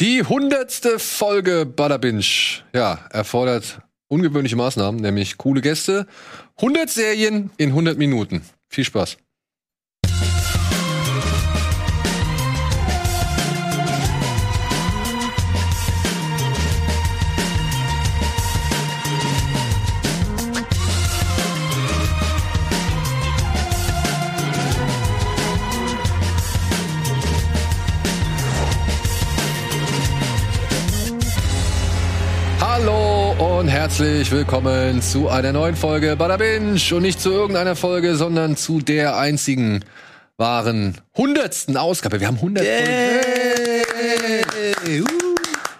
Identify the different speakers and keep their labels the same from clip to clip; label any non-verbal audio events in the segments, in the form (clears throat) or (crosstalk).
Speaker 1: Die hundertste Folge Badabinch. Ja, erfordert ungewöhnliche Maßnahmen, nämlich coole Gäste, 100 Serien in 100 Minuten. Viel Spaß. Hallo und herzlich willkommen zu einer neuen Folge Badabinch und nicht zu irgendeiner Folge, sondern zu der einzigen wahren hundertsten Ausgabe. Wir haben 100
Speaker 2: Hey, uh,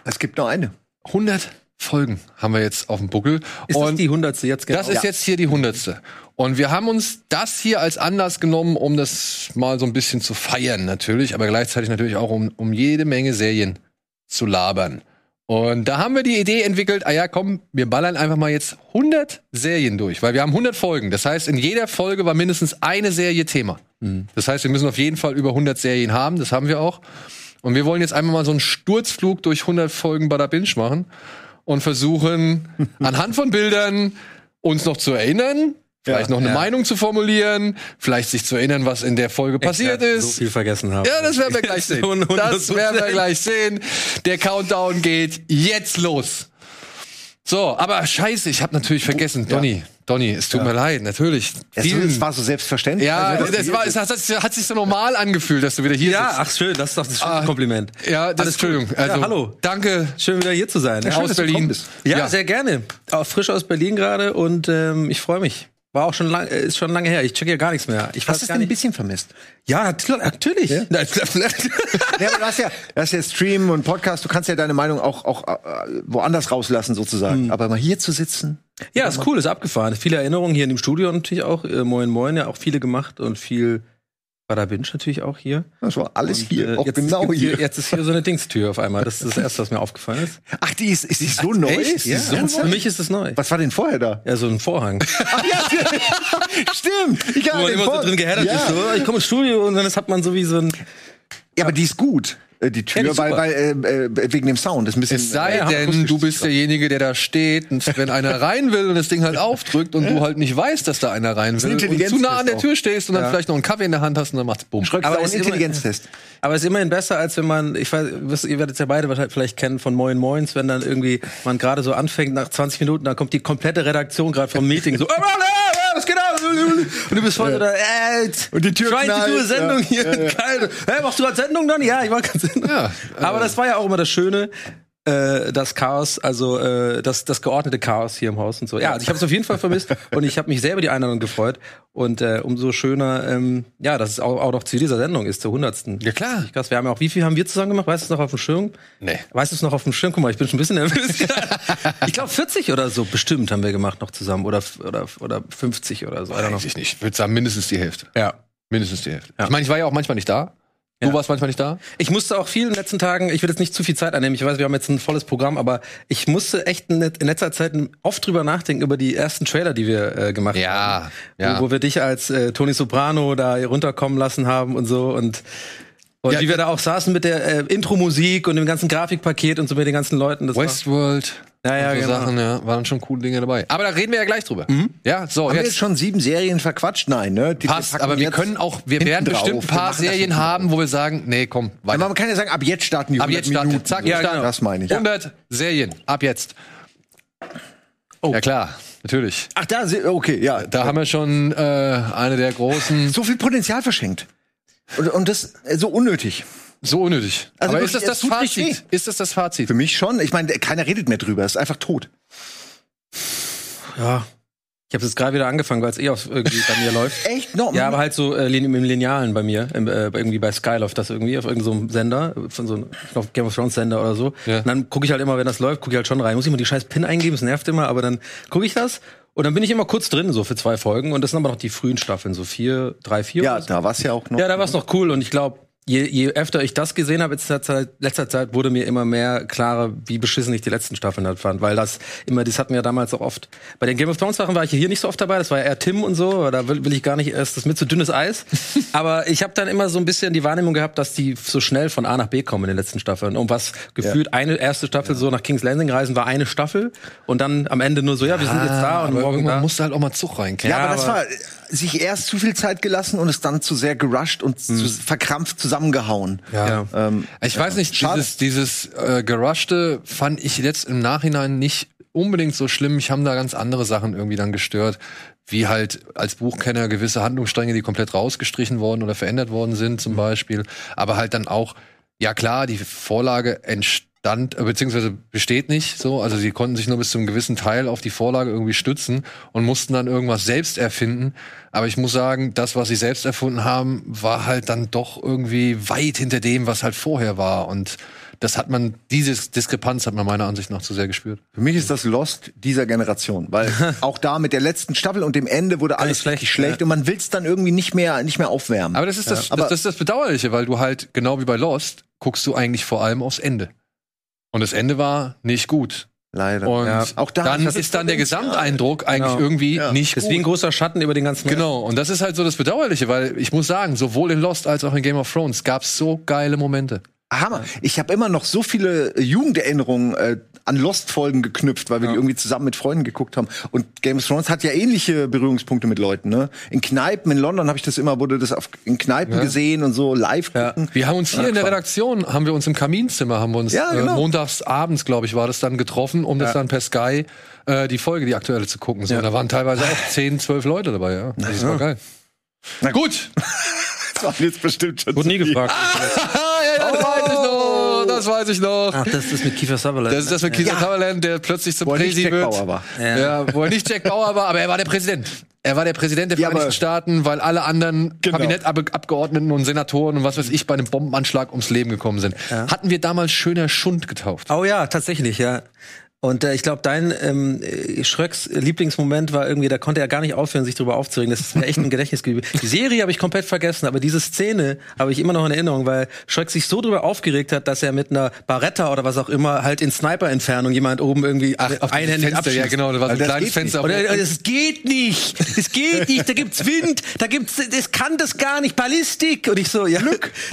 Speaker 2: es gibt noch eine.
Speaker 1: 100 Folgen haben wir jetzt auf dem Buckel.
Speaker 3: Ist das die hundertste jetzt genau?
Speaker 1: Das ist jetzt hier die hundertste. Und wir haben uns das hier als Anlass genommen, um das mal so ein bisschen zu feiern natürlich, aber gleichzeitig natürlich auch um, um jede Menge Serien zu labern. Und da haben wir die Idee entwickelt, ah ja, komm, wir ballern einfach mal jetzt 100 Serien durch, weil wir haben 100 Folgen. Das heißt, in jeder Folge war mindestens eine Serie Thema.
Speaker 3: Mhm.
Speaker 1: Das heißt, wir müssen auf jeden Fall über 100 Serien haben, das haben wir auch. Und wir wollen jetzt einmal mal so einen Sturzflug durch 100 Folgen Bada Binge machen und
Speaker 3: (laughs)
Speaker 1: versuchen, anhand von Bildern uns noch zu erinnern, vielleicht noch eine
Speaker 3: ja.
Speaker 1: Meinung zu formulieren, vielleicht sich zu erinnern, was in der Folge passiert
Speaker 3: ja,
Speaker 1: ist.
Speaker 3: So viel vergessen haben.
Speaker 1: ja, das werden wir gleich
Speaker 3: So
Speaker 1: sehen.
Speaker 3: ein
Speaker 1: Das werden wir
Speaker 3: 100%.
Speaker 1: gleich sehen. Der Countdown geht jetzt los. So, aber scheiße, ich habe natürlich vergessen, Donny. Donny, es tut mir leid, natürlich.
Speaker 2: Es,
Speaker 1: Vielen-
Speaker 2: es war so selbstverständlich.
Speaker 1: ja,
Speaker 2: Also,
Speaker 1: das, war, es hat, das hat sich so normal angefühlt, dass du wieder hier
Speaker 3: Ja,
Speaker 1: sitzt.
Speaker 3: ach schön, das ist doch das schöne
Speaker 1: Ah,
Speaker 3: Kompliment.
Speaker 1: Ja, das,
Speaker 3: Alles gut.
Speaker 1: Entschuldigung. Also,
Speaker 3: ja, hallo.
Speaker 1: Danke
Speaker 3: Schön wieder hier zu sein. Ja,
Speaker 2: schön,
Speaker 1: aus
Speaker 2: dass du gekommen
Speaker 1: Berlin.
Speaker 2: bist.
Speaker 3: ja, sehr gerne. Auch frisch aus Berlin gerade und ähm, ich freue mich. War auch schon lang, äh, ist schon lange her. Ich checke ja gar nichts mehr. Ich
Speaker 2: hast
Speaker 3: weiß
Speaker 2: du es
Speaker 3: gar
Speaker 2: denn ein
Speaker 3: nicht.
Speaker 2: bisschen vermisst?
Speaker 3: Ja, nat- natürlich. Na,
Speaker 2: (laughs) Ja, aber du hast ja, du hast ja Stream und Podcast, du kannst ja deine Meinung auch, auch äh, woanders rauslassen sozusagen. Aber mal hier zu sitzen,
Speaker 3: ja, ist cool, ist abgefahren. Viele Erinnerungen hier in dem Studio natürlich auch. Äh, Moin Moin, ja auch viele gemacht und viel Bada Binge natürlich auch hier.
Speaker 2: das war alles hier,
Speaker 3: Äh,
Speaker 2: auch genau
Speaker 3: gibt
Speaker 2: hier.
Speaker 3: Jetzt ist hier so eine Dingstür auf einmal. Das ist das Erste, was mir aufgefallen ist.
Speaker 2: Ach, die ist, ist die so neu? Ist die
Speaker 3: Ja,
Speaker 2: so
Speaker 3: Für
Speaker 2: neu?
Speaker 3: mich ist es neu.
Speaker 2: Was war denn vorher da?
Speaker 3: Ja, so ein Vorhang.
Speaker 2: Ach, (laughs) ja, stimmt. Ich
Speaker 3: Wo man immer so drin gehärtet
Speaker 2: ja.
Speaker 3: ist. So, "Ah, ich komme ins Studio und dann ist- hat man so wie so ein.
Speaker 2: ja, aber die ist gut, äh, die Tür,
Speaker 3: Ja, die ist
Speaker 2: weil,
Speaker 3: super.
Speaker 2: weil äh, äh, wegen dem Sound. Das ist ein bisschen,
Speaker 1: Es sei
Speaker 2: äh,
Speaker 1: denn, du bist derjenige, der da steht und wenn einer rein will und das Ding halt aufdrückt und du halt nicht weißt, dass da einer rein will und
Speaker 2: Intelligenztest
Speaker 1: zu nah an der
Speaker 2: auch.
Speaker 1: Tür stehst und dann vielleicht noch einen Kaffee in der Hand hast und dann macht's bumm.
Speaker 2: Schröck,
Speaker 3: aber
Speaker 2: aber ein
Speaker 3: ist immer-
Speaker 2: Intelligenztest.
Speaker 3: Aber es ist immerhin besser, als wenn man, ich weiß, wisst ihr werdet es ja beide wahrscheinlich vielleicht kennen von Moin Moins, wenn dann irgendwie man gerade so anfängt nach 20 Minuten, dann kommt die komplette Redaktion gerade vom Meeting so, (laughs) "Äh, äh, äh, was geht ab? Und du bist voll so da, äh,
Speaker 2: Und die Tür
Speaker 3: trying to do a
Speaker 2: knallt,
Speaker 3: Sendung
Speaker 2: ja,
Speaker 3: hier. Geil. Hä, machst du gerade Sendung dann? Ja, ich mach gerade Sendung.
Speaker 1: Ja, äh.
Speaker 3: Aber das war ja auch immer das Schöne. äh, Das Chaos, also äh, das, das geordnete Chaos hier im Haus und so. Ja, also ich habe es auf jeden Fall
Speaker 1: (laughs)
Speaker 3: vermisst und ich habe mich selber die Einladung gefreut. Und äh, umso schöner, ähm, ja, dass es auch, auch noch zu dieser Sendung ist, zur hundertsten.
Speaker 1: Ja, klar.
Speaker 3: Richtig krass. Wir haben ja auch, wie viel haben wir zusammen gemacht? Weißt du es noch auf dem Schirm?
Speaker 1: Nee.
Speaker 3: Weißt du es noch auf dem Schirm? Guck mal, ich bin schon ein
Speaker 1: (laughs)
Speaker 3: bisschen nervös. ich glaube, 40 oder so bestimmt haben wir gemacht noch zusammen. Oder, oder, oder 50 oder so. I don't know.
Speaker 1: Weiß ich nicht. Ich würde sagen, mindestens die Hälfte.
Speaker 3: Ja.
Speaker 1: Mindestens die Hälfte.
Speaker 3: Ja.
Speaker 1: Ich meine, ich war ja auch manchmal nicht da. Du warst manchmal nicht da.
Speaker 3: Ich musste auch viel in den letzten Tagen, ich will jetzt nicht zu viel Zeit einnehmen, ich weiß, wir haben jetzt ein volles Programm, aber ich musste echt in in letzter Zeit oft drüber nachdenken, über die ersten Trailer, die wir äh, gemacht
Speaker 1: Ja,
Speaker 3: haben.
Speaker 1: ja.
Speaker 3: Ähm, Wo, wo wir dich als äh, Tony Soprano da runterkommen lassen haben und so und und
Speaker 1: Ja,
Speaker 3: wie wir da auch saßen mit der äh, Intro-Musik und dem ganzen Grafikpaket und so mit den ganzen Leuten. Das
Speaker 1: Westworld.
Speaker 3: Ja, ja,
Speaker 1: und so
Speaker 3: genau.
Speaker 1: Sachen, ja, waren schon coole Dinge dabei. Aber da reden wir ja gleich drüber. Ja, so,
Speaker 2: Haben wir
Speaker 1: jetzt.
Speaker 2: jetzt schon sieben Serien verquatscht? Nein, ne? Die
Speaker 1: Passt,
Speaker 2: packen
Speaker 1: aber wir
Speaker 2: jetzt-
Speaker 1: können auch, wir werden
Speaker 2: drauf.
Speaker 1: bestimmt ein
Speaker 2: Wir
Speaker 1: paar
Speaker 2: machen das
Speaker 1: Serien
Speaker 2: hinten
Speaker 1: haben, wo wir sagen, nee, komm,
Speaker 2: Aber
Speaker 1: weiter.
Speaker 2: man kann ja sagen, ab jetzt starten die
Speaker 1: Ab jetzt
Speaker 2: 100
Speaker 1: starten.
Speaker 2: Minuten.
Speaker 1: Zack,
Speaker 3: Ja,
Speaker 1: starten.
Speaker 3: genau.
Speaker 2: Das meine ich.
Speaker 1: 100 Serien, ab jetzt.
Speaker 3: Oh.
Speaker 1: Ja klar, natürlich.
Speaker 2: Ach, da, se- okay, ja.
Speaker 1: Da haben wir schon äh, eine der großen.
Speaker 2: So viel Potenzial verschenkt. Und, und das äh, so unnötig.
Speaker 1: So unnötig.
Speaker 2: Also
Speaker 1: Aber
Speaker 2: wirklich,
Speaker 1: ist das
Speaker 2: es
Speaker 1: das
Speaker 2: tut nicht
Speaker 1: Fazit? Ist das das Fazit?
Speaker 2: Für mich schon. Ich meine, keiner redet mehr drüber. Ist einfach tot.
Speaker 3: war, ja. Ich habe jetzt gerade wieder angefangen, weil es eh auf irgendwie bei mir (laughs) läuft.
Speaker 2: Echt? No,
Speaker 3: Ja, aber halt so äh, lin- im Linealen bei mir, im, äh, irgendwie bei Sky läuft das irgendwie auf irgendeinem Sender, von so einem ich glaub, Game of Thrones Sender oder so.
Speaker 1: Ja.
Speaker 3: Und dann gucke ich halt immer, wenn das läuft, gucke ich halt schon rein. Muss ich immer die scheiß PIN eingeben, es nervt immer, aber dann gucke ich das und dann bin ich immer kurz drin, so für zwei Folgen. Und das sind aber noch die frühen Staffeln, so vier, drei, vier.
Speaker 2: ja,
Speaker 3: oder so.
Speaker 2: da war es ja auch noch.
Speaker 3: ja da war es noch cool und ich glaube, je, je öfter ich das gesehen habe in letzter Zeit, letzter Zeit, wurde mir immer mehr klarer, wie beschissen ich die letzten Staffeln halt fand. Weil das immer, das hatten wir ja damals auch oft. Bei den Game of Thrones Sachen war ich ja hier nicht so oft dabei, das war ja eher Tim und so, aber da will, will ich gar nicht erst, das ist mit zu dünnes (laughs) Eis. Aber ich habe dann immer so ein bisschen die Wahrnehmung gehabt, dass die so schnell von A nach B kommen in den letzten Staffeln. Und was gefühlt eine erste Staffel so nach King's Landing reisen, war eine Staffel und dann am Ende nur so, ja, wir sind jetzt da und morgen da.
Speaker 1: Man musste halt auch mal Zug reinkriegen.
Speaker 2: Ja, aber das
Speaker 3: aber-
Speaker 2: war äh, sich erst zu viel Zeit gelassen und es dann zu sehr gerusht und zu verkrampft zusammengehauen.
Speaker 1: Hm. Ja.
Speaker 2: Ähm,
Speaker 1: ich weiß nicht,
Speaker 2: Schade.
Speaker 1: dieses, dieses äh, Geruschte fand ich jetzt im Nachhinein nicht unbedingt so schlimm. Mich haben da ganz andere Sachen irgendwie dann gestört, wie halt als Buchkenner gewisse Handlungsstränge, die komplett rausgestrichen worden oder verändert worden sind,
Speaker 2: Mhm.
Speaker 1: zum Beispiel. Aber halt dann auch, ja klar, die Vorlage entstand, äh, beziehungsweise besteht nicht so. Also sie konnten sich nur bis zu einem gewissen Teil auf die Vorlage irgendwie stützen und mussten dann irgendwas selbst erfinden. Aber ich muss sagen, das, was sie selbst erfunden haben, war halt dann doch irgendwie weit hinter dem, was halt vorher war. Und das hat man, diese Diskrepanz hat man meiner Ansicht nach zu sehr gespürt.
Speaker 2: Für mich ist das Lost dieser Generation, weil
Speaker 1: (laughs)
Speaker 2: auch da mit der letzten Staffel und dem Ende wurde alles
Speaker 3: schlecht,
Speaker 2: richtig schlecht
Speaker 3: ja.
Speaker 2: und man will es dann irgendwie nicht mehr nicht mehr aufwärmen.
Speaker 1: Aber das ist, das,
Speaker 2: aber-
Speaker 1: das, das ist das Bedauerliche, weil du halt, genau wie bei Lost, guckst du eigentlich vor allem aufs Ende. Und das Ende war nicht gut.
Speaker 2: leider.
Speaker 1: Und
Speaker 3: Ja.
Speaker 2: Auch da-
Speaker 1: dann
Speaker 2: das ist
Speaker 1: ist dann der
Speaker 2: Problem.
Speaker 1: Gesamteindruck eigentlich
Speaker 3: Genau.
Speaker 1: irgendwie
Speaker 2: Ja.
Speaker 1: nicht
Speaker 3: Deswegen
Speaker 1: gut.
Speaker 3: großer Schatten über den ganzen
Speaker 1: Genau, und das ist halt so das Bedauerliche, weil ich muss sagen, sowohl in Lost als auch in Game of Thrones gab es so geile Momente.
Speaker 2: Hammer. Ich habe immer noch so viele äh, Jugenderinnerungen äh, an Lost-Folgen geknüpft, weil wir die irgendwie zusammen mit Freunden geguckt haben. Und Game of Thrones hat ja ähnliche Berührungspunkte mit Leuten. Ne? In Kneipen in London habe ich das immer, wurde das auf, in Kneipen gesehen und so live gucken. (laughs)
Speaker 1: Wir haben uns hier in der Redaktion, haben wir uns im Kaminzimmer, haben wir uns
Speaker 2: Ja, genau.
Speaker 1: äh, montags abends, glaube ich, war das dann getroffen, um das dann per Sky äh, die Folge, die aktuelle zu gucken. So, und Da waren teilweise auch 10, 12 Leute dabei, ja. Das war geil.
Speaker 2: Na
Speaker 1: gut.
Speaker 2: Das war jetzt bestimmt schon zu
Speaker 3: Wurde (laughs) nie
Speaker 2: viel.
Speaker 3: gefragt.
Speaker 1: Ah, (laughs) ja, ja, das weiß ich
Speaker 2: Oh.
Speaker 1: noch, das weiß ich noch.
Speaker 2: Ah.
Speaker 3: Ach, das ist mit Kiefer Sutherland.
Speaker 1: Das ist das mit Kieser Sutherland, der plötzlich zum
Speaker 2: Wo er nicht
Speaker 1: Präsi
Speaker 2: Jack
Speaker 1: wird.
Speaker 2: Bauer war.
Speaker 1: Ja. wo er nicht Jack Bauer war, aber er war der Präsident. Er war der Präsident der
Speaker 2: Ja,
Speaker 1: Vereinigten
Speaker 2: aber-
Speaker 1: Staaten, weil alle anderen
Speaker 2: Genau.
Speaker 1: Kabinettabgeordneten und Senatoren und was weiß ich bei einem Bombenanschlag ums Leben gekommen sind. Hatten wir damals schöner Schund getauft.
Speaker 3: Oh ja, tatsächlich, ja. Und äh, ich glaube, dein ähm, äh, Schröcks Lieblingsmoment war irgendwie, da konnte er gar nicht aufhören, sich drüber aufzuregen. Das ist
Speaker 1: (laughs)
Speaker 3: mir echt ein Gedächtnis geblieben. Die Serie habe ich komplett vergessen, aber diese Szene habe ich immer noch in Erinnerung, weil Schröck sich so drüber aufgeregt hat, dass er mit einer Barretta oder was auch immer halt in Sniper-Entfernung jemand oben irgendwie
Speaker 1: dieses
Speaker 3: einhändig
Speaker 1: Fenster,
Speaker 3: abschießt.
Speaker 1: ja genau, da war so ein
Speaker 2: das
Speaker 1: kleines
Speaker 2: geht
Speaker 1: Fenster.
Speaker 3: Oder,
Speaker 1: wo-
Speaker 3: äh, es geht nicht, es geht nicht, da gibt's Wind, da gibt's, das kann das gar nicht, Ballistik. Und ich so, ja,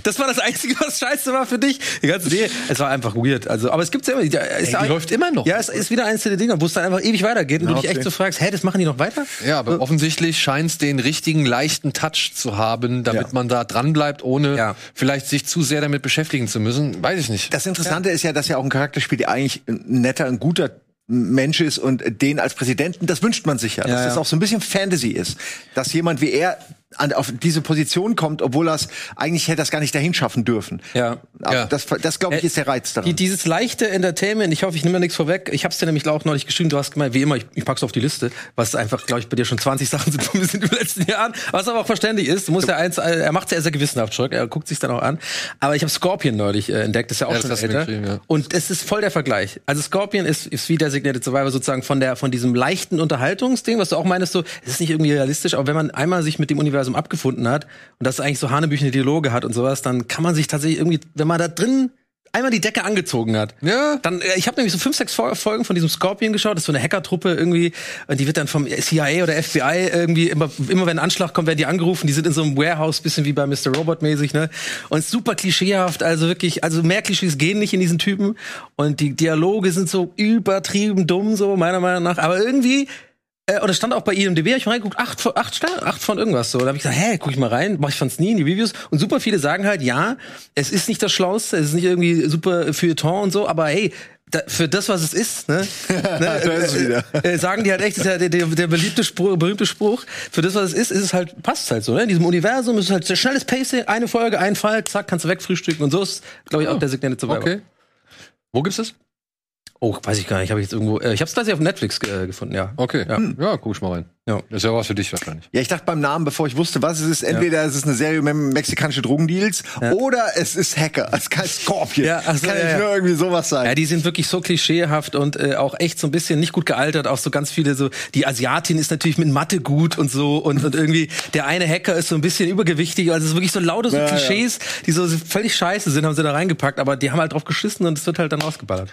Speaker 3: das war das Einzige, was scheiße war für dich. Die ganze Serie, es war einfach weird. Also, aber es gibt's ja immer, ja, es
Speaker 1: die läuft immer noch.
Speaker 3: Ja, es ist wieder eins der Dinger, wo es dann einfach ewig weitergeht und du dich
Speaker 2: okay.
Speaker 3: echt so fragst, hä, das machen die noch weiter?
Speaker 1: Ja, aber offensichtlich scheint es den richtigen leichten Touch zu haben, damit
Speaker 2: Ja.
Speaker 1: man da dranbleibt, ohne
Speaker 3: Ja.
Speaker 1: vielleicht sich zu sehr damit beschäftigen zu müssen. Weiß ich nicht.
Speaker 2: Das Interessante ist ja, dass ja auch ein Charakter spielt, der eigentlich ein netter, ein guter Mensch ist und den als Präsidenten, das wünscht man sich ja, dass
Speaker 3: ja.
Speaker 2: das auch so ein bisschen Fantasy ist, dass jemand wie er an, auf diese Position kommt, obwohl er eigentlich hätte das gar nicht dahin schaffen dürfen.
Speaker 3: Ja. Äh,
Speaker 2: Aber
Speaker 1: Ja.
Speaker 2: das, das glaube ich ist der Reiz daran.
Speaker 3: Die, dieses leichte Entertainment, ich hoffe, ich nehme mir nichts vorweg. Ich habe es dir nämlich auch neulich geschrieben, du hast gemeint, wie immer, ich, ich pack's auf die Liste, was einfach, glaube ich, bei dir schon 20 (laughs) Sachen sind von sind in den letzten Jahren. Was aber auch verständlich ist, muss ja eins, äh, er macht ja sehr gewissenhaft, Schurk, er guckt sich dann auch an. Aber ich habe Scorpion neulich äh, entdeckt, das ist ja auch
Speaker 1: Ja, das
Speaker 3: schon
Speaker 1: hast du mir
Speaker 3: älter.
Speaker 1: geschrieben, ja.
Speaker 3: Und es ist voll der Vergleich. Also Scorpion ist, ist wie Designated Survivor sozusagen von der von diesem leichten Unterhaltungsding, was du auch meinst, so, es ist nicht irgendwie realistisch, aber wenn man einmal sich mit dem Universum abgefunden hat und das eigentlich so hanebüchene Dialoge hat und sowas, dann kann man sich tatsächlich irgendwie, wenn man da drin einmal die Decke angezogen hat.
Speaker 1: Ja.
Speaker 3: Dann, äh, ich habe nämlich so fünf, sechs Fol- Folgen von diesem Scorpion geschaut. Das ist so eine Hackertruppe irgendwie. Und die wird dann vom CIA oder FBI irgendwie immer, immer wenn ein Anschlag kommt, werden die angerufen. Die sind in so einem Warehouse, bisschen wie bei Mr. Robot mäßig, ne? Und super klischeehaft. Also wirklich, also mehr Klischees gehen nicht in diesen Typen. Und die Dialoge sind so übertrieben dumm, so meiner Meinung nach. Aber irgendwie, äh, und es stand auch bei IMDb, hab ich mal reingeguckt, acht von, acht, Stern, acht von irgendwas so. Da habe ich gesagt, hä, guck ich mal rein, boah, ich fand's nie in die Reviews. Und super viele sagen halt, ja, es ist nicht das Schlauste, es ist nicht irgendwie super Feuilleton und so, aber hey, da, für das, was es
Speaker 2: (laughs)
Speaker 3: ist, ne, ne
Speaker 2: ist es wieder.
Speaker 3: Äh, äh, sagen die halt echt, das ist ja der, der, der beliebte Spruch, berühmte Spruch, für das, was es ist, ist es halt, passt halt so, ne? In diesem Universum ist es halt sehr schnelles Pacing, eine Folge, ein Fall, zack, kannst du wegfrühstücken und so ist, glaube
Speaker 2: Oh.
Speaker 3: ich, auch der Signale zu
Speaker 1: Okay. Wo gibt's das?
Speaker 3: Oh, weiß ich gar nicht, habe ich jetzt irgendwo, äh, ich hab's tatsächlich auf Netflix äh, gefunden, ja.
Speaker 1: Okay. Ja, ja guck ich mal rein.
Speaker 3: Ja.
Speaker 1: Das ist ja was für dich wahrscheinlich.
Speaker 2: Ja, ich dachte beim Namen, bevor ich wusste, was es ist, entweder es ist eine Serie mit mexikanische Drogendeals oder es ist Hacker. Es ist kein Scorpion.
Speaker 3: Ja, ach so,
Speaker 2: es kann
Speaker 3: ja,
Speaker 2: nicht
Speaker 3: ja.
Speaker 2: nur irgendwie sowas sein.
Speaker 3: Ja, die sind wirklich so klischeehaft und äh, auch echt so ein bisschen nicht gut gealtert. Auch so ganz viele so, die Asiatin ist natürlich mit Mathe gut und so und, und irgendwie der eine Hacker ist so ein bisschen übergewichtig. Also es ist wirklich so laute so
Speaker 2: Ja, ja.
Speaker 3: Klischees, die so völlig scheiße sind, haben sie da reingepackt, aber die haben halt drauf geschissen und es wird halt dann rausgeballert.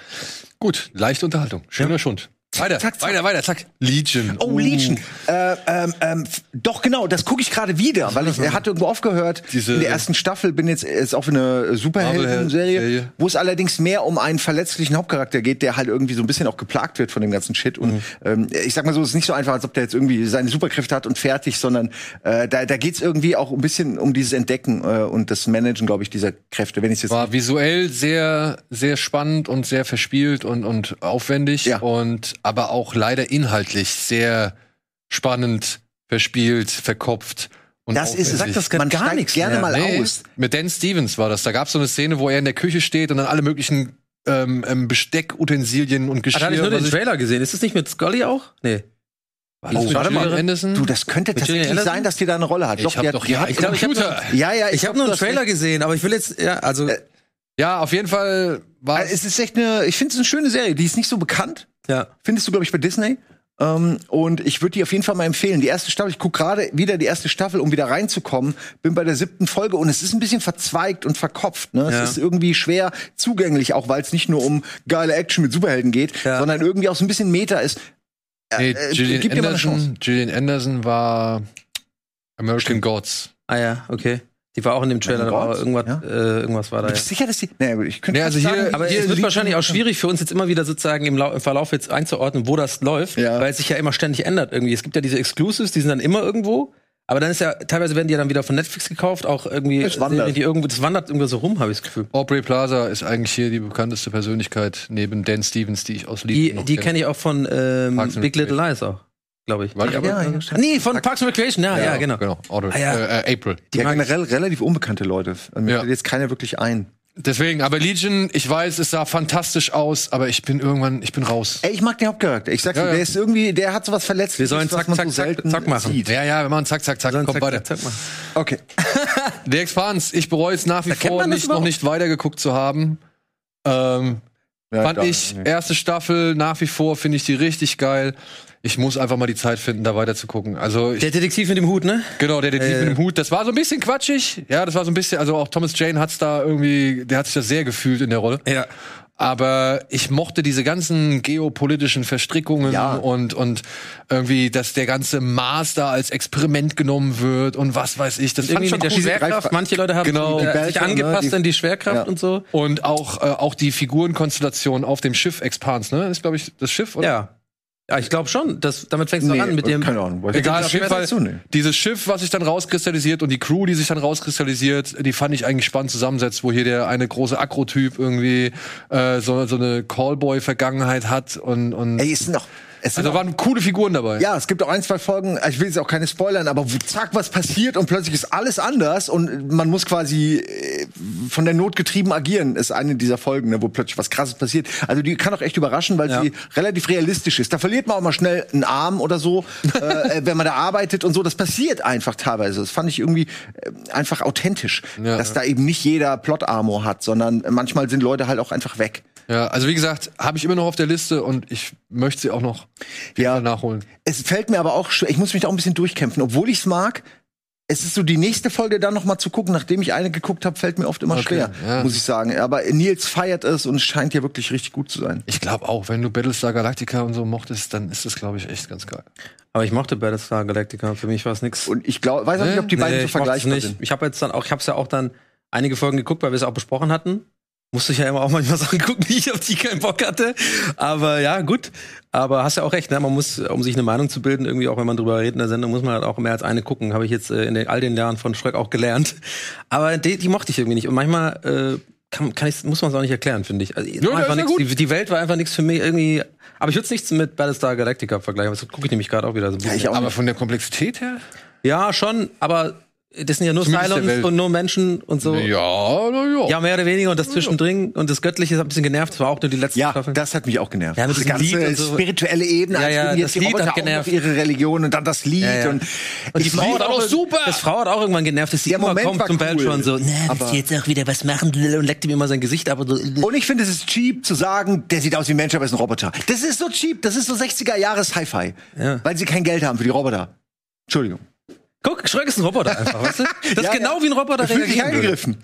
Speaker 1: Gut, leichte Unterhaltung. Schöner Schund. Weiter,
Speaker 2: zack, zack.
Speaker 1: weiter, weiter, zack. Legion. Uh,
Speaker 2: Oh, Legion. Äh, ähm, ähm, f- doch, genau, das gucke ich gerade wieder, weil ich er hat irgendwo aufgehört.
Speaker 1: Diese- äh,
Speaker 2: in der ersten Staffel bin jetzt ist auf eine äh, Superhelden-Serie,
Speaker 1: Marvel-Serie.
Speaker 2: wo es allerdings mehr um einen verletzlichen Hauptcharakter geht, der halt irgendwie so ein bisschen auch geplagt wird von dem ganzen Shit. Und
Speaker 1: Mhm.
Speaker 2: ähm, ich sag mal so, es ist nicht so einfach, als ob der jetzt irgendwie seine Superkräfte hat und fertig, sondern äh, da, da geht's irgendwie auch ein bisschen um dieses Entdecken äh, und das Managen, glaube ich, dieser Kräfte. Wenn ich jetzt
Speaker 1: War visuell sehr, sehr spannend und sehr verspielt und, und aufwendig.
Speaker 2: Ja.
Speaker 1: Und aber auch leider inhaltlich sehr spannend, verspielt, verkopft. Und
Speaker 2: das ist,
Speaker 1: aufwendig.
Speaker 2: sagt das
Speaker 3: gar
Speaker 2: man steigt
Speaker 3: nichts
Speaker 2: gerne
Speaker 3: mehr.
Speaker 2: mal
Speaker 1: Nee,
Speaker 2: aus.
Speaker 1: Mit Dan Stevens war das. Da gab es so eine Szene, wo er in der Küche steht und dann alle möglichen ähm, ähm, Besteck, Utensilien und
Speaker 3: Ah,
Speaker 1: Geschirr.
Speaker 3: da hatte ich nur
Speaker 1: was
Speaker 3: den Trailer gesehen. Ist das nicht mit Scully auch? Nee.
Speaker 1: war das
Speaker 3: Oh,
Speaker 1: mit
Speaker 3: warte mal.
Speaker 1: Gillian Anderson?
Speaker 2: Du, das könnte
Speaker 3: Mit Julian
Speaker 2: tatsächlich
Speaker 3: Anderson?
Speaker 2: sein, dass die da eine Rolle hat.
Speaker 1: ich
Speaker 2: die
Speaker 1: hab
Speaker 2: hat-
Speaker 1: doch
Speaker 2: die
Speaker 1: hier
Speaker 2: hat-
Speaker 1: einen
Speaker 3: glaub, ich hab
Speaker 1: Computer.
Speaker 2: ja, ja,
Speaker 3: Ich habe
Speaker 2: glaub,
Speaker 3: nur einen
Speaker 2: das- Äh.
Speaker 3: Trailer gesehen, aber ich will jetzt, ja, also,
Speaker 1: ja, auf jeden Fall war
Speaker 2: Also, es ist echt eine, ich finde es eine schöne Serie. Die ist nicht so bekannt.
Speaker 3: ja.
Speaker 2: Findest du, glaube ich, bei Disney. Ähm, und ich würde die auf jeden Fall mal empfehlen. Die erste Staffel, ich gucke gerade wieder die erste Staffel, um wieder reinzukommen. Bin bei der siebten Folge und es ist ein bisschen verzweigt und verkopft. Ne?
Speaker 3: Ja.
Speaker 2: Es ist irgendwie schwer zugänglich, auch weil es nicht nur um geile Action mit Superhelden geht,
Speaker 3: Ja.
Speaker 2: sondern irgendwie auch so ein bisschen Meta ist.
Speaker 1: Nee,
Speaker 2: äh,
Speaker 1: Gillian,
Speaker 2: gib dir mal eine Chance.
Speaker 1: Anderson, Gillian Anderson war American Gods.
Speaker 3: Ah ja, okay. Die war auch in dem Trailer, da war
Speaker 2: Gott,
Speaker 3: irgendwas,
Speaker 2: ja.
Speaker 3: äh, irgendwas war da.
Speaker 2: Bist du
Speaker 3: Ja.
Speaker 2: sicher, dass die. Naja, gut, ich könnte
Speaker 1: Nee, also
Speaker 2: fast
Speaker 1: hier-
Speaker 3: Aber es wird
Speaker 2: liegt-
Speaker 3: wahrscheinlich auch schwierig für uns jetzt immer wieder sozusagen im, Lau im Verlauf jetzt einzuordnen, wo das läuft,
Speaker 2: Ja.
Speaker 3: weil es sich ja immer ständig ändert irgendwie. Es gibt ja diese Exclusives, die sind dann immer irgendwo. Aber dann ist ja, teilweise werden die ja dann wieder von Netflix gekauft, auch irgendwie.
Speaker 2: Es wandert.
Speaker 3: Die irgendwo, das wandert irgendwie so rum, habe ich das Gefühl.
Speaker 1: Aubrey Plaza ist eigentlich hier die bekannteste Persönlichkeit neben Dan Stevens, die ich aus
Speaker 3: Die,
Speaker 1: Lied noch
Speaker 3: die kenne ich auch von ähm,
Speaker 1: Parks and
Speaker 3: Big Little Lies auch, glaube ich.
Speaker 1: Weil-
Speaker 3: Die, aber,
Speaker 2: Ja, ja,
Speaker 3: Ah, nee, von Parks and Recreation, ja, ja, genau.
Speaker 1: Genau, Audrey,
Speaker 3: Ah, ja.
Speaker 1: Äh, äh, April.
Speaker 2: Ja,
Speaker 3: mag ich.
Speaker 2: generell relativ unbekannte Leute. Also Mir
Speaker 1: Ja.
Speaker 2: fällt jetzt keiner wirklich ein.
Speaker 1: Deswegen, aber Legion, ich weiß, es sah fantastisch aus, aber ich bin irgendwann, ich bin raus.
Speaker 2: Ey, ich mag den Hauptcharakter. Ich sag's
Speaker 1: Ja,
Speaker 2: dir,
Speaker 1: ja.
Speaker 2: der ist irgendwie, der hat sowas verletzt.
Speaker 3: Wir sollen zack, zack, zack, zack machen.
Speaker 2: Sieht.
Speaker 1: Ja, ja, wir machen zack, zack, zack,
Speaker 3: Dann
Speaker 1: komm
Speaker 3: zack,
Speaker 1: weiter.
Speaker 3: zack, zack mal.
Speaker 2: Okay.
Speaker 1: The Expanse, ich bereue es nach wie
Speaker 3: kennt
Speaker 1: vor
Speaker 3: man das
Speaker 1: nicht, noch
Speaker 3: überhaupt?
Speaker 1: nicht weitergeguckt zu haben. Ähm,
Speaker 2: Ja,
Speaker 1: Fand
Speaker 2: klar.
Speaker 1: ich erste Staffel nach wie vor finde ich die richtig geil. Ich muss einfach mal die Zeit finden, da weiter zu gucken. Also ich,
Speaker 3: Der Detektiv mit dem Hut, ne?
Speaker 1: genau, der Detektiv
Speaker 3: Äh.
Speaker 1: mit dem Hut, das war so ein bisschen quatschig. Ja, das war so ein bisschen, also auch Thomas Jane hat's da irgendwie, der hat sich da sehr gefühlt in der Rolle.
Speaker 3: Ja.
Speaker 1: Aber ich mochte diese ganzen geopolitischen Verstrickungen
Speaker 2: Ja.
Speaker 1: und, und irgendwie, dass der ganze Mars da als Experiment genommen wird und was weiß ich. Das fand ich
Speaker 3: Irgendwie
Speaker 1: schon
Speaker 3: mit der
Speaker 1: cool.
Speaker 3: Schwerkraft. Manche Leute haben
Speaker 1: Genau.
Speaker 3: die,
Speaker 1: Die
Speaker 3: äh,
Speaker 2: Belcher,
Speaker 3: sich
Speaker 2: ne,
Speaker 3: angepasst
Speaker 2: die-
Speaker 3: an die Schwerkraft
Speaker 2: Ja.
Speaker 3: und so.
Speaker 1: Und auch, äh, auch die Figurenkonstellation auf dem Schiff Expanse, ne? Das ist, glaube ich, das Schiff, oder?
Speaker 3: Ja. Ja, ich glaube schon. Das, damit fängst du
Speaker 2: Nee,
Speaker 3: an mit dem.
Speaker 2: keine Ahnung. weiß ich
Speaker 1: Egal,
Speaker 2: nicht.
Speaker 1: auf jeden Fall.
Speaker 2: Dazu,
Speaker 3: ne?
Speaker 2: nee.
Speaker 1: Dieses Schiff, was sich dann rauskristallisiert und die Crew, die sich dann rauskristallisiert, die fand ich eigentlich spannend zusammensetzt, wo hier der eine große Akro-Typ irgendwie äh, so, so eine Callboy-Vergangenheit hat und, und
Speaker 2: Ey, es sind noch. Es sind
Speaker 1: also
Speaker 2: noch
Speaker 1: waren coole Figuren dabei.
Speaker 2: ja, es gibt auch ein, zwei Folgen, ich will jetzt auch keine spoilern, aber wo- zack, was passiert und plötzlich ist alles anders und man muss quasi äh, von der Not getrieben agieren, ist eine dieser Folgen, ne, wo plötzlich was krasses passiert. Also die kann auch echt überraschen, weil
Speaker 3: Ja.
Speaker 2: sie relativ realistisch ist. Da verliert man auch mal schnell einen Arm oder so, äh, äh, wenn man da arbeitet und so. Das passiert einfach teilweise. Das fand ich irgendwie äh, einfach authentisch,
Speaker 1: Ja.
Speaker 2: dass da eben nicht jeder Plot-Armor hat, sondern manchmal sind Leute halt auch einfach weg.
Speaker 1: Ja, also wie gesagt, habe ich immer noch auf der Liste und ich möchte sie auch noch
Speaker 2: Ja.
Speaker 1: nachholen.
Speaker 2: es fällt mir aber auch schwer, ich muss mich da auch ein bisschen durchkämpfen, obwohl ich es mag. Es ist so die nächste Folge dann noch mal zu gucken, nachdem ich eine geguckt habe, fällt mir oft immer schwer,
Speaker 1: ja.
Speaker 2: muss ich sagen. Aber Nils feiert es und es scheint ja wirklich richtig gut zu sein.
Speaker 1: Ich glaube auch, wenn du Battlestar Galactica und so mochtest, dann ist das, glaube ich, echt ganz geil.
Speaker 3: Aber ich mochte Battlestar Galactica. Für mich war es nix.
Speaker 2: Und ich glaube, weiß auch nicht, ob die beiden
Speaker 3: Nee,
Speaker 2: so
Speaker 3: ich mochte es
Speaker 2: vergleichbar
Speaker 3: nicht.
Speaker 2: sind.
Speaker 3: Ich habe jetzt dann auch, ich habe es ja auch dann einige Folgen geguckt, weil wir es auch besprochen hatten. Musste ich ja immer auch manchmal (laughs) Sachen gucken, die ich auf die keinen Bock hatte. Aber ja, gut. Aber hast ja auch recht, ne? Man muss, um sich eine Meinung zu bilden, irgendwie auch wenn man drüber redet in der Sendung, muss man halt auch mehr als eine gucken. Habe ich jetzt äh, in den, all den Jahren von Schröck auch gelernt. (laughs) Aber die, die mochte ich irgendwie nicht. Und manchmal äh, kann, kann ich, muss man es auch nicht erklären, finde ich. Also,
Speaker 1: das
Speaker 3: war einfach
Speaker 1: ist ja
Speaker 3: nix,
Speaker 1: gut.
Speaker 3: die, die Welt war einfach nichts für mich irgendwie. Aber ich würde es nichts mit Battlestar Galactica vergleichen. Das gucke ich nämlich gerade auch wieder so. ein bisschen.
Speaker 2: ich auch.
Speaker 1: Aber von der Komplexität her?
Speaker 3: Ja, schon, aber das sind ja nur
Speaker 1: Zumindest der Welt.
Speaker 3: Cylons und nur Menschen und so.
Speaker 1: Ja, na ja.
Speaker 3: Ja, mehr oder weniger. Und das Zwischendrin und das Göttliche ist ein bisschen genervt. Das war auch nur die letzte
Speaker 2: Ja,
Speaker 3: Staffel.
Speaker 2: das hat mich auch genervt.
Speaker 3: Ja, mit
Speaker 2: die
Speaker 3: diesem
Speaker 2: ganze
Speaker 3: Lied und so.
Speaker 2: spirituelle Ebene,
Speaker 3: Ja,
Speaker 2: als
Speaker 3: ja,
Speaker 2: würden
Speaker 3: das
Speaker 2: jetzt die
Speaker 3: Lied
Speaker 2: Roboter
Speaker 3: hat
Speaker 2: auch noch
Speaker 3: genervt.
Speaker 2: ihre Religion und dann das Lied
Speaker 3: ja.
Speaker 2: und,
Speaker 3: Und die
Speaker 2: ich
Speaker 3: Frau
Speaker 2: lieb-
Speaker 3: hat auch
Speaker 1: doch super!
Speaker 3: Das Frau hat auch irgendwann genervt, dass sie
Speaker 2: Der
Speaker 3: immer
Speaker 2: Moment
Speaker 3: kommt
Speaker 2: war
Speaker 3: zum
Speaker 2: cool.
Speaker 3: Bertram so, na, willst
Speaker 2: Aber-
Speaker 3: du jetzt auch wieder was machen? (laughs) Und leckt ihm immer sein Gesicht ab und so.
Speaker 2: und ich finde, es ist cheap zu sagen, der sieht aus wie ein Mensch, aber ist ein Roboter. Das ist so cheap, das ist so 60er Jahres Hi-Fi,
Speaker 3: Ja.
Speaker 2: weil sie kein Geld haben für die Roboter. Entschuldigung.
Speaker 3: Guck, Schreck ist ein Roboter einfach,
Speaker 2: (laughs)
Speaker 3: weißt du? Das
Speaker 2: Ja,
Speaker 3: ist genau
Speaker 2: ja.
Speaker 3: wie ein Roboter
Speaker 2: Da fühlt sich
Speaker 3: reagieren würde.
Speaker 2: angegriffen.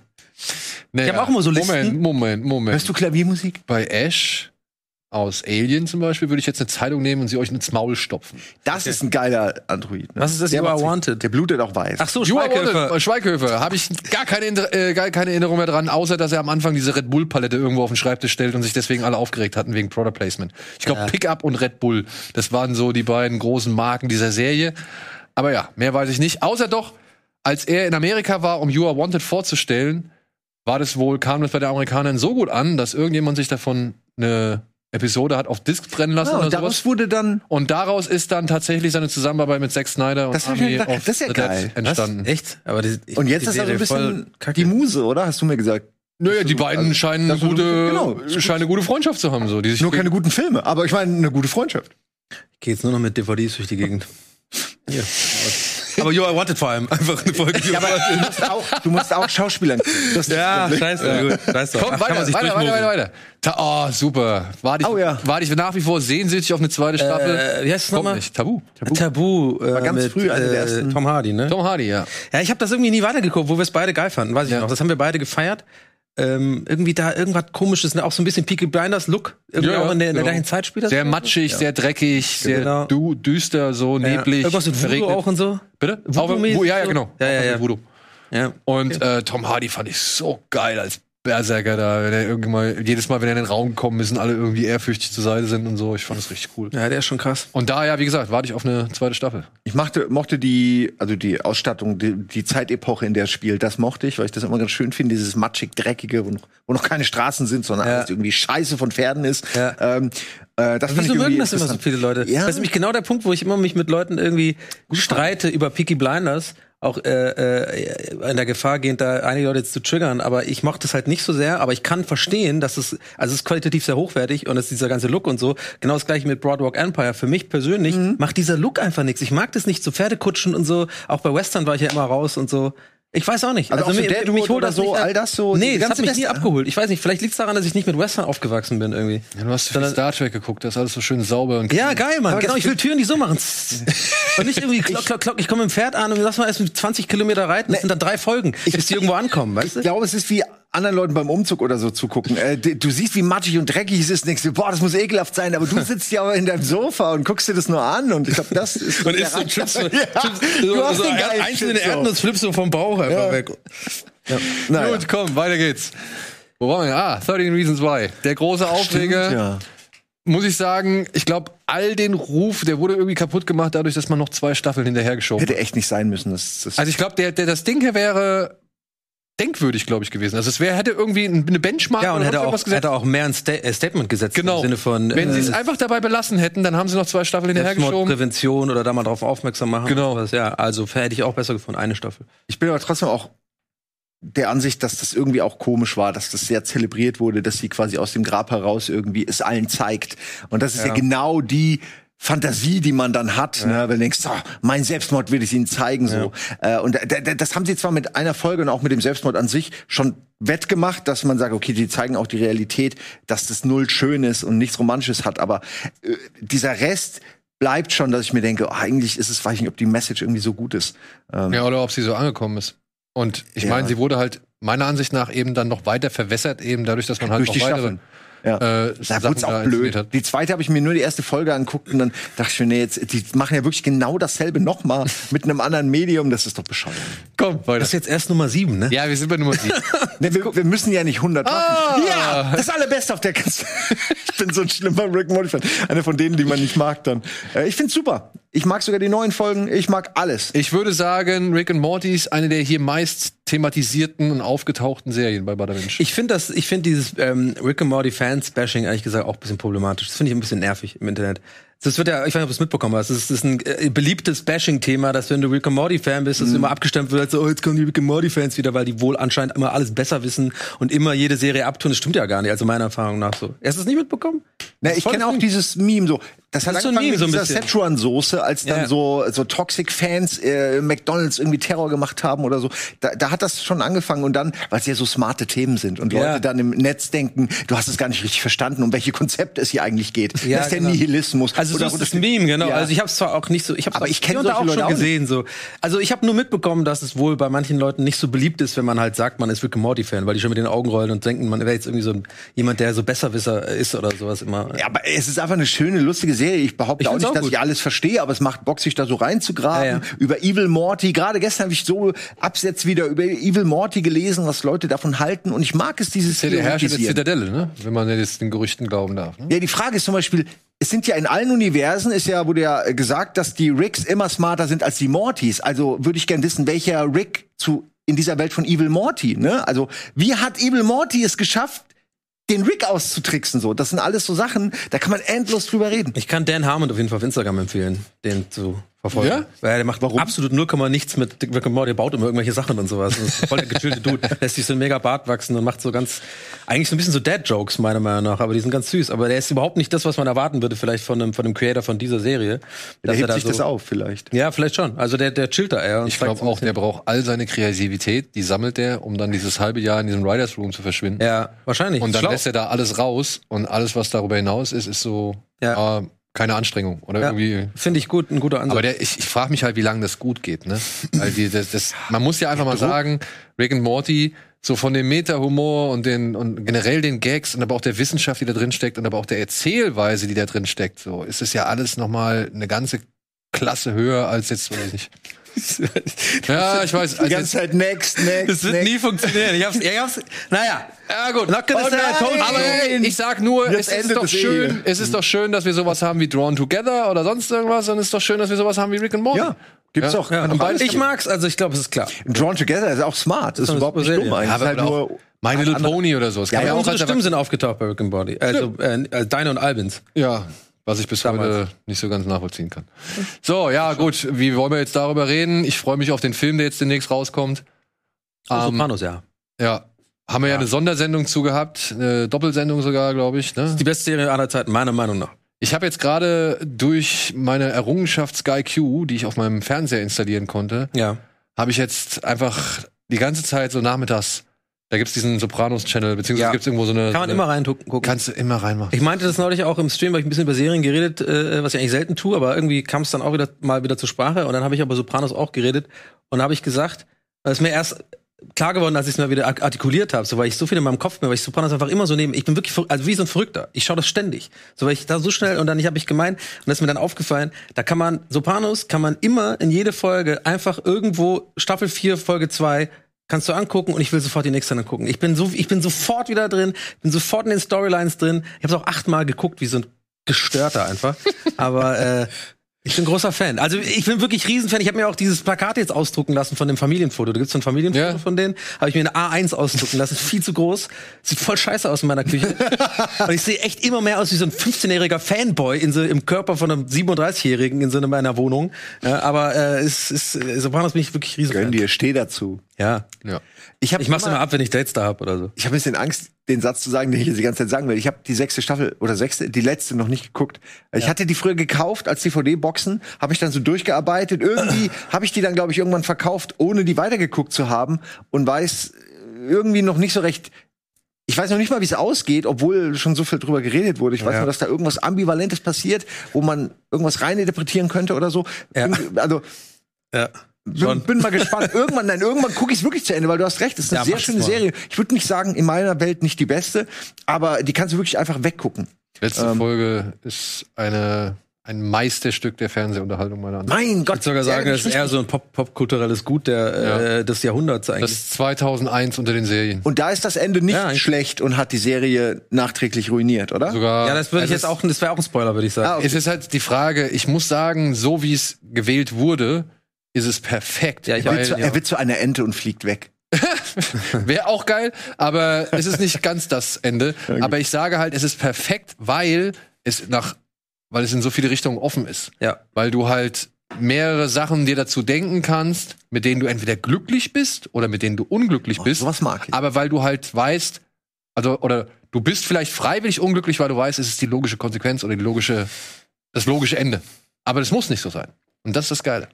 Speaker 1: Naja,
Speaker 3: hab auch immer so Listen.
Speaker 1: Moment, Moment, Moment.
Speaker 2: Hörst du Klaviermusik?
Speaker 1: Bei Ash aus Alien zum Beispiel würde ich jetzt eine Zeitung nehmen und sie euch ins Maul stopfen.
Speaker 2: Das ist ein geiler Android. Ne?
Speaker 3: Was ist das
Speaker 2: Der
Speaker 3: You Are
Speaker 2: macht's-
Speaker 3: Wanted?
Speaker 2: Der blutet auch weiß.
Speaker 3: Ach so,
Speaker 1: You are
Speaker 3: Schweighöfer.
Speaker 1: wanted. äh, Schweighöfer. Habe ich gar keine, Inter- äh, gar keine Erinnerung mehr dran, außer dass er am Anfang diese Red Bull-Palette irgendwo auf den Schreibtisch stellt und sich deswegen alle aufgeregt hatten wegen Product Placement. Ich glaube, Pickup und Red Bull, das waren so die beiden großen Marken dieser Serie. Aber ja, mehr weiß ich nicht. Außer doch, als er in Amerika war, um You Are Wanted vorzustellen, war das wohl, kam das bei den Amerikanern so gut an, dass irgendjemand sich davon eine Episode hat auf Disc brennen lassen
Speaker 2: Ja,
Speaker 1: oder
Speaker 2: und
Speaker 1: sowas.
Speaker 2: daraus wurde dann
Speaker 1: Und daraus ist dann tatsächlich seine Zusammenarbeit mit Zack Snyder und
Speaker 2: Das hab ich mir
Speaker 1: Army
Speaker 2: gedacht,
Speaker 1: of
Speaker 2: das ist ja
Speaker 1: the
Speaker 2: geil.
Speaker 1: Dead entstanden.
Speaker 3: Echt? Aber die, ich
Speaker 2: und
Speaker 3: find
Speaker 2: jetzt
Speaker 3: die
Speaker 2: ist er so
Speaker 3: Serie
Speaker 2: ein
Speaker 3: voll
Speaker 2: bisschen
Speaker 3: kacke.
Speaker 2: die Muse, oder? Hast du mir gesagt?
Speaker 1: Naja, die beiden
Speaker 2: also,
Speaker 1: scheinen eine
Speaker 2: das ist
Speaker 1: gute,
Speaker 2: so- genau.
Speaker 1: scheinen eine gute Freundschaft zu haben, so, die sich
Speaker 2: Nur keine guten Filme, aber ich meine eine gute Freundschaft.
Speaker 3: Geht's nur noch mit DVDs durch die Gegend.
Speaker 2: (laughs)
Speaker 3: Hier. aber You Are Wanted vor allem. Einfach eine Folge. You Are Wanted.
Speaker 2: Du musst auch, du musst auch
Speaker 3: (laughs)
Speaker 2: Schauspielern. Das ist das
Speaker 3: ja,
Speaker 2: Problem.
Speaker 3: scheiße. Gut, scheiße.
Speaker 1: Komm, weiter, weiter, weiter, weiter, weiter. Ta oh, super. War ich,
Speaker 2: Au, ja.
Speaker 1: war ich nach wie vor sehnsüchtig auf eine zweite Staffel?
Speaker 3: Äh, wie heißt es
Speaker 1: Kommt
Speaker 3: nochmal?
Speaker 1: nicht. Tabu. Tabu.
Speaker 3: Tabu. Äh,
Speaker 2: War ganz
Speaker 3: mit,
Speaker 2: früh eine der
Speaker 3: äh,
Speaker 2: ersten.
Speaker 3: Tom Hardy, ne?
Speaker 1: Tom Hardy, ja.
Speaker 3: Ja, ich habe das irgendwie nie weitergeguckt, wo wir es beide geil fanden, weiß ich
Speaker 1: Ja.
Speaker 3: noch. Das haben wir beide gefeiert. Ähm, irgendwie da irgendwas komisches, ne? auch so ein bisschen Peaky Blinders Look, irgendwie
Speaker 1: Ja, ja,
Speaker 3: auch in der, in der
Speaker 1: genau.
Speaker 3: gleichen Zeit spielt das.
Speaker 1: Sehr
Speaker 3: so.
Speaker 1: matschig, sehr dreckig, sehr
Speaker 3: Genau.
Speaker 1: du düster, so
Speaker 3: Ja.
Speaker 1: neblig.
Speaker 3: Irgendwas mit Voodoo
Speaker 1: verregnet.
Speaker 3: auch und so.
Speaker 1: Bitte? Auch,
Speaker 3: Voodoo-mäßig
Speaker 1: Wu- ja, ja,
Speaker 3: so?
Speaker 1: genau.
Speaker 3: Ja, ja,
Speaker 1: Auch mit
Speaker 3: ja.
Speaker 1: Voodoo.
Speaker 3: Ja.
Speaker 1: Und äh, Tom Hardy fand ich so geil als Berserker da, wenn er irgendwie mal, jedes Mal, wenn er in den Raum kommt, müssen alle irgendwie ehrfürchtig zur Seite sind und so. Ich fand es richtig cool.
Speaker 3: ja, der ist schon krass.
Speaker 1: Und da, ja, wie gesagt, warte ich auf eine zweite Staffel.
Speaker 2: Ich machte, mochte die, also die Ausstattung, die, die Zeitepoche, in der es spielt, das mochte ich, weil ich das immer ganz schön finde, dieses matschig, dreckige, wo noch, wo noch keine Straßen sind, sondern
Speaker 3: Ja.
Speaker 2: alles irgendwie Scheiße von Pferden ist.
Speaker 3: Ja.
Speaker 2: Ähm, äh, das fand ich
Speaker 3: Wieso
Speaker 2: irgendwie
Speaker 3: mögen das immer so
Speaker 2: interessant.
Speaker 3: viele Leute?
Speaker 2: Ja.
Speaker 3: Das ist nämlich genau der Punkt, wo ich immer mich mit Leuten irgendwie streite über Peaky Blinders. Auch äh, äh, in der Gefahr gehend, da einige Leute jetzt zu triggern, aber ich mochte es halt nicht so sehr, aber ich kann verstehen, dass es, also es ist qualitativ sehr hochwertig und es dieser ganze Look und so, genau das gleiche mit Broadwalk Empire. Für mich persönlich
Speaker 2: Mhm.
Speaker 3: macht dieser Look einfach nichts. Ich mag das nicht, so Pferdekutschen und so, auch bei Western war ich ja immer raus und so. Ich weiß auch nicht.
Speaker 2: Also auch so
Speaker 3: mir-
Speaker 2: Deadwood
Speaker 3: holt
Speaker 2: oder so,
Speaker 3: nicht ab.
Speaker 2: all das so,
Speaker 3: Nee,
Speaker 2: die
Speaker 3: das hat
Speaker 2: ganze
Speaker 3: mich nie
Speaker 2: West-
Speaker 3: abgeholt. Ich weiß nicht, vielleicht liegt es daran, dass ich nicht mit Western aufgewachsen bin irgendwie.
Speaker 1: Ja, du hast viel
Speaker 3: Sondern-
Speaker 1: Star Trek geguckt, das ist alles so schön sauber und
Speaker 3: Ja, geil, Mann.
Speaker 2: Aber
Speaker 3: Genau,
Speaker 2: das-
Speaker 3: ich will Türen, die
Speaker 1: (laughs)
Speaker 3: so machen. und nicht irgendwie klock, klock, klock, ich komme im Pferd an und lass mal erst mit 20 Kilometer reiten. Das sind dann drei Folgen, bis die irgendwo ankommen, weißt du?
Speaker 2: Ich glaube, es ist wie anderen Leuten beim Umzug oder so zugucken. Äh, d- du siehst, wie matschig und dreckig es ist, denkst du, boah, das muss ekelhaft sein, aber
Speaker 3: (laughs)
Speaker 2: du sitzt ja aber in deinem Sofa und guckst dir das nur an und ich glaube, das ist
Speaker 3: Und isst so
Speaker 2: (laughs)
Speaker 3: Chips,
Speaker 2: ja,
Speaker 3: Chips
Speaker 2: du hast
Speaker 1: Also
Speaker 3: so
Speaker 2: den geilen
Speaker 3: einzelne
Speaker 2: Chips so.
Speaker 3: Erdnuss flippst du vom Bauch einfach
Speaker 2: Ja.
Speaker 3: weg.
Speaker 2: Naja.
Speaker 1: Gut, komm, weiter geht's. Wo waren wir? Ah, 13 Reasons Why. Der große Aufreger,
Speaker 2: Ja.
Speaker 1: muss ich sagen, ich glaube, all den Ruf, der wurde irgendwie kaputt gemacht, dadurch, dass man noch zwei Staffeln hinterhergeschoben hat.
Speaker 2: Hätte echt nicht sein müssen. Das, das
Speaker 1: Also ich glaube, der, der, das Ding hier wäre denkwürdig, glaube ich, gewesen. Also es wäre, hätte irgendwie eine Benchmark
Speaker 3: Ja, und
Speaker 1: oder
Speaker 3: hätte
Speaker 1: sonst
Speaker 3: auch,
Speaker 1: irgendwas gesetzt.
Speaker 3: hätte auch mehr ein Sta äh, Statement gesetzt
Speaker 1: Genau.
Speaker 3: im Sinne von
Speaker 1: Wenn sie es
Speaker 3: äh,
Speaker 1: einfach dabei belassen hätten, dann haben sie noch zwei Staffeln hinterhergeschoben.
Speaker 3: Selbstmordprävention oder da mal drauf aufmerksam machen.
Speaker 1: Genau.
Speaker 3: Was, ja, also hätte ich auch besser gefunden, eine Staffel.
Speaker 2: Ich bin aber trotzdem auch der Ansicht, dass das irgendwie auch komisch war, dass das sehr zelebriert wurde, dass sie quasi aus dem Grab heraus irgendwie es allen zeigt. Und das ist ja, genau die Fantasie, die man dann hat, ne? wenn du denkst, oh, mein Selbstmord will ich ihnen zeigen. so. Äh, und d- d- das haben sie zwar mit einer Folge und auch mit dem Selbstmord an sich schon wettgemacht, dass man sagt, okay, die zeigen auch die Realität, dass das null schön ist und nichts Romantisches hat. Aber äh, dieser Rest bleibt schon, dass ich mir denke, oh, eigentlich ist es, weiß ich nicht, ob die Message irgendwie so gut ist. Ähm,
Speaker 1: Ja, oder ob sie so angekommen ist. Und ich
Speaker 2: Ja.
Speaker 1: meine, sie wurde halt meiner Ansicht nach eben dann noch weiter verwässert, eben dadurch, dass man halt
Speaker 2: Durch
Speaker 1: noch
Speaker 2: die
Speaker 1: weitere
Speaker 2: Staffeln. Ja.
Speaker 1: äh,
Speaker 2: Da
Speaker 1: Sachen
Speaker 2: wird's
Speaker 1: da
Speaker 2: auch
Speaker 1: inszeniert
Speaker 2: blöd.
Speaker 1: hat.
Speaker 2: Die zweite habe ich mir nur die erste Folge anguckt und dann dachte ich mir, nee, jetzt, die machen ja wirklich genau dasselbe nochmal mit einem anderen Medium, das ist doch bescheuert.
Speaker 1: Komm, weiter.
Speaker 3: Das ist jetzt erst Nummer sieben, ne?
Speaker 1: ja, wir sind bei Nummer
Speaker 3: (laughs)
Speaker 1: 7.
Speaker 2: Nee, wir, wir müssen ja nicht 100 machen.
Speaker 1: Ah!
Speaker 2: Ja, das allerbeste auf der ganzen. ich bin so ein schlimmer Rick Morty Fan. Einer von denen, die man nicht mag dann. Äh, ich find's super. Ich mag sogar die neuen Folgen, ich mag alles.
Speaker 1: ich würde sagen, Rick and Morty ist eine der hier meist thematisierten und aufgetauchten Serien bei Badawinch.
Speaker 3: Ich finde das, ich finde dieses ähm, Rick and Morty Fans-Bashing ehrlich gesagt auch ein bisschen problematisch. Das finde ich ein bisschen nervig im Internet. Das wird ja, ich weiß nicht, ob du es mitbekommen hast. Das ist, das ist ein äh, beliebtes Bashing-Thema, dass wenn du Rick and Morty-Fan bist,
Speaker 2: Mhm.
Speaker 3: dass immer abgestimmt wird, so, oh, jetzt kommen die Rick and Morty-Fans wieder, weil die wohl anscheinend immer alles besser wissen und immer jede Serie abtun. Das stimmt ja gar nicht, also meiner Erfahrung nach so. Hast du es nicht mitbekommen?
Speaker 2: Na, ich
Speaker 3: Voll
Speaker 2: kenne
Speaker 3: das
Speaker 2: auch
Speaker 3: Ding.
Speaker 2: dieses Meme so. Das hat
Speaker 3: Das ist so
Speaker 2: angefangen
Speaker 3: ein Meme
Speaker 2: mit
Speaker 3: so ein
Speaker 2: dieser
Speaker 3: bisschen.
Speaker 2: Szechuan-Soße, als dann
Speaker 3: Ja.
Speaker 2: so, so Toxic-Fans äh, McDonalds irgendwie Terror gemacht haben oder so. Da, da hat das schon angefangen und dann, weil es ja so smarte Themen sind und
Speaker 3: Ja.
Speaker 2: Leute dann im Netz denken, du hast es gar nicht richtig verstanden, um welche Konzepte es hier eigentlich geht.
Speaker 3: Ja,
Speaker 2: das ist der
Speaker 3: genau.
Speaker 2: Nihilismus.
Speaker 3: Also
Speaker 2: Oder
Speaker 3: so ist das Meme, genau.
Speaker 2: Ja.
Speaker 3: Also ich habe zwar auch nicht so, ich habe
Speaker 2: Aber ich kenn
Speaker 3: auch
Speaker 2: solche Leute
Speaker 3: schon
Speaker 2: auch
Speaker 3: gesehen so. Also ich habe nur mitbekommen, dass es wohl bei manchen Leuten nicht so beliebt ist, wenn man halt sagt, man ist Rick and Morty Fan, weil die schon mit den Augen rollen und denken, man wäre jetzt irgendwie so ein, jemand, der so besserwisser ist oder sowas immer.
Speaker 2: Ja, aber es ist einfach eine schöne, lustige Serie. Ich behaupte
Speaker 3: Ich
Speaker 2: auch
Speaker 3: find's
Speaker 2: nicht,
Speaker 3: auch
Speaker 2: dass
Speaker 3: gut.
Speaker 2: ich alles verstehe, aber es macht Bock, sich da so reinzugraben.
Speaker 3: Ja, ja.
Speaker 2: Über Evil Morty. Gerade gestern habe ich so Absätze wieder über Evil Morty gelesen, was Leute davon halten. Und ich mag es, dieses
Speaker 1: ist ja der Herrscher der
Speaker 2: Theoretisieren.
Speaker 1: Zitadelle, ne? Wenn man jetzt den Gerüchten glauben darf. Ne?
Speaker 2: Ja, die Frage ist zum Beispiel, es sind ja in allen Universen, ist ja, wurde ja äh, gesagt, dass die Ricks immer smarter sind als die Mortys. Also würde ich gern wissen, welcher Rick zu, in dieser Welt von Evil Morty, ne? Also, wie hat Evil Morty es geschafft, den Rick auszutricksen, so? Das sind alles so Sachen, da kann man endlos drüber reden.
Speaker 3: Ich kann Dan Harmon auf jeden Fall auf Instagram empfehlen, den zu verfolgen.
Speaker 1: Ja?
Speaker 3: Weil der macht absolut 0, nichts mit Rick and Morty, der baut immer irgendwelche Sachen und sowas. Das ist voll der
Speaker 1: (laughs)
Speaker 3: gechillte Dude, lässt sich so einen mega Bart wachsen und macht so ganz, eigentlich so ein bisschen so Dad-Jokes, meiner Meinung nach, aber die sind ganz süß. Aber der ist überhaupt nicht das, was man erwarten würde, vielleicht von einem, von einem Creator von dieser Serie.
Speaker 2: Da
Speaker 3: Dass er
Speaker 2: hebt
Speaker 3: da
Speaker 2: sich
Speaker 3: so-
Speaker 2: das auf,
Speaker 3: (laughs)
Speaker 2: vielleicht.
Speaker 3: Ja, vielleicht schon. Also der, der chillt da eher. und
Speaker 1: Ich
Speaker 3: zeigt
Speaker 1: glaube
Speaker 3: so ein
Speaker 1: auch, der braucht all seine Kreativität, die sammelt er, um dann dieses halbe Jahr in diesem Writers Room zu verschwinden.
Speaker 3: bisschen- Ja, wahrscheinlich.
Speaker 1: Und dann
Speaker 3: Schlau.
Speaker 1: lässt er da alles raus und alles, was darüber hinaus ist, ist so
Speaker 3: Ja.
Speaker 1: äh, keine Anstrengung oder
Speaker 3: ja,
Speaker 1: irgendwie.
Speaker 3: Finde ich gut, ein guter Ansatz.
Speaker 1: Aber der, ich, ich frage mich halt, wie lange das gut geht. Ne? Weil die, das, das, man muss ja einfach mal sagen, Rick and Morty, so von dem Meta-Humor und, den- und generell den Gags und aber auch der Wissenschaft, die da drin steckt und aber auch der Erzählweise, die da drin steckt, so ist es ja alles nochmal eine ganze Klasse höher als jetzt, weiß ich nicht. Ja, ich weiß. Als
Speaker 2: Die ganze
Speaker 1: jetzt,
Speaker 2: Zeit next, next,
Speaker 3: das also wird
Speaker 2: next.
Speaker 3: nie funktionieren. Ich hab's, ich hab's, naja.
Speaker 1: ja, gut.
Speaker 3: Not gonna
Speaker 2: Oh
Speaker 3: say I told you.
Speaker 2: nein!
Speaker 1: Aber ey, ich sag nur, es
Speaker 2: Jetzt
Speaker 1: ist
Speaker 2: endet
Speaker 1: doch
Speaker 2: es eh.
Speaker 1: schön, es ist doch schön, dass wir sowas haben wie Drawn Together oder sonst irgendwas und es ist doch schön, dass wir sowas haben wie Rick and Morty.
Speaker 2: Ja, gibt's doch.
Speaker 3: Ja,
Speaker 2: Kann
Speaker 3: und
Speaker 2: beides
Speaker 3: ich
Speaker 2: geben.
Speaker 3: mag's, also ich glaube, es ist klar.
Speaker 2: Drawn Together ist auch smart. Ist
Speaker 3: eine
Speaker 2: überhaupt nicht
Speaker 3: Serie.
Speaker 2: dumm eigentlich.
Speaker 1: Ja,
Speaker 2: Ist
Speaker 1: aber
Speaker 2: halt
Speaker 1: auch
Speaker 2: nur
Speaker 1: My Little Pony oder so. Das kann
Speaker 3: Ja,
Speaker 1: man ja, auch
Speaker 3: unsere
Speaker 1: als
Speaker 3: Stimmen sind aufgetaucht bei Rick and Morty. Also, äh, äh, deine und Albins.
Speaker 1: Erwachsener- ja, was ich bis heute nicht so ganz nachvollziehen kann. So, ja, gut. Wie wollen wir jetzt darüber reden? Ich freue mich auf den Film, der jetzt demnächst rauskommt.
Speaker 3: Um,
Speaker 1: Ähm,
Speaker 3: Sopranos, ja.
Speaker 1: ja, haben wir ja, eine Sondersendung zu gehabt, eine Doppelsendung sogar, glaube ich. Ne?
Speaker 3: Die beste Serie aller Zeiten, meiner Meinung nach.
Speaker 1: Ich habe jetzt gerade durch meine Errungenschaft Sky Q, die ich auf meinem Fernseher installieren konnte,
Speaker 3: Ja.
Speaker 1: habe ich jetzt einfach die ganze Zeit so nachmittags, da gibt's diesen Sopranos-Channel, beziehungsweise
Speaker 3: Ja.
Speaker 1: gibt's irgendwo so eine.
Speaker 3: Kann man
Speaker 1: eine,
Speaker 3: immer reingucken.
Speaker 1: Kannst du immer reinmachen.
Speaker 3: ich meinte das neulich auch im Stream, weil ich ein bisschen über Serien geredet, äh, was ich eigentlich selten tue, aber irgendwie kam es dann auch wieder mal wieder zur Sprache und dann habe ich aber Sopranos auch geredet und habe ich gesagt, das ist mir erst klar geworden, als ich es mal wieder ak- artikuliert habe, so weil ich so viel in meinem Kopf bin, weil ich Sopranos einfach immer so nehme. Ich bin wirklich verrückt, also wie so ein Verrückter. Ich schaue das ständig. So weil ich da so schnell und dann ich habe ich gemeint und das ist mir dann aufgefallen, da kann man Sopranos kann man immer in jede Folge einfach irgendwo Staffel 4 Folge 2 kannst du angucken und ich will sofort die nächste angucken. Ich bin so ich bin sofort wieder drin, bin sofort in den Storylines drin. Ich habe es auch achtmal geguckt, wie so ein gestörter einfach, aber äh, ich bin großer Fan. Also ich bin wirklich Riesenfan. Ich habe mir auch dieses Plakat jetzt ausdrucken lassen von dem Familienfoto. Da gibt's so ein Familienfoto
Speaker 1: Ja.
Speaker 3: von denen. Habe ich mir eine A1 ausdrucken lassen. Ist Viel zu groß. Sieht voll scheiße aus in meiner Küche. Und ich sehe echt immer mehr aus wie so ein 15-jähriger Fanboy in so, im Körper von einem 37-Jährigen in so einer meiner Wohnung. Ja, aber äh, es ist, äh, Sopranos bin ich wirklich
Speaker 2: gönn
Speaker 3: Riesenfan.
Speaker 2: dir, steh dazu.
Speaker 3: Ja.
Speaker 1: Ja.
Speaker 2: Ich habe
Speaker 3: Halt. Ich mach's immer ab, wenn ich Dates da hab oder so.
Speaker 2: ich habe ein bisschen Angst, den Satz zu sagen, den ich jetzt die ganze Zeit sagen will. Ich habe die sechste Staffel oder sechste, die letzte noch nicht geguckt. Ich hatte die früher gekauft als DVD-Boxen, habe ich dann so durchgearbeitet.
Speaker 3: (clears throat)
Speaker 2: Irgendwie habe ich die dann, glaube ich, irgendwann verkauft, ohne die weitergeguckt zu haben und weiß irgendwie noch nicht so recht. Ich weiß noch nicht mal, wie es ausgeht, obwohl schon so viel drüber geredet wurde. Ich weiß
Speaker 3: Ja.
Speaker 2: nur, dass da irgendwas Ambivalentes passiert, wo man irgendwas reininterpretieren könnte oder so.
Speaker 3: Ja.
Speaker 2: Also
Speaker 3: Ja.
Speaker 2: bin, bin mal
Speaker 3: (laughs)
Speaker 2: gespannt. Irgendwann, nein, irgendwann gucke ich es wirklich zu Ende, weil du hast recht, es ist eine
Speaker 3: Ja,
Speaker 2: sehr
Speaker 3: mach's
Speaker 2: schöne
Speaker 3: mal.
Speaker 2: Serie. Ich würde nicht sagen, in meiner Welt nicht die beste, aber die kannst du wirklich einfach weggucken.
Speaker 1: Letzte
Speaker 3: Ähm.
Speaker 1: Folge ist eine, ein Meisterstück der Fernsehunterhaltung meiner Ansicht.
Speaker 2: Mein Gott,
Speaker 3: Ich würde sogar
Speaker 2: sehr
Speaker 3: sagen, das ist
Speaker 2: geschwister-
Speaker 3: eher so ein Pop- popkulturelles Gut der, äh, des Jahrhunderts
Speaker 1: Das
Speaker 3: eigentlich.
Speaker 1: ist 2001 unter den Serien.
Speaker 2: und da ist das Ende nicht
Speaker 3: Ja, ich-
Speaker 2: schlecht und hat die Serie nachträglich ruiniert, oder?
Speaker 1: Sogar
Speaker 3: ja, das würde ich
Speaker 1: es
Speaker 3: jetzt auch, das wäre auch ein Spoiler, würde ich sagen.
Speaker 2: Ah,
Speaker 1: Ist, es ist halt die Frage, ich muss sagen, so wie es gewählt wurde, ist es perfekt.
Speaker 3: Ja, ich
Speaker 2: er, wird zu,
Speaker 1: weil,
Speaker 2: er wird zu einer Ente und fliegt weg.
Speaker 1: Wäre auch geil, aber es ist nicht ganz das Ende. aber ich sage halt, es ist perfekt, weil es nach weil es in so viele Richtungen offen ist.
Speaker 3: Ja.
Speaker 1: Weil du halt mehrere Sachen dir dazu denken kannst, mit denen du entweder glücklich bist oder mit denen du unglücklich bist.
Speaker 2: sowas mag ich.
Speaker 1: Aber weil du halt weißt, also, oder du bist vielleicht freiwillig unglücklich, weil du weißt, es ist die logische Konsequenz oder die logische, das logische Ende. Aber das muss nicht so sein. Und das ist das Geile.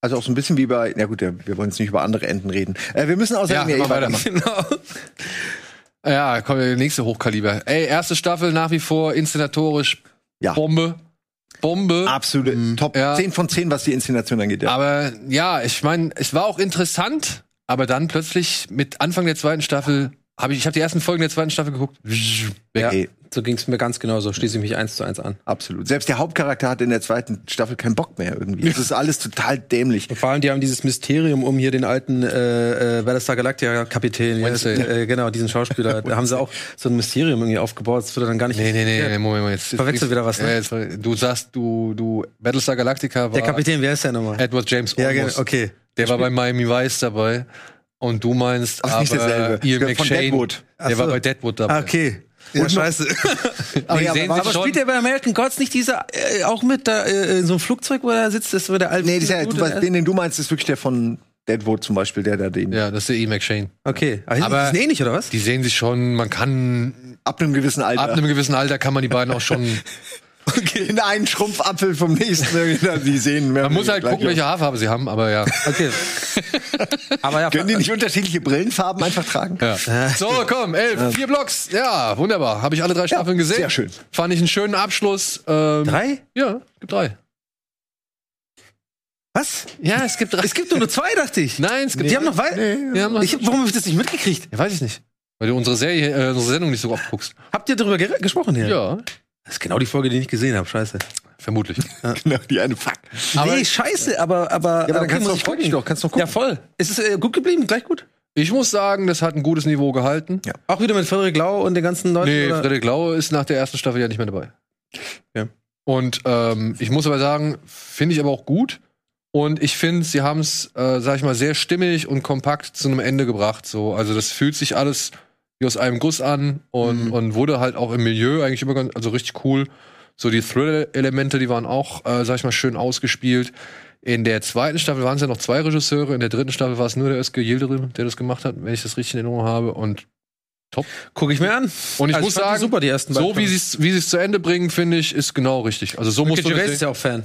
Speaker 2: Also auch so ein bisschen wie bei, na gut, ja, wir wollen jetzt nicht über andere Enden reden. Äh, wir müssen
Speaker 1: Ja,
Speaker 2: außerdem ja, eh
Speaker 1: mach weiter. (laughs)
Speaker 2: weitermachen.
Speaker 3: Genau.
Speaker 1: Ja, komm, der nächste Hochkaliber. Ey, erste Staffel nach wie vor inszenatorisch.
Speaker 2: Ja.
Speaker 1: Bombe. Bombe.
Speaker 2: Absolute
Speaker 3: Mhm,
Speaker 2: Top
Speaker 1: ja.
Speaker 2: 10 von 10, was die Inszenation angeht. Ja.
Speaker 1: Aber ja, ich meine, es war auch interessant, aber dann plötzlich mit Anfang der zweiten Staffel habe ich, ich habe die ersten Folgen der zweiten Staffel geguckt.
Speaker 3: Ja,
Speaker 2: Ey.
Speaker 3: so ging es mir ganz genauso. Schließe ich mich eins zu eins an.
Speaker 2: Absolut. Selbst der Hauptcharakter hat in der zweiten Staffel keinen Bock mehr
Speaker 3: (laughs)
Speaker 2: irgendwie. Das ist alles total dämlich.
Speaker 3: Vor allem, die haben dieses Mysterium um hier den alten äh, äh, Battlestar Galactica-Kapitän, ja,
Speaker 1: Wednesday.
Speaker 3: äh, genau,
Speaker 1: (laughs)
Speaker 3: diesen Schauspieler, da haben sie auch so ein Mysterium irgendwie aufgebaut. Das wird dann gar nicht.
Speaker 1: Nee, nee, nee, nee, Moment, Moment. Jetzt,
Speaker 3: Verwechselt wieder was, ne?
Speaker 1: Ja, jetzt, du sagst, du, du, Battlestar Galactica war
Speaker 3: Der Kapitän, wer ist der nochmal?
Speaker 1: Edward James
Speaker 3: ja, genau,
Speaker 1: Olmos.
Speaker 3: okay.
Speaker 1: Der war bei Miami Vice dabei. Und du meinst,
Speaker 2: Ach, nicht
Speaker 1: aber
Speaker 2: derselbe.
Speaker 1: Ian
Speaker 2: Der von
Speaker 1: McShane,
Speaker 2: Deadwood.
Speaker 1: der
Speaker 3: Ach
Speaker 1: war
Speaker 3: so.
Speaker 1: bei Deadwood dabei.
Speaker 3: Ah, okay. Ja, scheiße.
Speaker 1: Aber,
Speaker 2: Nee,
Speaker 1: die
Speaker 2: Oh aber
Speaker 1: sehen
Speaker 2: war-
Speaker 1: sich
Speaker 3: Aber
Speaker 1: schon,
Speaker 3: spielt der bei American Gods nicht dieser äh, auch mit da äh, in so einem Flugzeug, wo er sitzt, ist wo der alte
Speaker 2: Nee, das ist ja,
Speaker 3: Dude
Speaker 2: du,
Speaker 3: ist?
Speaker 2: weißt, den, den du meinst, ist wirklich der von Deadwood zum Beispiel, der da den.
Speaker 1: ja, das ist der Ian McShane.
Speaker 3: Okay, aber,
Speaker 1: Aber-
Speaker 3: aber ist ähnlich oder was?
Speaker 1: Die sehen sich schon, man kann,
Speaker 2: Ab einem gewissen Alter.
Speaker 1: ab
Speaker 2: (laughs)
Speaker 1: einem gewissen Alter kann man die beiden auch schon
Speaker 2: In einen Schrumpfapfel vom nächsten. irgendwie, Die sehen mehr
Speaker 1: Man muss halt gucken, welche Haarfarbe sie haben, aber ja. (laughs)
Speaker 3: Okay. aber ja,
Speaker 2: Können die nicht unterschiedliche Brillenfarben einfach tragen?
Speaker 1: ja. So, komm, elf, vier Blocks. Ja, wunderbar. Habe ich alle drei Staffeln gesehen.
Speaker 2: sehr schön.
Speaker 1: Fand ich einen schönen Abschluss. Ähm,
Speaker 3: drei?
Speaker 1: Ja, gibt drei.
Speaker 3: Was?
Speaker 1: Ja, es gibt drei.
Speaker 3: Es gibt nur, nur zwei, dachte ich.
Speaker 1: Nein, es gibt.
Speaker 3: Die haben noch weit.
Speaker 1: die haben noch
Speaker 3: Ich, warum habe ich das nicht mitgekriegt?
Speaker 1: ja, weiß ich nicht. Weil du unsere Serie, äh, unsere Sendung nicht so oft guckst.
Speaker 3: Habt ihr darüber ger- gesprochen hier?
Speaker 1: Ja,
Speaker 3: Das ist genau die Folge, die ich nicht gesehen habe. Scheiße.
Speaker 1: vermutlich.
Speaker 2: Genau, die eine Fuck.
Speaker 1: Aber-
Speaker 3: nee, scheiße, aber aber,
Speaker 2: Ja, aber dann kannst du
Speaker 3: muss
Speaker 2: doch-
Speaker 3: ich
Speaker 2: freu
Speaker 3: gucken.
Speaker 2: dich doch, kannst doch gucken.
Speaker 3: Ja, voll. Ist es äh, gut geblieben? Gleich gut?
Speaker 1: Ich muss sagen, das hat ein gutes Niveau gehalten.
Speaker 2: Ja.
Speaker 3: Auch wieder mit Frederik Lau und den ganzen Leuten?
Speaker 1: Nee,
Speaker 3: oder?
Speaker 1: Frederik Laue ist nach der ersten Staffel ja nicht mehr dabei.
Speaker 3: Ja.
Speaker 1: Und ähm, ich muss aber sagen, finde ich aber auch gut. Und ich finde, sie haben es, äh, sag ich mal, sehr stimmig und kompakt zu einem Ende gebracht. So, also das fühlt sich alles wie aus einem Guss an und, und wurde halt auch im Milieu eigentlich immer ganz, also richtig cool. So die Thriller-Elemente, die waren auch, äh, sag ich mal, schön ausgespielt. In der zweiten Staffel waren es ja noch zwei Regisseure, in der dritten Staffel war es nur der Özge Yildirim, der das gemacht hat, wenn ich das richtig in Erinnerung habe. Und
Speaker 3: Guck ich mir an.
Speaker 1: und ich
Speaker 3: Also,
Speaker 1: muss
Speaker 3: fand die
Speaker 1: sagen,
Speaker 3: super, die ersten
Speaker 1: so
Speaker 3: beiden
Speaker 1: wie sie es wie sie's zu Ende bringen, finde ich, ist genau richtig. Also so muss
Speaker 3: Ricky
Speaker 1: man
Speaker 3: Gervais
Speaker 1: das
Speaker 3: ist
Speaker 1: sehen.
Speaker 3: ja auch Fan.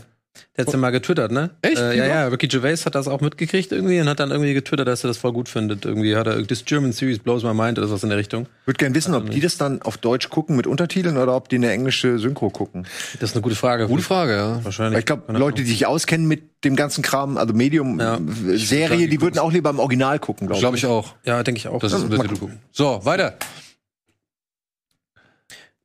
Speaker 3: Der hat's ja mal getwittert, ne?
Speaker 1: Echt?
Speaker 3: Äh, ja,
Speaker 1: Ja.
Speaker 3: ja, Ricky Gervais hat das auch mitgekriegt irgendwie und hat dann irgendwie getwittert, dass er das voll gut findet. Irgendwie hat er, this German series blows my mind oder sowas in der Richtung.
Speaker 2: Würde gerne wissen, ob die das dann auf Deutsch gucken mit Untertiteln oder ob die eine englische Synchro gucken.
Speaker 3: Das ist eine gute Frage.
Speaker 1: Gute Frage, ja.
Speaker 2: Weil
Speaker 3: Wahrscheinlich.
Speaker 2: ich glaube,
Speaker 3: Keine
Speaker 2: Leute, die sich auskennen mit dem ganzen Kram, also Medium,
Speaker 3: Ja.
Speaker 2: äh, Serie, die würden auch lieber im Original gucken, glaube ich.
Speaker 1: Glaube ich auch.
Speaker 3: Ahnung. Ja, denke ich auch.
Speaker 1: Das ist unter Titel. So, weiter.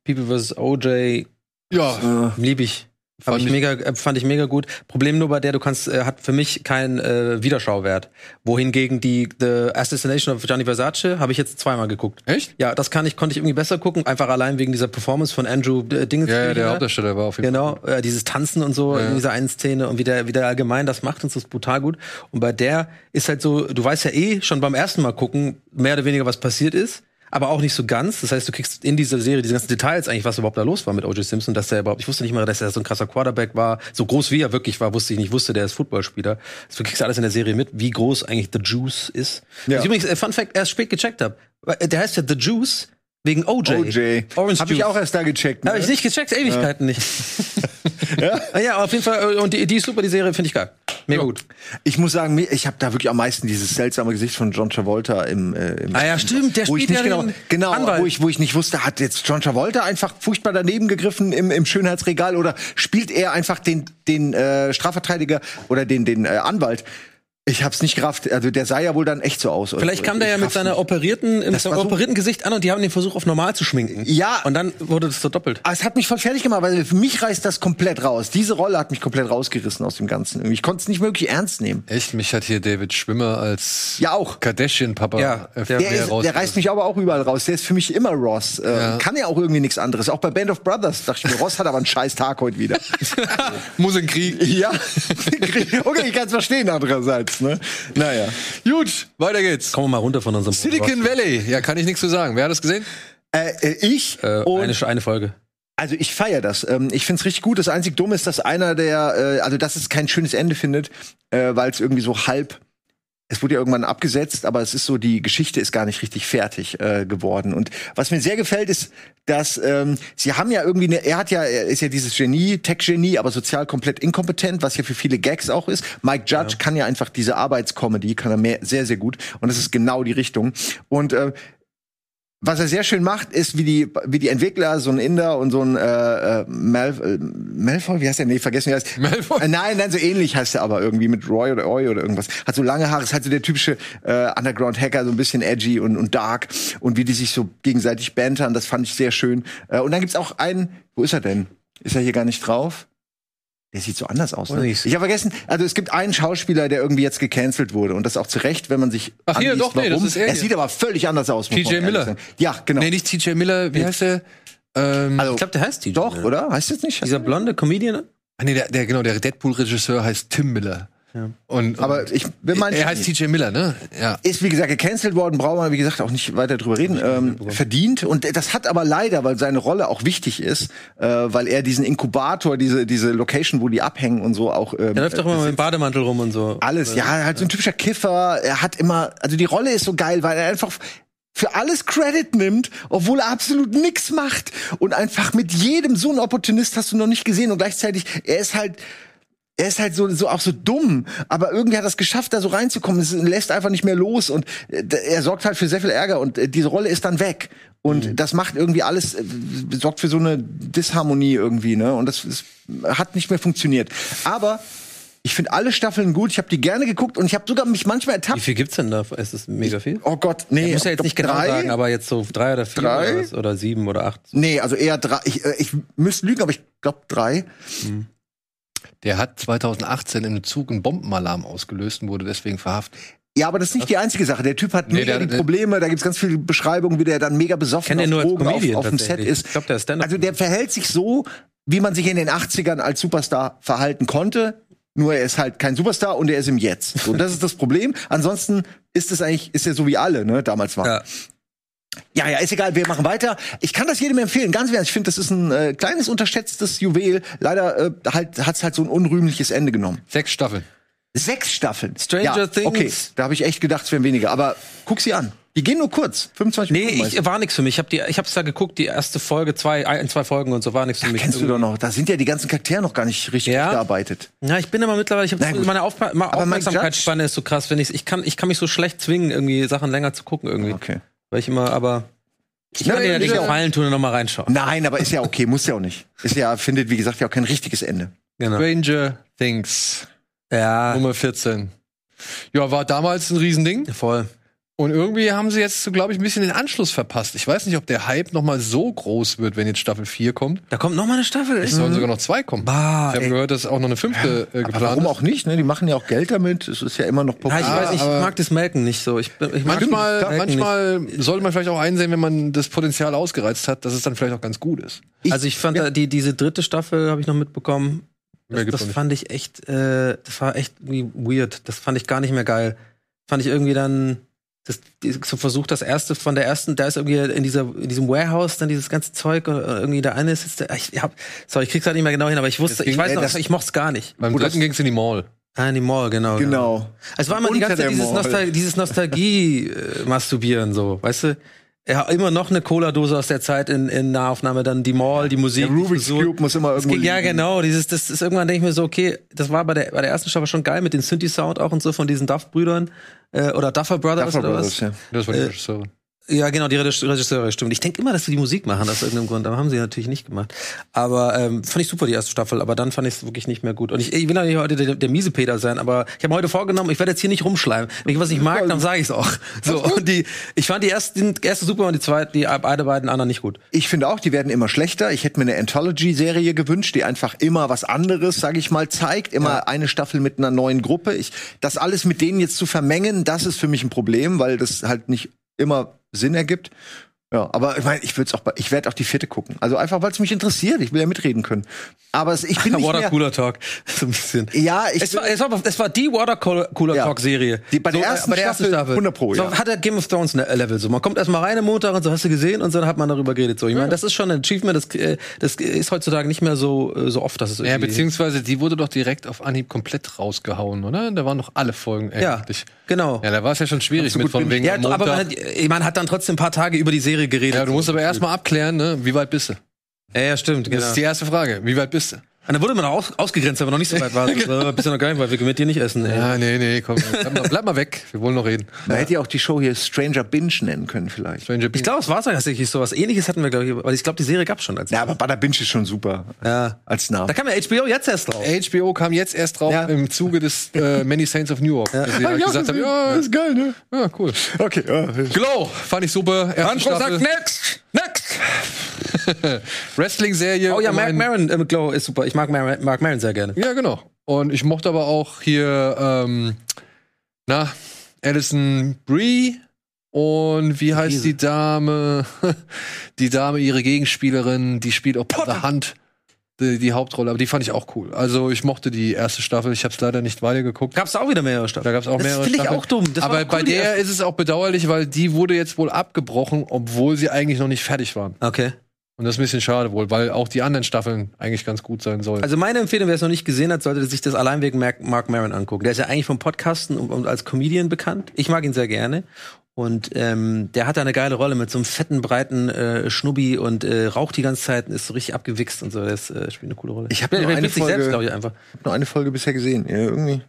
Speaker 3: People vs. OJ
Speaker 1: Ja,
Speaker 3: lieb ich. Fand
Speaker 1: Fand
Speaker 3: ich,
Speaker 1: ich-
Speaker 3: mega, äh, fand ich mega gut. Problem nur bei der, du kannst, äh, hat für mich keinen äh, Wiederschauwert. Wohingegen die The Assassination of Gianni Versace habe ich jetzt zweimal geguckt.
Speaker 1: echt?
Speaker 3: Ja, das kann ich, konnte ich irgendwie besser gucken, einfach allein wegen dieser Performance von Andrew äh, Dingens.
Speaker 1: Ja, ja,
Speaker 2: ne?
Speaker 1: der Hauptdarsteller war auf jeden Fall.
Speaker 3: Genau, äh, dieses Tanzen und so
Speaker 1: Ja.
Speaker 3: in dieser einen Szene und wie der, wie der allgemein das macht und so ist brutal gut. Und bei der ist halt so, du weißt ja eh schon beim ersten Mal gucken, mehr oder weniger was passiert ist, aber auch nicht so ganz. Das heißt, du kriegst in dieser Serie diese ganzen Details eigentlich, was überhaupt da los war mit O.J. Simpson, dass der überhaupt, ich wusste nicht mal, dass er so ein krasser Quarterback war, so groß wie er wirklich war, wusste ich nicht, Ich wusste, der ist Footballspieler. Also, du kriegst alles in der Serie mit, wie groß eigentlich The Juice ist.
Speaker 2: Ja.
Speaker 3: Was ich übrigens, äh, Fun Fact, erst spät gecheckt habe. Der heißt ja The Juice wegen
Speaker 2: Äh,
Speaker 3: O.J.
Speaker 2: OJ.
Speaker 3: Orange
Speaker 2: Habe ich
Speaker 3: Juice.
Speaker 2: auch erst da gecheckt. Ne?
Speaker 3: Habe ich nicht gecheckt, Ewigkeiten nicht. ja? ja, auf jeden Fall. äh, Und die, die ist super, die Serie finde ich geil. Mega gut.
Speaker 2: Ich muss sagen, mir- ich habe da wirklich am meisten dieses seltsame Gesicht von John Travolta im, äh, im
Speaker 3: Ah ja, stimmt, der
Speaker 2: wo ich nicht
Speaker 3: spielt ja
Speaker 2: genau,
Speaker 3: den
Speaker 2: genau,
Speaker 3: Anwalt.
Speaker 2: wo ich wo ich nicht wusste, hat jetzt John Travolta einfach furchtbar daneben gegriffen im, im Schönheitsregal oder spielt er einfach den den äh, Strafverteidiger oder den den äh, Anwalt? Ich hab's nicht gerafft. Also der sah ja wohl dann echt so aus. oder
Speaker 3: Vielleicht
Speaker 2: so.
Speaker 3: kam der
Speaker 2: Ich
Speaker 3: ja mit
Speaker 2: raff's
Speaker 3: seiner
Speaker 2: nicht.
Speaker 3: operierten, mit seinem
Speaker 2: war so-
Speaker 3: operierten Gesicht an und die haben den Versuch auf normal zu schminken.
Speaker 2: Ja.
Speaker 3: Und dann wurde das so doppelt.
Speaker 2: Ah, Es hat mich voll fertig gemacht, weil für mich reißt das komplett raus. Diese Rolle hat mich komplett rausgerissen aus dem Ganzen. Irgendwie. Ich konnte es nicht wirklich ernst nehmen.
Speaker 1: Echt? Mich hat hier David Schwimmer als
Speaker 2: Ja, auch.
Speaker 1: Kardashian-Papa
Speaker 3: Ja,
Speaker 1: äh,
Speaker 3: der
Speaker 1: mehr
Speaker 2: Der, ist,
Speaker 1: raus-
Speaker 2: der reißt mich aber auch überall raus. Der ist für mich immer Ross. Ähm,
Speaker 1: Ja.
Speaker 2: Kann ja auch irgendwie nichts anderes. Auch bei Band of Brothers dachte ich mir, Ross hat aber einen scheiß Tag heute wieder.
Speaker 1: Muss in den Krieg.
Speaker 2: ja. okay, ich kann es verstehen andererseits. Ne? Naja.
Speaker 1: Gut, weiter geht's.
Speaker 3: Kommen wir mal runter von
Speaker 1: (laughs)
Speaker 3: unserem
Speaker 1: Silicon Valley. Ja, kann ich nichts zu sagen. Wer hat das gesehen?
Speaker 2: Äh, äh, ich
Speaker 3: Äh,
Speaker 2: und
Speaker 3: eine, eine Folge.
Speaker 2: Also ich feiere das. Ähm, ich find's richtig gut. Das einzig Dumme ist, dass einer der, äh, also dass es kein schönes Ende findet, äh, weil es irgendwie so halb, es wurde ja irgendwann abgesetzt, aber es ist so, die Geschichte ist gar nicht richtig fertig äh, geworden. Und was mir sehr gefällt, ist, dass ähm, sie haben ja irgendwie, eine, er hat ja, er ist ja dieses Genie, Tech-Genie, aber sozial komplett inkompetent, was ja für viele Gags auch ist. Mike Judge kann ja einfach diese Arbeitscomedy, kann er mehr, sehr, sehr gut. Und das ist genau die Richtung. Und äh, was er sehr schön macht, ist, wie die, wie die Entwickler, so ein Inder und so ein äh, äh, Malf äh, Malfoy, wie heißt der? Nee, vergessen, wie er heißt.
Speaker 1: Malfoy?
Speaker 2: Äh, nein, nein, so ähnlich heißt er aber irgendwie mit Roy oder Roy oder irgendwas. Hat so lange Haare, ist halt so der typische äh, Underground-Hacker, so ein bisschen edgy und, und dark. Und wie die sich so gegenseitig bantern, das fand ich sehr schön. Äh, und dann gibt's auch einen, wo ist er denn? Ist er hier gar nicht drauf? Der sieht so anders aus. Ne?
Speaker 3: nicht.
Speaker 2: Ich habe vergessen, also es gibt einen Schauspieler, der irgendwie jetzt gecancelt wurde. Und das auch zu Recht, wenn man sich
Speaker 1: Ach, hier,
Speaker 2: anliest,
Speaker 1: doch, nee, das ist er
Speaker 2: er
Speaker 1: hier.
Speaker 2: sieht aber völlig anders aus. muss
Speaker 1: T.J.
Speaker 2: man ehrlich
Speaker 1: Miller.
Speaker 2: sagen. Ja, genau.
Speaker 1: Nee, nicht TJ Miller, wie heißt der? Ähm,
Speaker 2: Also,
Speaker 3: Ich glaube, der heißt TJ.
Speaker 2: doch,
Speaker 3: Miller.
Speaker 2: oder? Heißt jetzt nicht?
Speaker 3: Dieser blonde Comedian?
Speaker 1: ah, nee, der, der, genau, der Deadpool-Regisseur heißt Tim Miller. Und,
Speaker 2: aber ich bin mein,
Speaker 1: er heißt TJ Miller, ne? Ja.
Speaker 2: ist wie gesagt gecancelt worden, brauchen wir wie gesagt auch nicht weiter drüber reden. Ähm, verdient und das hat aber leider, weil seine Rolle auch wichtig ist, äh, weil er diesen Inkubator, diese diese Location, wo die abhängen und so auch ähm,
Speaker 3: Der läuft doch immer mit dem Bademantel rum und so.
Speaker 2: Alles, ja, halt so ein typischer Kiffer. Er hat immer, also die Rolle ist so geil, weil er einfach für alles Credit nimmt, obwohl er absolut nichts macht und einfach mit jedem so ein Opportunist hast du noch nicht gesehen und gleichzeitig er ist halt er ist halt so, so auch so dumm, aber irgendwie hat er es geschafft, da so reinzukommen. Es lässt einfach nicht mehr los und äh, d- er sorgt halt für sehr viel Ärger und äh, diese Rolle ist dann weg. Und
Speaker 3: Mhm.
Speaker 2: das macht irgendwie alles, äh, sorgt für so eine Disharmonie irgendwie, ne? Und das, das hat nicht mehr funktioniert. Aber ich finde alle Staffeln gut, ich habe die gerne geguckt und ich habe sogar mich manchmal
Speaker 3: Wie
Speaker 2: ertappt.
Speaker 3: viel gibt's denn da? Ist das mega viel?
Speaker 2: Oh Gott, nee.
Speaker 3: Ich muss
Speaker 2: ich
Speaker 3: ja jetzt
Speaker 2: glaub,
Speaker 3: nicht genau
Speaker 2: drei?
Speaker 3: sagen, aber jetzt so drei oder vier
Speaker 2: Drei?
Speaker 3: Oder, was, oder sieben oder acht.
Speaker 2: Nee, also eher drei. Ich, äh, ich müsste lügen, aber ich glaube drei.
Speaker 1: Der hat 2018 im Zug einen Bombenalarm ausgelöst und wurde deswegen verhaftet.
Speaker 2: Ja, aber das ist nicht die einzige Sache. Der Typ hat
Speaker 1: Nee,
Speaker 2: mega
Speaker 1: der-
Speaker 2: die Probleme. Da gibt's ganz viele Beschreibungen, wie der dann mega besoffen
Speaker 3: Kennt ihr nur als
Speaker 2: Drogen auf,
Speaker 3: Comedian
Speaker 2: auf dem Set
Speaker 3: tatsächlich.
Speaker 2: ist.
Speaker 3: Ich glaub, der ist Stand-up-
Speaker 2: also der verhält sich so, wie man sich in den 80ern als Superstar verhalten konnte. Nur er ist halt kein Superstar und er ist im Jetzt. So, das ist das Problem. Ansonsten ist es eigentlich, ist er so wie alle, ne, damals waren.
Speaker 3: Ja.
Speaker 2: Ja, ja, ist egal, wir machen weiter. Ich kann das jedem empfehlen, ganz im Ernst. Ich finde, das ist ein äh, kleines, unterschätztes Juwel. Leider äh, halt, hat's halt so ein unrühmliches Ende genommen.
Speaker 1: Sechs Staffeln.
Speaker 2: Sechs Staffeln.
Speaker 3: Stranger
Speaker 2: ja,
Speaker 3: Things.
Speaker 2: Okay, da habe ich echt gedacht, es wären weniger. Aber guck sie an. Die gehen nur kurz. 25
Speaker 3: Nee,
Speaker 2: Minuten. meistens.
Speaker 3: ich, war nichts für mich. Ich habe die, ich hab's da geguckt, die erste Folge, zwei, ein, zwei Folgen und so war nichts für mich.
Speaker 2: Kennst du doch noch. Da sind ja die ganzen Charaktere noch gar nicht richtig
Speaker 3: Ja.
Speaker 2: gearbeitet.
Speaker 3: Ja, ich bin immer mittlerweile, ich habe
Speaker 2: Na gut.
Speaker 3: meine Aufpa meine
Speaker 2: Aber Mike
Speaker 3: Aufmerksamkeitsspanne ist so krass, wenn ich ich kann ich kann mich so schlecht zwingen irgendwie Sachen länger zu gucken irgendwie.
Speaker 2: Okay.
Speaker 3: Weil ich immer aber ich kann
Speaker 2: Nein,
Speaker 3: dir ja
Speaker 2: ist
Speaker 3: den
Speaker 2: ja-
Speaker 3: Gefallen tun und nochmal reinschauen.
Speaker 2: Nein, aber ist ja okay, muss ja auch nicht. Ist ja, findet, wie gesagt, ja auch kein richtiges Ende.
Speaker 3: Genau.
Speaker 1: Stranger Things,
Speaker 3: Ja,
Speaker 1: Nummer 14. Ja, war damals ein Riesending.
Speaker 3: voll.
Speaker 1: Und irgendwie haben sie jetzt, glaube ich, ein bisschen den Anschluss verpasst. Ich weiß nicht, ob der Hype noch mal so groß wird, wenn jetzt Staffel 4 kommt.
Speaker 3: Da kommt noch mal eine Staffel.
Speaker 1: Es
Speaker 2: Mhm.
Speaker 1: sollen sogar noch zwei kommen.
Speaker 3: Bah,
Speaker 1: ich habe
Speaker 3: ey.
Speaker 1: gehört, dass auch noch eine fünfte äh,
Speaker 2: Aber
Speaker 1: geplant
Speaker 2: warum
Speaker 1: ist.
Speaker 2: auch nicht? Ne? Die machen ja auch Geld damit. Es ist ja immer noch
Speaker 3: ja,
Speaker 2: populär.
Speaker 3: ich weiß nicht, ich
Speaker 1: aber-
Speaker 3: mag das Melken nicht so. Ich, bin- ich mag
Speaker 1: Manchmal,
Speaker 3: das Melken
Speaker 1: manchmal sollte man vielleicht auch einsehen, wenn man das Potenzial ausgereizt hat, dass es dann vielleicht auch ganz gut ist.
Speaker 3: nicht. Also ich fand da, die diese dritte Staffel habe ich noch mitbekommen.
Speaker 1: Mehr
Speaker 3: Das,
Speaker 1: gibt's
Speaker 3: das
Speaker 1: noch nicht.
Speaker 3: fand ich echt, äh, das war echt irgendwie weird. Das fand ich gar nicht mehr geil. Fand ich irgendwie dann das, die, so versucht, das erste von der ersten, da ist irgendwie in, dieser, in diesem Warehouse dann dieses ganze Zeug und äh, irgendwie der eine ist jetzt, der, ich hab, sorry, ich krieg's halt nicht mehr genau hin, aber ich wusste,
Speaker 1: ging-
Speaker 3: ich weiß
Speaker 1: ey,
Speaker 3: noch,
Speaker 1: das-
Speaker 3: ich mochte es gar nicht.
Speaker 1: Beim
Speaker 2: Gut,
Speaker 1: dritten
Speaker 2: das-
Speaker 1: ging es in die Mall.
Speaker 3: Ah, in die Mall, genau.
Speaker 2: Genau.
Speaker 3: Es war immer die
Speaker 2: Unter
Speaker 3: ganze Zeit
Speaker 2: der
Speaker 3: dieses,
Speaker 2: Mall.
Speaker 3: Nostal dieses Nostalgie-Masturbieren, so, weißt du? Ja, immer noch eine Cola-Dose aus der Zeit in, in Nahaufnahme, dann die Mall, die Musik.
Speaker 2: Der Rubik's
Speaker 3: die Frisur.
Speaker 2: Cube muss immer
Speaker 3: Das
Speaker 2: irgendwo
Speaker 3: ging, ja,
Speaker 2: liegen.
Speaker 3: genau. Dieses, das ist irgendwann denke ich mir so, okay, das war bei der, bei der ersten Staffel schon geil mit dem Synthi-Sound auch und so von diesen Duff-Brüdern äh, oder Duffer Brothers
Speaker 2: Duffer
Speaker 3: oder
Speaker 2: Brothers,
Speaker 3: was?
Speaker 2: ja.
Speaker 1: Das war die Regisseurin.
Speaker 3: Ja, genau, die Regis- Regisseure, stimmt. Ich denke immer, dass sie die Musik machen aus irgendeinem Grund, aber haben sie natürlich nicht gemacht. Aber ähm, fand ich super, die erste Staffel, aber dann fand ich es wirklich nicht mehr gut. Und ich, ich will ja nicht heute der, der miese Peter sein, aber ich habe mir heute vorgenommen, ich werde jetzt hier nicht rumschleimen. Wenn ich was nicht mag, dann sage ich es auch. So, und die, ich fand die erste, die erste super und die zweite, die beide beiden anderen nicht gut.
Speaker 2: Ich finde auch, die werden immer schlechter. Ich hätte mir eine Anthology-Serie gewünscht, die einfach immer was anderes, sage ich mal, zeigt. Immer eine Staffel mit einer neuen Gruppe. Ich, das alles mit denen jetzt zu vermengen, das ist für mich ein Problem, weil das halt nicht immer Sinn ergibt. Ja, aber ich meine, ich würde auch, bei- ich werde auch die vierte gucken. Also einfach, weil es mich interessiert. Ich will ja mitreden können. Aber es, (laughs) ich bin nicht
Speaker 3: Water
Speaker 2: mehr,
Speaker 3: Cooler Talk. (laughs) So ein bisschen.
Speaker 2: Ja, ich
Speaker 3: Es war, es, war, es war die Water Cooler
Speaker 2: Ja.
Speaker 3: Talk Serie. äh,
Speaker 2: Die- bei der ersten Staffel 100 Pro,
Speaker 3: so,
Speaker 2: ja.
Speaker 3: Hat der Game of Thrones ne- Level so. Man kommt erstmal rein am Montag und so, hast du gesehen? Und dann hat man darüber geredet. So, ich meine, das ist schon ein Achievement. Das, äh, das ist heutzutage nicht mehr so, äh, so oft, dass es
Speaker 1: Ja,
Speaker 3: irgendwie...
Speaker 1: beziehungsweise die wurde doch direkt auf Anhieb komplett rausgehauen, oder? Da waren doch alle Folgen
Speaker 3: Ja,
Speaker 1: eigentlich.
Speaker 3: genau.
Speaker 1: Ja, da war es ja schon schwierig mit von wegen
Speaker 3: Ja,
Speaker 1: am Montag.
Speaker 3: aber man hat, äh, man hat dann trotzdem ein paar Tage über die Serie geredet.
Speaker 1: ja, du musst aber erstmal abklären, ne? wie weit bist du?
Speaker 3: ja, ja, stimmt.
Speaker 1: Das
Speaker 3: Genau.
Speaker 1: ist die erste Frage. Wie weit bist du?
Speaker 3: Und dann wurde man auch aus, ausgegrenzt, wenn man noch nicht so
Speaker 2: (laughs)
Speaker 3: weit war. So, oh, bist du noch gar nicht weit, wir können mit dir nicht essen. Ey.
Speaker 1: Ja, nee, nee, komm. Bleib
Speaker 3: (laughs)
Speaker 1: mal, bleib mal weg. Wir wollen noch reden.
Speaker 2: man hätte ja auch die Show hier Stranger Binge nennen können vielleicht.
Speaker 1: Stranger
Speaker 3: Ich
Speaker 1: Things.
Speaker 3: glaube, es war tatsächlich sowas. Ähnliches hatten wir, glaube ich, weil ich glaube, die Serie gab schon als.
Speaker 2: Ja, aber Bada Binge ist schon super.
Speaker 3: Ja.
Speaker 2: Als Name.
Speaker 3: Da kam ja HBO jetzt erst drauf.
Speaker 1: HBO kam jetzt erst drauf
Speaker 3: Ja.
Speaker 1: im Zuge des äh, Many Saints of New York. Ja. Dass sie halt gesagt haben, ja,
Speaker 2: ist geil, ne?
Speaker 1: ja, cool.
Speaker 2: Okay, ja.
Speaker 1: Glow fand ich super. Erste
Speaker 3: Andro sagt
Speaker 1: Staffel.
Speaker 3: next! Next!
Speaker 1: (laughs) Wrestling-Serie.
Speaker 3: ne? Oh ja,
Speaker 1: um
Speaker 3: Mark
Speaker 1: ein-
Speaker 3: Maron äh, mit Glow ist super. Ich mag Mar Mark Maron sehr gerne.
Speaker 1: Ja, genau. Und ich mochte aber auch hier, ähm, na, Alison Brie und wie heißt die Dame? (laughs) Die Dame, ihre Gegenspielerin, die spielt auch Potter Hand die, die Hauptrolle, aber die fand ich auch cool. Also ich mochte die erste Staffel, ich hab's leider nicht weitergeguckt.
Speaker 3: Gab's da auch wieder mehrere
Speaker 1: Da
Speaker 3: Staffeln.
Speaker 1: gab's auch
Speaker 3: Das
Speaker 1: mehrere
Speaker 3: finde ich
Speaker 1: Staffeln.
Speaker 3: auch dumm. Das war
Speaker 1: aber
Speaker 3: doch
Speaker 1: bei
Speaker 3: cool, die
Speaker 1: der
Speaker 3: erste.
Speaker 1: ist es auch bedauerlich, weil die wurde jetzt wohl abgebrochen, obwohl sie eigentlich noch nicht fertig waren.
Speaker 3: Okay.
Speaker 1: Und das ist ein bisschen schade wohl, weil auch die anderen Staffeln eigentlich ganz gut sein sollen.
Speaker 3: Also meine Empfehlung, wer es noch nicht gesehen hat, sollte sich das allein wegen Mark, Mark Maron angucken. Der ist ja eigentlich vom Podcasten und, und als Comedian bekannt. Ich mag ihn sehr gerne. Und ähm, der hat da eine geile Rolle mit so einem fetten, breiten äh, Schnubbi und äh, raucht die ganze Zeit und ist so richtig abgewichst und so. Das äh, spielt eine coole Rolle.
Speaker 2: Ich hab
Speaker 3: Der
Speaker 2: nur eine
Speaker 3: spielt sich selbst,
Speaker 2: Folge-
Speaker 3: glaube ich, einfach.
Speaker 2: Ich habe nur eine Folge bisher gesehen. Ja, irgendwie.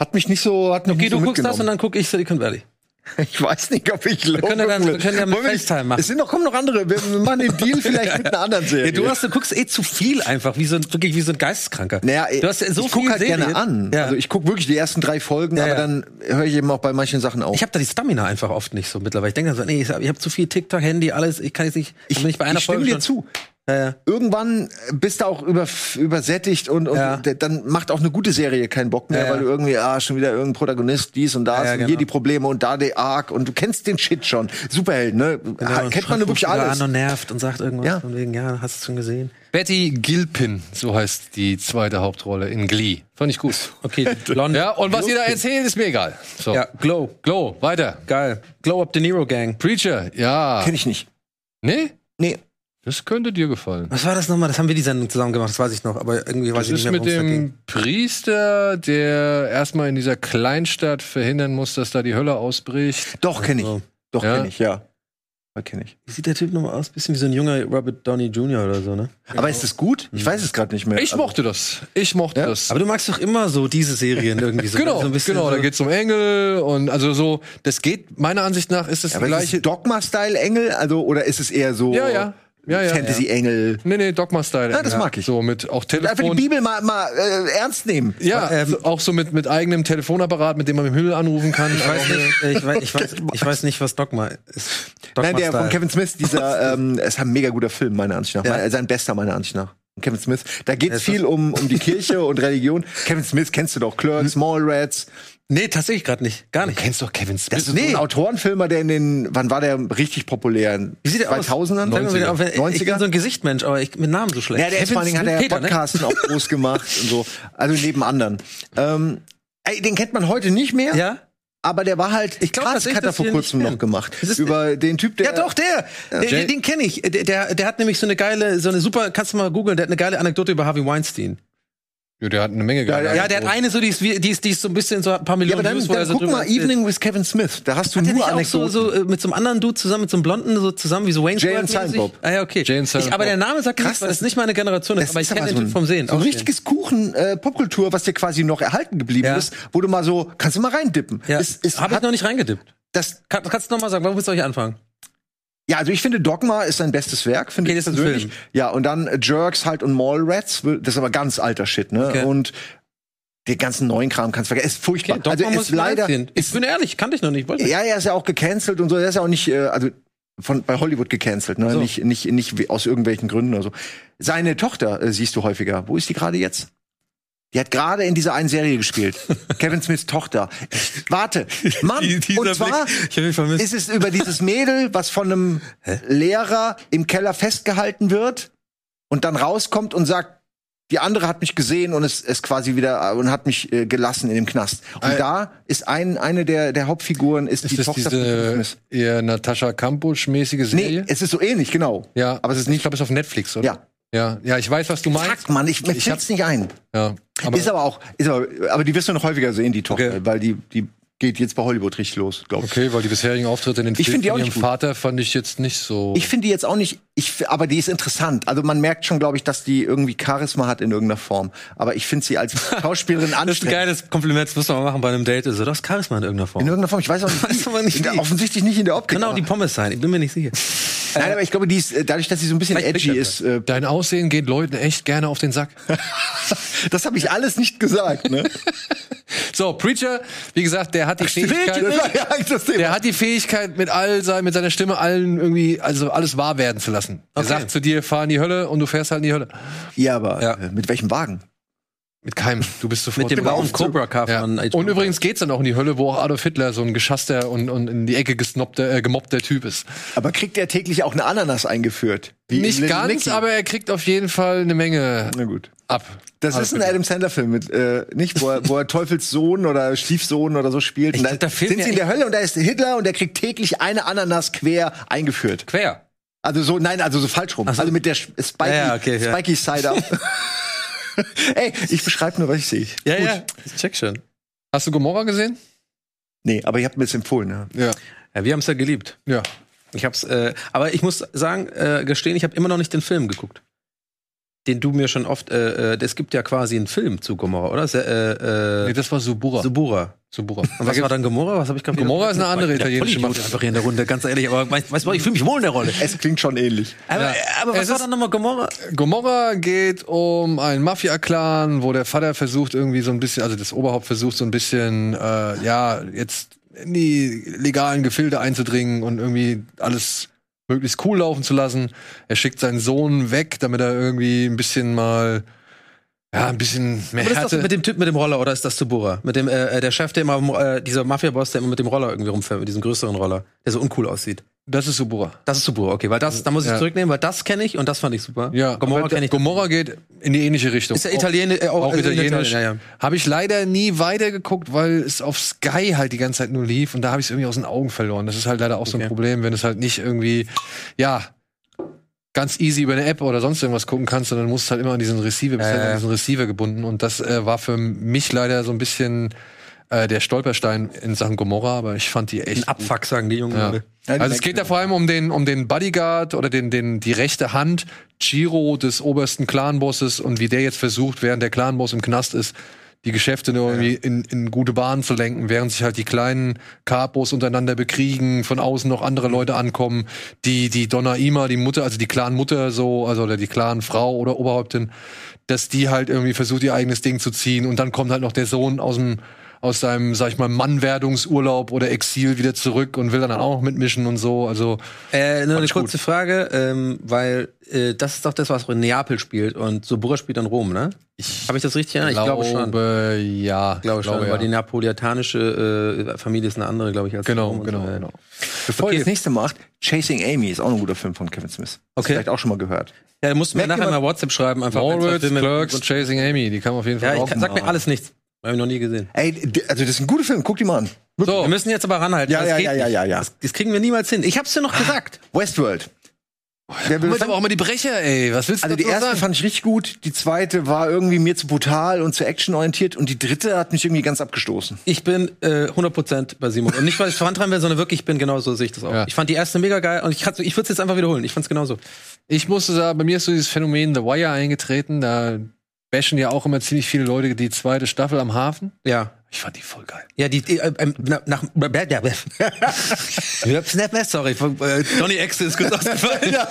Speaker 2: Hat mich nicht so, hat mich
Speaker 3: Okay,
Speaker 2: nicht so
Speaker 3: du guckst das und
Speaker 2: mitgenommen.
Speaker 3: dann guck ich Silicon Valley.
Speaker 2: (laughs) Ich weiß nicht, ob ich glaube.
Speaker 3: können ja dann- wir können ja mit FaceTime machen.
Speaker 2: Es sind noch, kommen noch andere. Wir wir machen den Deal vielleicht mit einer anderen Serie.
Speaker 3: Ja, du, hast, du guckst eh zu viel einfach, wie so ein, wirklich wie so ein Geisteskranker.
Speaker 2: Naja,
Speaker 3: du hast ja so
Speaker 2: ich gucke
Speaker 3: viele
Speaker 2: halt
Speaker 3: Serien.
Speaker 2: gerne an.
Speaker 3: Ja.
Speaker 2: Also ich gucke wirklich die ersten drei Folgen,
Speaker 3: Ja,
Speaker 2: aber
Speaker 3: ja.
Speaker 2: dann höre ich eben auch bei manchen Sachen auf.
Speaker 3: Ich habe da die Stamina einfach oft nicht so mittlerweile. Ich denke dann so, nee, ich habe hab zu viel TikTok, Handy, alles. Ich kann jetzt nicht. Ich bin Also nicht bei einer
Speaker 2: ich stimme
Speaker 3: Folge
Speaker 2: dir
Speaker 3: schon-
Speaker 2: zu.
Speaker 3: Ja, ja.
Speaker 2: Irgendwann bist du auch über, übersättigt und, und
Speaker 3: Ja.
Speaker 2: d- dann macht auch eine gute Serie keinen Bock mehr,
Speaker 3: Ja, ja.
Speaker 2: weil du irgendwie, ah, schon wieder irgendein Protagonist, dies und das
Speaker 3: Ja, ja,
Speaker 2: und
Speaker 3: genau.
Speaker 2: hier die Probleme und da der Arc und du kennst den Shit schon. Superhelden, ne?
Speaker 3: Ja,
Speaker 2: Ah,
Speaker 3: und
Speaker 2: kennt man
Speaker 3: schreibt
Speaker 2: nur wirklich
Speaker 3: Buchstaben
Speaker 2: alles.
Speaker 3: an und nervt und sagt irgendwas
Speaker 2: Ja.
Speaker 3: von wegen, ja, hast du schon gesehen.
Speaker 1: Betty Gilpin, so heißt die zweite Hauptrolle in Glee. Fand ich gut.
Speaker 3: (laughs) Okay, blond.
Speaker 1: Ja, und was ihr da erzählt, ist mir egal. So.
Speaker 3: Ja, Glow.
Speaker 1: Glow, weiter.
Speaker 3: Geil. Glow up De Niro Gang.
Speaker 1: Preacher, ja.
Speaker 2: Kenn ich nicht.
Speaker 1: Nee?
Speaker 2: Nee.
Speaker 1: Das könnte dir gefallen.
Speaker 3: Was war das nochmal? Das haben wir die Sendung zusammen gemacht, das weiß ich noch, aber irgendwie
Speaker 1: Das
Speaker 3: weiß ich
Speaker 1: ist
Speaker 3: nicht
Speaker 1: mit
Speaker 3: mehr, worum es da ging.
Speaker 1: dem Priester, der erstmal in dieser Kleinstadt verhindern muss, dass da die Hölle ausbricht.
Speaker 2: Doch, kenne ich.
Speaker 3: So.
Speaker 2: Doch,
Speaker 1: Ja.
Speaker 2: kenne ich, ja. Da kenne ich.
Speaker 3: Wie sieht der Typ nochmal aus? Bisschen wie so ein junger Robert Downey Jr. oder so, ne?
Speaker 2: Aber ist es gut? Ich weiß es gerade nicht mehr. Also,
Speaker 1: Ich mochte das. Ich mochte
Speaker 2: Ja,
Speaker 1: das.
Speaker 3: Aber du magst doch immer so diese Serien irgendwie so. ne?
Speaker 1: Genau,
Speaker 3: so ein bisschen
Speaker 1: genau,
Speaker 3: so.
Speaker 1: da geht's um Engel und also so, das geht, meiner Ansicht nach ist das
Speaker 2: Ja,
Speaker 1: die
Speaker 2: aber ist
Speaker 1: gleiche.
Speaker 2: es Dogma-Style-Engel? Also, oder ist es eher so
Speaker 1: Ja, ja. Ja, ja.
Speaker 2: Fantasy-Engel?
Speaker 1: Nee, nee, Dogma-Style.
Speaker 2: Ja, das mag ich.
Speaker 1: So mit auch
Speaker 2: Einfach die
Speaker 1: Telefon.
Speaker 2: Bibel mal, mal äh, ernst nehmen.
Speaker 1: Ja,
Speaker 3: Ähm,
Speaker 1: so- auch so mit, mit eigenem Telefonapparat, mit dem man im Himmel anrufen kann.
Speaker 3: Ich weiß, nicht, ich, weiß, ich, weiß, ich weiß nicht, was Dogma ist. Dogma
Speaker 2: Nein, der von
Speaker 3: Style.
Speaker 2: Kevin Smith, (laughs) dieser, ähm, es ist ein mega guter Film, meiner Ansicht nach.
Speaker 3: Ja.
Speaker 2: Mein- Sein bester, meiner Ansicht nach. Kevin Smith. Da geht's
Speaker 3: ist
Speaker 2: viel um, um die Kirche und Religion. (laughs) Hm? Kevin Smith kennst du doch, Clerks, Smallrats.
Speaker 3: Nee, tatsächlich gerade nicht. Gar nicht.
Speaker 1: kennst doch Kevin Smith.
Speaker 2: Das ist so ein Autorenfilmer, der in den, wann war der richtig populär?
Speaker 3: Wie sieht der aus?
Speaker 2: 2000ern?
Speaker 3: Sag mir mal wieder auf, ey, Ich bin
Speaker 2: 90er?
Speaker 3: so ein Gesichtmensch, aber ich, mit Namen so schlecht.
Speaker 2: Ja, der ist vor allen Dingen hat er ja
Speaker 3: Peter, ne?
Speaker 2: Podcasten auch groß gemacht und so. Also neben anderen. Ähm, ey, den kennt man heute nicht mehr,
Speaker 3: Ja?
Speaker 2: aber der war halt, ich
Speaker 3: glaub,
Speaker 2: glaube,
Speaker 3: dass ich
Speaker 2: hat er
Speaker 3: das
Speaker 2: vor
Speaker 3: hier
Speaker 2: kurzem
Speaker 3: nicht
Speaker 2: noch gemacht.
Speaker 3: Das ist-
Speaker 2: Über den Typ, der.
Speaker 3: Ja, doch, der. der
Speaker 1: Jay-
Speaker 3: den den kenne ich. Der, der, der hat nämlich so eine geile, so eine super, kannst du mal googeln, der hat eine geile Anekdote über Harvey Weinstein.
Speaker 1: Ja, der hat eine Menge
Speaker 2: Ja,
Speaker 1: geil.
Speaker 3: Ja, der hat eine, so, die ist, wie- die ist, die ist so ein bisschen so ein paar
Speaker 2: Ja,
Speaker 3: Millionen
Speaker 2: aber dann,
Speaker 3: Views, wo er
Speaker 2: dann
Speaker 3: so
Speaker 2: guck
Speaker 3: drüber
Speaker 2: mal
Speaker 3: erzählt.
Speaker 2: Evening with Kevin Smith. Da hast du
Speaker 3: Hat der
Speaker 2: nur
Speaker 3: nicht auch so,
Speaker 2: Anekdoten.
Speaker 3: so äh, mit so einem anderen Dude zusammen, mit so einem Blonden, so zusammen wie so Wayne
Speaker 2: Jay and
Speaker 3: Stewart-mäßig?
Speaker 2: Silent Bob.
Speaker 3: Ah ja, okay.
Speaker 1: Jay and Silent
Speaker 3: ich, aber der
Speaker 1: Bob.
Speaker 3: Name sagt krass,
Speaker 2: Krass,
Speaker 3: weil das
Speaker 2: das-
Speaker 3: nicht meine Generation ist, aber ich
Speaker 2: aber
Speaker 3: kenne den
Speaker 2: so ein-
Speaker 3: Typ vom Sehen.
Speaker 2: So ein
Speaker 3: Aussehen.
Speaker 2: richtiges Kuchen äh, Popkultur, was dir quasi noch erhalten geblieben
Speaker 3: Ja.
Speaker 2: ist, wo du mal so, kannst du mal reindippen.
Speaker 3: Ja.
Speaker 2: Ist, ist,
Speaker 3: Hab ich
Speaker 2: hat,
Speaker 3: noch nicht reingedippt.
Speaker 2: das,
Speaker 3: Kann, kannst du noch mal sagen, warum willst du euch anfangen?
Speaker 2: ja, also ich finde Dogma ist sein bestes Werk, finde
Speaker 3: Okay,
Speaker 2: ich
Speaker 3: das ist ein
Speaker 2: persönlich.
Speaker 3: Film.
Speaker 2: Ja, und dann äh, Jerks halt und Mallrats, das ist aber ganz alter Shit, ne?
Speaker 3: Okay.
Speaker 2: Und den ganzen neuen Kram kannst du vergessen. Ist furchtbar.
Speaker 3: Dogma
Speaker 2: also
Speaker 3: muss
Speaker 2: ist
Speaker 3: ich mir
Speaker 2: leider,
Speaker 3: reinziehen. Ich bin ehrlich, kannte ich noch nicht. Wollte nicht.
Speaker 2: Ja, er ist ja auch gecancelt und so. Er ist ja auch nicht, äh, also von bei Hollywood gecancelt, ne?
Speaker 3: so.
Speaker 2: Nicht, nicht, nicht we- aus irgendwelchen Gründen oder so. Seine Tochter äh, siehst du häufiger. Wo ist die gerade jetzt? Die hat gerade in dieser einen Serie
Speaker 3: (laughs)
Speaker 2: gespielt. Kevin Smiths Tochter. Ich, warte, Mann,
Speaker 3: Die- dieser
Speaker 2: und zwar
Speaker 3: Blick. Ich hab mich vermisst.
Speaker 2: ist es über dieses Mädel, was von einem Lehrer im Keller festgehalten wird und dann rauskommt und sagt, die andere hat mich gesehen und es ist quasi wieder äh, und hat mich äh, gelassen in dem Knast. Und
Speaker 1: Äh,
Speaker 2: da ist ein, eine der, der Hauptfiguren ist, die
Speaker 1: Ist das
Speaker 2: Tochter von Kevin
Speaker 1: diese
Speaker 2: Smith.
Speaker 1: eher Natascha Kampusch-mäßige Serie?
Speaker 2: Nee, es ist so ähnlich, genau.
Speaker 1: ja,
Speaker 2: aber es ist nicht-
Speaker 1: Ich glaube, es ist auf Netflix, oder?
Speaker 2: Ja.
Speaker 1: Ja, ja ich weiß, was du meinst.
Speaker 2: Fuck, Mann, ich, mir
Speaker 1: Ich
Speaker 2: fällt's nicht ein.
Speaker 1: Ja, aber
Speaker 2: ist aber auch, ist aber, aber die wirst du noch häufiger sehen, die Tochter,
Speaker 3: Okay.
Speaker 2: weil die, die geht jetzt bei Hollywood richtig los, glaube ich.
Speaker 1: okay, weil die bisherigen Auftritte in den
Speaker 2: Ich
Speaker 1: Filmen
Speaker 2: find die auch
Speaker 1: von ihrem
Speaker 2: nicht gut.
Speaker 1: Vater fand ich jetzt nicht so.
Speaker 2: Ich finde die jetzt auch nicht, ich, f- aber die ist interessant. Also man merkt schon, glaube ich, dass die irgendwie Charisma hat in irgendeiner Form. Aber ich finde sie als Schauspielerin
Speaker 3: (laughs) Das ist ein
Speaker 2: anstrengend.
Speaker 3: geiles Kompliment, das müssen wir mal machen bei einem Date. Also, das ist Charisma in irgendeiner Form.
Speaker 2: In irgendeiner Form, ich weiß auch nicht.
Speaker 3: Weiß aber nicht
Speaker 2: in der,
Speaker 3: wie.
Speaker 2: offensichtlich nicht in der Optik.
Speaker 3: Kann auch die
Speaker 2: aber,
Speaker 3: Pommes sein, ich bin mir nicht sicher.
Speaker 2: nein, aber ich glaube, die ist, äh, dadurch, dass sie so ein bisschen
Speaker 3: Vielleicht
Speaker 2: edgy
Speaker 3: liegt
Speaker 2: ist, äh,
Speaker 1: Dein Aussehen geht Leuten echt gerne auf den Sack.
Speaker 2: äh, das habe ich alles nicht gesagt.
Speaker 3: (laughs)
Speaker 2: Ne?
Speaker 1: So, Preacher, wie gesagt, der hat die
Speaker 2: das
Speaker 1: Fähigkeit.
Speaker 2: war ja eigentlich das Thema.
Speaker 1: Der hat die Fähigkeit, mit all sein, mit seiner Stimme allen irgendwie, also alles wahr werden zu lassen. Er
Speaker 3: Okay.
Speaker 1: sagt zu dir, fahr in die Hölle und du fährst halt in die Hölle.
Speaker 2: Ja, aber
Speaker 3: Ja.
Speaker 2: Äh, mit welchem Wagen?
Speaker 1: Mit keinem. Du bist sofort
Speaker 3: Mit dem
Speaker 1: dabei.
Speaker 3: blauen
Speaker 2: Aufzug.
Speaker 3: Cobra Car
Speaker 1: Ja.
Speaker 3: von
Speaker 1: Und übrigens geht's dann auch in die Hölle, wo auch Adolf Hitler so ein geschasster und, und in die Ecke gesnobter, äh, gemobbter Typ ist.
Speaker 2: Aber kriegt er täglich auch eine Ananas eingeführt? Wie in
Speaker 1: Nicht
Speaker 2: Little
Speaker 1: ganz,
Speaker 2: Nicky?
Speaker 1: aber er kriegt auf jeden Fall eine Menge
Speaker 2: Na gut.
Speaker 1: ab.
Speaker 2: Das
Speaker 1: Adolf
Speaker 2: ist ein
Speaker 1: Hitler.
Speaker 2: Adam Sandler-Film mit, äh, nicht, wo er, wo er Teufels Sohn oder Stiefsohn oder so spielt.
Speaker 3: Ich
Speaker 2: Und
Speaker 3: glaub,
Speaker 2: da
Speaker 3: da fehlt
Speaker 2: sind
Speaker 3: mir
Speaker 2: sie in der Hölle und da ist Hitler und der kriegt täglich eine Ananas quer eingeführt.
Speaker 3: quer.
Speaker 2: Also so, nein, also so falsch rum.
Speaker 3: Ach so.
Speaker 2: Also mit der Sch- spiky,
Speaker 3: Ja, ja, okay, ja.
Speaker 2: spiky Side
Speaker 3: (laughs)
Speaker 2: up. Ey, ich beschreibe nur, was ich sehe.
Speaker 3: Ja, ja. Ich check schon.
Speaker 1: Hast du Gomorra gesehen?
Speaker 2: Nee, aber ihr habt mir das empfohlen. Ja.
Speaker 1: Ja.
Speaker 3: Ja, wir haben es ja geliebt.
Speaker 1: Ja.
Speaker 3: Ich hab's, äh, aber ich muss sagen, äh, gestehen, ich habe immer noch nicht den Film geguckt. Den du mir schon oft, äh, äh, es gibt ja quasi einen Film zu Gomorra, oder? Se- äh, äh,
Speaker 1: Nee, das war Subura.
Speaker 3: Subura.
Speaker 1: Subura. Also
Speaker 3: Und was war dann Gomorra? Was habe ich gerade
Speaker 1: Gomorra ist eine andere
Speaker 3: Ich bin der
Speaker 1: italienische
Speaker 3: Vollidiot
Speaker 1: Mafia.
Speaker 3: einfach hier in der Runde, ganz ehrlich, aber weißt weißt du, was, ich fühle mich wohl in der Rolle.
Speaker 2: Es klingt schon ähnlich.
Speaker 3: Aber, äh,
Speaker 1: Ja.
Speaker 3: aber was
Speaker 1: Es
Speaker 3: war
Speaker 1: ist-
Speaker 3: dann nochmal Gomorra?
Speaker 1: Gomorra geht um einen Mafia-Clan, wo der Vater versucht irgendwie so ein bisschen, also das Oberhaupt versucht so ein bisschen, äh, ja, jetzt in die legalen Gefilde einzudringen und irgendwie alles möglichst cool laufen zu lassen. Er schickt seinen Sohn weg, damit er irgendwie ein bisschen mal, ja, ein bisschen mehr
Speaker 3: Aber das ist
Speaker 1: Härte.
Speaker 3: das mit dem Typ mit dem Roller oder ist das Subura? Mit dem äh, äh, der Chef, der immer äh, dieser Mafia-Boss, der immer mit dem Roller irgendwie rumfährt, mit diesem größeren Roller, der so uncool aussieht.
Speaker 1: Das ist Subura.
Speaker 3: Das ist Subura, okay, weil das, da muss ich
Speaker 1: Ja.
Speaker 3: zurücknehmen, weil das kenne ich und das fand ich super.
Speaker 1: Ja,
Speaker 3: Gomorra
Speaker 1: aber
Speaker 3: kenne ich.
Speaker 1: Gomorra geht in die ähnliche Richtung.
Speaker 3: Ist ja Italiener, äh,
Speaker 1: Auch,
Speaker 3: auch,
Speaker 1: auch
Speaker 3: also in
Speaker 1: italienisch.
Speaker 3: Italien, ja, ja.
Speaker 1: Habe ich leider nie weitergeguckt, weil es auf Sky halt die ganze Zeit nur lief und da habe ich es irgendwie aus den Augen verloren. Das ist halt leider auch so ein
Speaker 3: Okay.
Speaker 1: Problem, wenn es halt nicht irgendwie, ja, ganz easy über eine App oder sonst irgendwas gucken kannst, sondern musst halt immer an diesen Receiver, bist
Speaker 3: Ja,
Speaker 1: halt
Speaker 3: ja,
Speaker 1: an
Speaker 3: ja.
Speaker 1: diesen Receiver gebunden und das äh, war für mich leider so ein bisschen äh, der Stolperstein in Sachen Gomorra, aber ich fand die echt
Speaker 3: Ein Abfuck, sagen die Jungen.
Speaker 1: ja.
Speaker 3: Leute.
Speaker 1: Also es geht da vor allem um den, um den Bodyguard oder den, den, die rechte Hand Chiro des obersten Clanbosses und wie der jetzt versucht, während der Clanboss im Knast ist, die Geschäfte nur irgendwie in, in gute Bahnen zu lenken, während sich halt die kleinen Capos untereinander bekriegen, von außen noch andere Leute ankommen, die, die Donna Ima, die Mutter, also die Clan-Mutter so, also oder die Clan-Frau oder Oberhäuptin, dass die halt irgendwie versucht, ihr eigenes Ding zu ziehen und dann kommt halt noch der Sohn aus dem aus seinem, sag ich mal, Mannwerdungsurlaub oder Exil wieder zurück und will dann auch mitmischen und so. Also
Speaker 3: Äh, nur eine
Speaker 1: ich gut.
Speaker 3: kurze Frage, ähm, weil äh, das ist doch das, was in Neapel spielt und Subura spielt in Rom, ne?
Speaker 1: ich
Speaker 3: Habe ich das richtig erinnert? ich glaube schon.
Speaker 1: glaube, Ja, ich
Speaker 3: Ich glaube schon, weil die
Speaker 1: ja.
Speaker 3: napolitanische äh, Familie ist eine andere, glaube ich, als
Speaker 1: Genau,
Speaker 3: Rom und äh,
Speaker 1: genau,
Speaker 3: so, ja.
Speaker 1: genau.
Speaker 2: Bevor ihr
Speaker 3: Okay.
Speaker 2: das nächste macht, Chasing Amy ist auch ein guter Film von Kevin Smith. Hast du
Speaker 3: Okay.
Speaker 2: Vielleicht auch schon mal gehört.
Speaker 3: Ja, du musst mir
Speaker 2: Merkt
Speaker 3: nachher
Speaker 2: ihr
Speaker 3: mal WhatsApp schreiben, einfach. wenn's auf
Speaker 1: Forward,
Speaker 3: Filme-
Speaker 1: Clerks, Genau. Chasing Amy, die kam auf jeden Fall
Speaker 3: Ja,
Speaker 1: auch.
Speaker 3: ich kann, sag mir alles nichts. Hab ich noch nie gesehen.
Speaker 2: Ey, d- also das ist ein guter Film, guck dir mal an.
Speaker 3: So, wir müssen jetzt aber ranhalten.
Speaker 2: Ja,
Speaker 3: das
Speaker 2: ja,
Speaker 3: geht
Speaker 2: ja, ja, Ah.
Speaker 3: nicht.
Speaker 2: ja, ja.
Speaker 3: Das, das kriegen wir niemals hin. Ich hab's dir noch gesagt.
Speaker 2: Westworld. Wer will
Speaker 1: Moment, aber auch mal die Brecher, ey. Was willst du
Speaker 2: Also die
Speaker 1: dazu
Speaker 2: erste
Speaker 1: sagen?
Speaker 2: fand ich richtig gut, die zweite war irgendwie mir zu brutal und zu actionorientiert und die dritte hat mich irgendwie ganz abgestoßen.
Speaker 3: Ich bin äh, 100% bei Simon. Und nicht, weil ich (laughs) vorantreiben will, sondern wirklich, ich bin genauso, sehe ich das auch.
Speaker 1: Ja.
Speaker 3: Ich fand die erste mega geil und ich, hat's- ich würde es jetzt einfach wiederholen. Ich fand's genauso.
Speaker 1: Ich musste sagen, bei mir ist so dieses Phänomen The Wire eingetreten. Da bashen ja auch immer ziemlich viele Leute die zweite Staffel am Hafen.
Speaker 3: Ja.
Speaker 1: Ich fand die voll geil.
Speaker 3: Ja, die, die äh, ähm, na- nach, (laughs) ja, Snap, sorry, von, äh, Donny X ist (laughs) kurz ausgefallen. ja,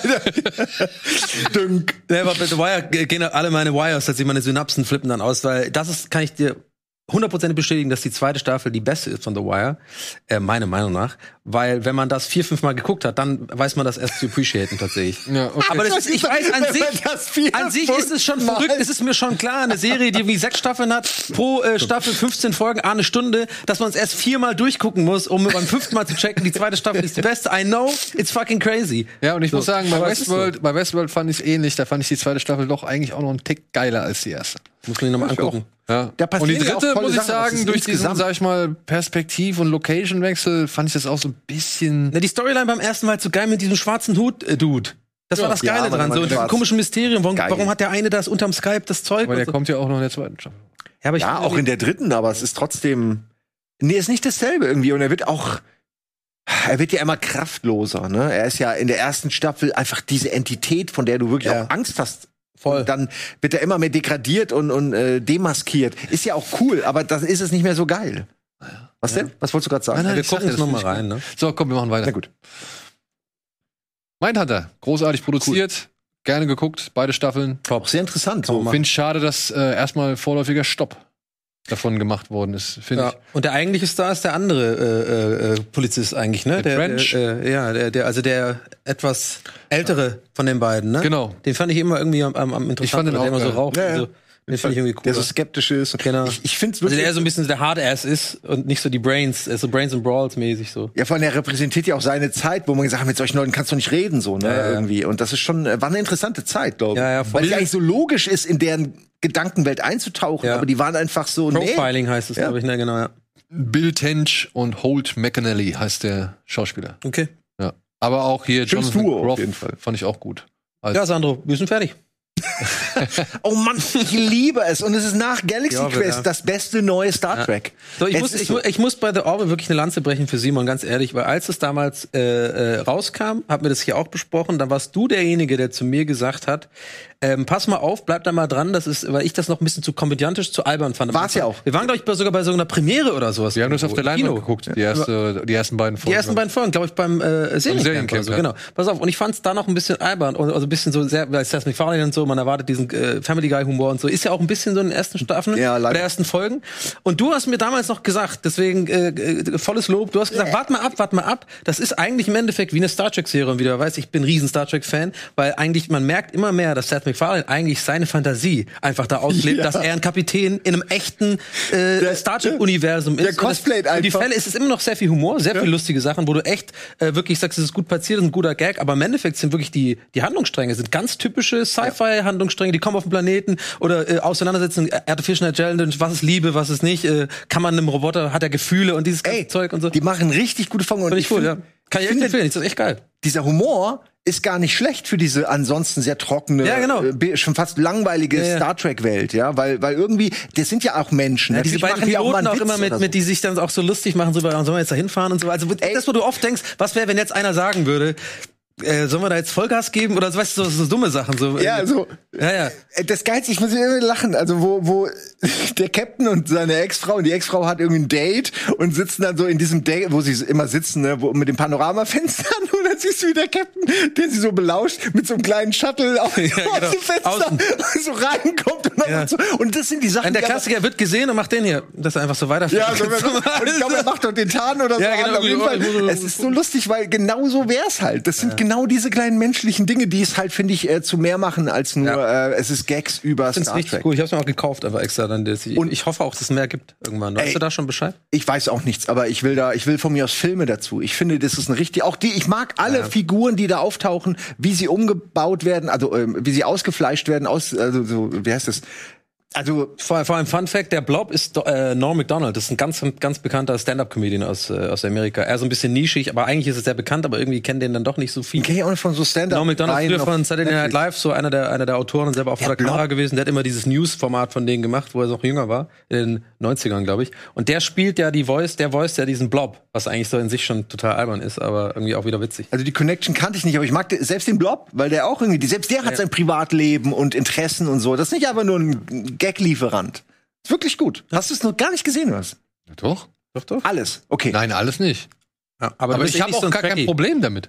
Speaker 2: Dünk.
Speaker 3: aber bei The Wire ge- gehen alle meine Wires, dass sie meine Synapsen flippen dann aus, weil das ist, kann ich dir 100% bestätigen, dass die zweite Staffel die beste ist von The Wire, äh, meiner Meinung nach, weil wenn man das vier, fünf Mal geguckt hat, dann weiß man das erst zu appreciaten tatsächlich.
Speaker 1: Ja, okay.
Speaker 3: Aber das ist, ich weiß (laughs) an
Speaker 2: Wenn man das
Speaker 3: sich,
Speaker 2: vier,
Speaker 3: an sich ist es schon
Speaker 2: fünf Mal-
Speaker 3: verrückt, es ist mir schon klar, eine Serie, die irgendwie sechs Staffeln hat, pro äh, Staffel 15 Folgen, ah, eine Stunde, dass man es erst viermal durchgucken muss, um beim fünften Mal zu checken, die zweite Staffel ist die beste. I know, it's fucking crazy.
Speaker 1: Ja, und ich
Speaker 3: So,
Speaker 1: muss sagen, bei
Speaker 3: aber es ist
Speaker 1: Westworld, bei Westworld fand ich es ähnlich. Da fand ich die zweite Staffel doch eigentlich auch noch einen Tick geiler als die erste.
Speaker 3: So. Muss man ihn nochmal angucken.
Speaker 1: Ja.
Speaker 2: Da passieren
Speaker 1: und die
Speaker 2: ja auch
Speaker 1: dritte,
Speaker 2: tolle
Speaker 1: muss ich
Speaker 2: Sachen. Das
Speaker 1: sagen,
Speaker 2: ist
Speaker 1: durch diesen,
Speaker 2: insgesamt-
Speaker 1: sag ich mal, Perspektiv- und Location-Wechsel fand ich das auch so ein bisschen.
Speaker 3: Na, Ne, die Storyline beim ersten Mal zu geil mit diesem schwarzen Hut, äh, Dude. Das war das
Speaker 2: Ja,
Speaker 3: Geile
Speaker 2: aber der
Speaker 3: dran, so
Speaker 2: war
Speaker 3: in diesem
Speaker 2: schwarz.
Speaker 3: komischen Mysterium. Warum,
Speaker 2: Geil.
Speaker 3: warum hat der eine das unterm Skype das Zeug?
Speaker 1: Aber der
Speaker 2: Also
Speaker 3: und so?
Speaker 1: kommt ja auch noch in der zweiten Staffel.
Speaker 3: ja, aber ich
Speaker 2: Ja,
Speaker 3: finde,
Speaker 2: auch in der dritten, aber es ist trotzdem. Nee, ist nicht dasselbe irgendwie. Und er wird auch. Er wird ja immer kraftloser, ne? Er ist ja in der ersten Staffel einfach diese Entität, von der du wirklich
Speaker 3: Ja.
Speaker 2: auch Angst hast.
Speaker 3: Voll.
Speaker 2: Und dann wird er immer mehr degradiert und, und äh, demaskiert. Ist ja auch cool, aber dann ist es nicht mehr so geil. Was denn? Was wolltest du gerade sagen?
Speaker 1: Nein, nein.
Speaker 3: wir
Speaker 1: ich
Speaker 3: gucken
Speaker 1: sag
Speaker 3: jetzt
Speaker 1: dir, das
Speaker 3: nochmal
Speaker 1: finde ich
Speaker 3: rein, ne?
Speaker 1: So, komm, wir machen weiter.
Speaker 2: Na gut.
Speaker 1: Mindhunter, großartig produziert, gerne geguckt, beide Staffeln.
Speaker 2: Auch sehr interessant. So.
Speaker 1: Finde ich schade, dass äh, erstmal vorläufiger Stopp davon gemacht worden ist, finde
Speaker 3: Ja.
Speaker 1: ich.
Speaker 3: Und der eigentliche Star ist der andere äh, äh, Polizist eigentlich, ne?
Speaker 1: Der
Speaker 3: Der,
Speaker 1: Trench.
Speaker 3: äh, ja, der, der, also der etwas ältere von den beiden, ne?
Speaker 1: Genau.
Speaker 3: Den fand ich immer irgendwie am, am, am interessantesten,
Speaker 1: Ich fand den
Speaker 3: weil der
Speaker 1: auch
Speaker 3: immer so
Speaker 1: geil.
Speaker 3: raucht.
Speaker 2: Ja,
Speaker 3: und
Speaker 2: ja.
Speaker 3: So. Den fand ich irgendwie cool.
Speaker 2: Der so skeptisch ist.
Speaker 3: Genau.
Speaker 2: Ich, ich finde es
Speaker 3: also
Speaker 2: wirklich.
Speaker 3: der eher so ein bisschen der Hard-Ass ist und nicht so die Brains, äh, so Brains and Brawls mäßig so.
Speaker 2: Ja, vor allem, er repräsentiert ja auch seine Zeit, wo man gesagt hat, mit solchen Leuten kannst du nicht reden, so, ne,
Speaker 3: Ja, ja.
Speaker 2: irgendwie. Und das ist schon, äh, war eine interessante Zeit, glaube ich.
Speaker 3: Ja, ja, voll.
Speaker 2: Weil es ja eigentlich so logisch ist, in deren Gedankenwelt einzutauchen,
Speaker 3: Ja.
Speaker 2: aber die waren einfach so, nee.
Speaker 3: Profiling heißt es,
Speaker 2: Ja.
Speaker 3: glaube ich, ne? Genau, ja.
Speaker 1: Bill Tench und Holt McAnally heißt der Schauspieler.
Speaker 3: Okay.
Speaker 1: Ja. Aber auch hier
Speaker 2: Schönes
Speaker 1: Jonathan
Speaker 2: Duo auf
Speaker 1: Groff
Speaker 2: jeden Fall.
Speaker 1: fand ich auch gut.
Speaker 3: Ja, Sandro, wir sind fertig.
Speaker 2: Oh Mann, ich liebe es. Und es ist nach Galaxy
Speaker 3: Ja, aber
Speaker 2: Quest
Speaker 3: ja.
Speaker 2: das beste neue Star Trek.
Speaker 3: So, ich,
Speaker 2: Es
Speaker 3: muss,
Speaker 2: ist
Speaker 3: ich,
Speaker 2: so.
Speaker 3: mu- ich muss bei The Orville wirklich eine Lanze brechen für Simon, ganz ehrlich, weil als es damals äh, äh, rauskam, haben wir das hier auch besprochen, dann warst du derjenige, der zu mir gesagt hat, ähm, pass mal auf, bleib da mal dran, das ist, weil ich das noch ein bisschen zu komödiantisch, zu albern fand. am
Speaker 2: War's ja
Speaker 3: Anfang.
Speaker 2: auch.
Speaker 3: Wir waren, glaube ich, bei, sogar bei so einer Premiere oder sowas.
Speaker 1: Wir haben das auf
Speaker 3: irgendwo,
Speaker 1: der
Speaker 3: im
Speaker 1: Leinwand
Speaker 3: Kino.
Speaker 1: geguckt, die, erste, die ersten beiden Folgen.
Speaker 3: Die ersten beiden Folgen, glaube ich, beim äh, Seriencamp
Speaker 1: Seriencamp,
Speaker 3: oder so,
Speaker 1: ja.
Speaker 3: genau. Pass auf, und ich fand es da noch ein bisschen albern, und- also ein bisschen so sehr, weil Seth MacFarlane und so, man erwartet diesen äh, Family Guy Humor und so, ist ja auch ein bisschen so in den ersten Staffeln,
Speaker 2: Ja, leider.
Speaker 3: oder ersten Folgen. Und du hast mir damals noch gesagt, deswegen äh, äh, volles Lob, du hast gesagt, wart mal ab, wart mal ab, das ist eigentlich im Endeffekt wie eine Star Trek Serie und wieder weiß, ich bin riesen Star Trek Fan, weil eigentlich man merkt immer mehr, dass Seth MacFarlane eigentlich seine Fantasie einfach da auslebt, dass er ein Kapitän in einem echten äh, Star Trek Universum ist.
Speaker 2: der cosplayt
Speaker 3: und das, und die
Speaker 2: einfach.
Speaker 3: Fälle es ist immer noch sehr viel Humor, sehr viele lustige Sachen, wo du echt äh, wirklich sagst, es ist gut platziert, es ist ein guter Gag, aber im Endeffekt sind wirklich die, die Handlungsstränge, sind ganz typische Sci-Fi-Handlungsstränge, die kommen auf den Planeten oder äh, Auseinandersetzungen, äh, Artificial Intelligence, was ist Liebe, was ist nicht, äh, kann man einem Roboter, hat er Gefühle und dieses ganze
Speaker 2: Ey,
Speaker 3: Zeug und so.
Speaker 2: Die machen richtig gute Folgen. Und
Speaker 3: Finde ich cool, ja.
Speaker 2: find-
Speaker 3: Kann ich echt
Speaker 2: finde,
Speaker 3: empfehlen, das ist echt geil.
Speaker 2: dieser Humor ist gar nicht schlecht für diese ansonsten sehr trockene,
Speaker 3: Ja, genau.
Speaker 2: äh, be- schon fast langweilige
Speaker 3: Ja, ja.
Speaker 2: Star Trek Welt, ja, weil weil irgendwie, das sind ja auch Menschen.
Speaker 3: Ja, diese
Speaker 2: Natürlich
Speaker 3: beiden
Speaker 2: machen die mal
Speaker 3: Piloten
Speaker 2: einen
Speaker 3: auch,
Speaker 2: Witz
Speaker 3: immer mit,
Speaker 2: oder so.
Speaker 3: mit, die sich dann auch so lustig machen, so, warum sollen wir jetzt da hinfahren und so. Also das, wo du oft denkst, was wäre, wenn jetzt einer sagen würde, äh, sollen wir da jetzt Vollgas geben oder so, weißt du, so, so dumme Sachen. So, äh,
Speaker 2: Ja, so.
Speaker 3: Ja, ja.
Speaker 2: Äh, Das Geilste, ich muss immer lachen, also wo, wo (laughs) der Captain und seine Ex-Frau und die Ex-Frau hat irgendwie ein Date und sitzen dann so in diesem Date, wo sie immer sitzen, ne, wo, mit den (laughs) Panoramafenstern und dann siehst du wie der Captain, der sie so belauscht, mit so einem kleinen Shuttle auf,
Speaker 3: genau.
Speaker 2: aus dem Fenster
Speaker 3: Außen.
Speaker 2: so reinkommt und, dann
Speaker 3: Ja.
Speaker 2: so, und das sind die Sachen,
Speaker 3: Dann Äh, der
Speaker 2: die aber-
Speaker 3: Klassiker wird gesehen und macht den hier, dass er einfach so weiterfährt.
Speaker 2: Ja, so,
Speaker 3: (laughs)
Speaker 2: und ich glaube, er macht doch den Tarn oder so.
Speaker 3: Ja, genau,
Speaker 2: an. Auf jeden
Speaker 3: irgendwie, oh, ich
Speaker 2: Fall,
Speaker 3: muss-
Speaker 2: es ist so lustig, weil genau so wär's halt. Das sind genau diese kleinen menschlichen Dinge, die es halt, finde ich, äh, zu mehr machen als nur, äh, es ist Gags über
Speaker 3: ich find's
Speaker 2: Star
Speaker 3: richtig
Speaker 2: Trek.
Speaker 3: cool. Ich hab's mir auch gekauft, aber extra dann. das- Ich,
Speaker 2: Und-
Speaker 3: ich hoffe auch, dass es mehr gibt irgendwann.
Speaker 2: Ey.
Speaker 3: Weißt du da schon Bescheid?
Speaker 2: Ich weiß auch nichts, aber ich will da, ich will von mir aus Filme dazu. Ich finde, das ist ein richtig, auch die, ich mag alle Figuren, die da auftauchen, wie sie umgebaut werden, also ähm, wie sie ausgefleischt werden, aus, also so, wie heißt das? Also
Speaker 3: Vor, vor allem Fun Fact, der Blob ist äh, Norm MacDonald. Das ist ein ganz, ganz bekannter Stand-Up-Comedian aus, äh, aus Amerika. Er ist so ein bisschen nischig, aber eigentlich ist es sehr bekannt, aber irgendwie kennen den dann doch nicht so viel.
Speaker 2: kenne ich auch noch von so Stand-up.
Speaker 3: Norm MacDonald
Speaker 2: Reihen
Speaker 3: früher
Speaker 2: auf
Speaker 3: von Saturday Night
Speaker 2: Netflix.
Speaker 3: Live, so einer der, einer der Autoren und selber auch vor der
Speaker 2: Blob.
Speaker 3: Kamera gewesen. Der hat immer dieses News-Format von denen gemacht, wo er noch jünger war, in den 90ern, glaube ich. Und der spielt ja die Voice, der Voice ja diesen Blob, was eigentlich so in sich schon total albern ist, aber irgendwie auch wieder witzig.
Speaker 2: Also die Connection kannte ich nicht, aber ich mag de- selbst den Blob, weil der auch irgendwie, die- selbst der hat sein Privatleben und Interessen und so. Das ist nicht einfach nur ein Gag-Lieferant. Ist wirklich gut. Hast du es noch gar nicht gesehen, oder was?
Speaker 1: Ja, Doch?
Speaker 3: Doch, doch.
Speaker 2: Alles. Okay.
Speaker 1: Nein, alles nicht.
Speaker 3: Ja,
Speaker 1: Aber
Speaker 3: du bist
Speaker 1: ich
Speaker 3: eh
Speaker 1: habe
Speaker 3: nicht
Speaker 1: auch
Speaker 3: so ein
Speaker 1: gar kein
Speaker 3: Trekkie.
Speaker 1: Problem damit.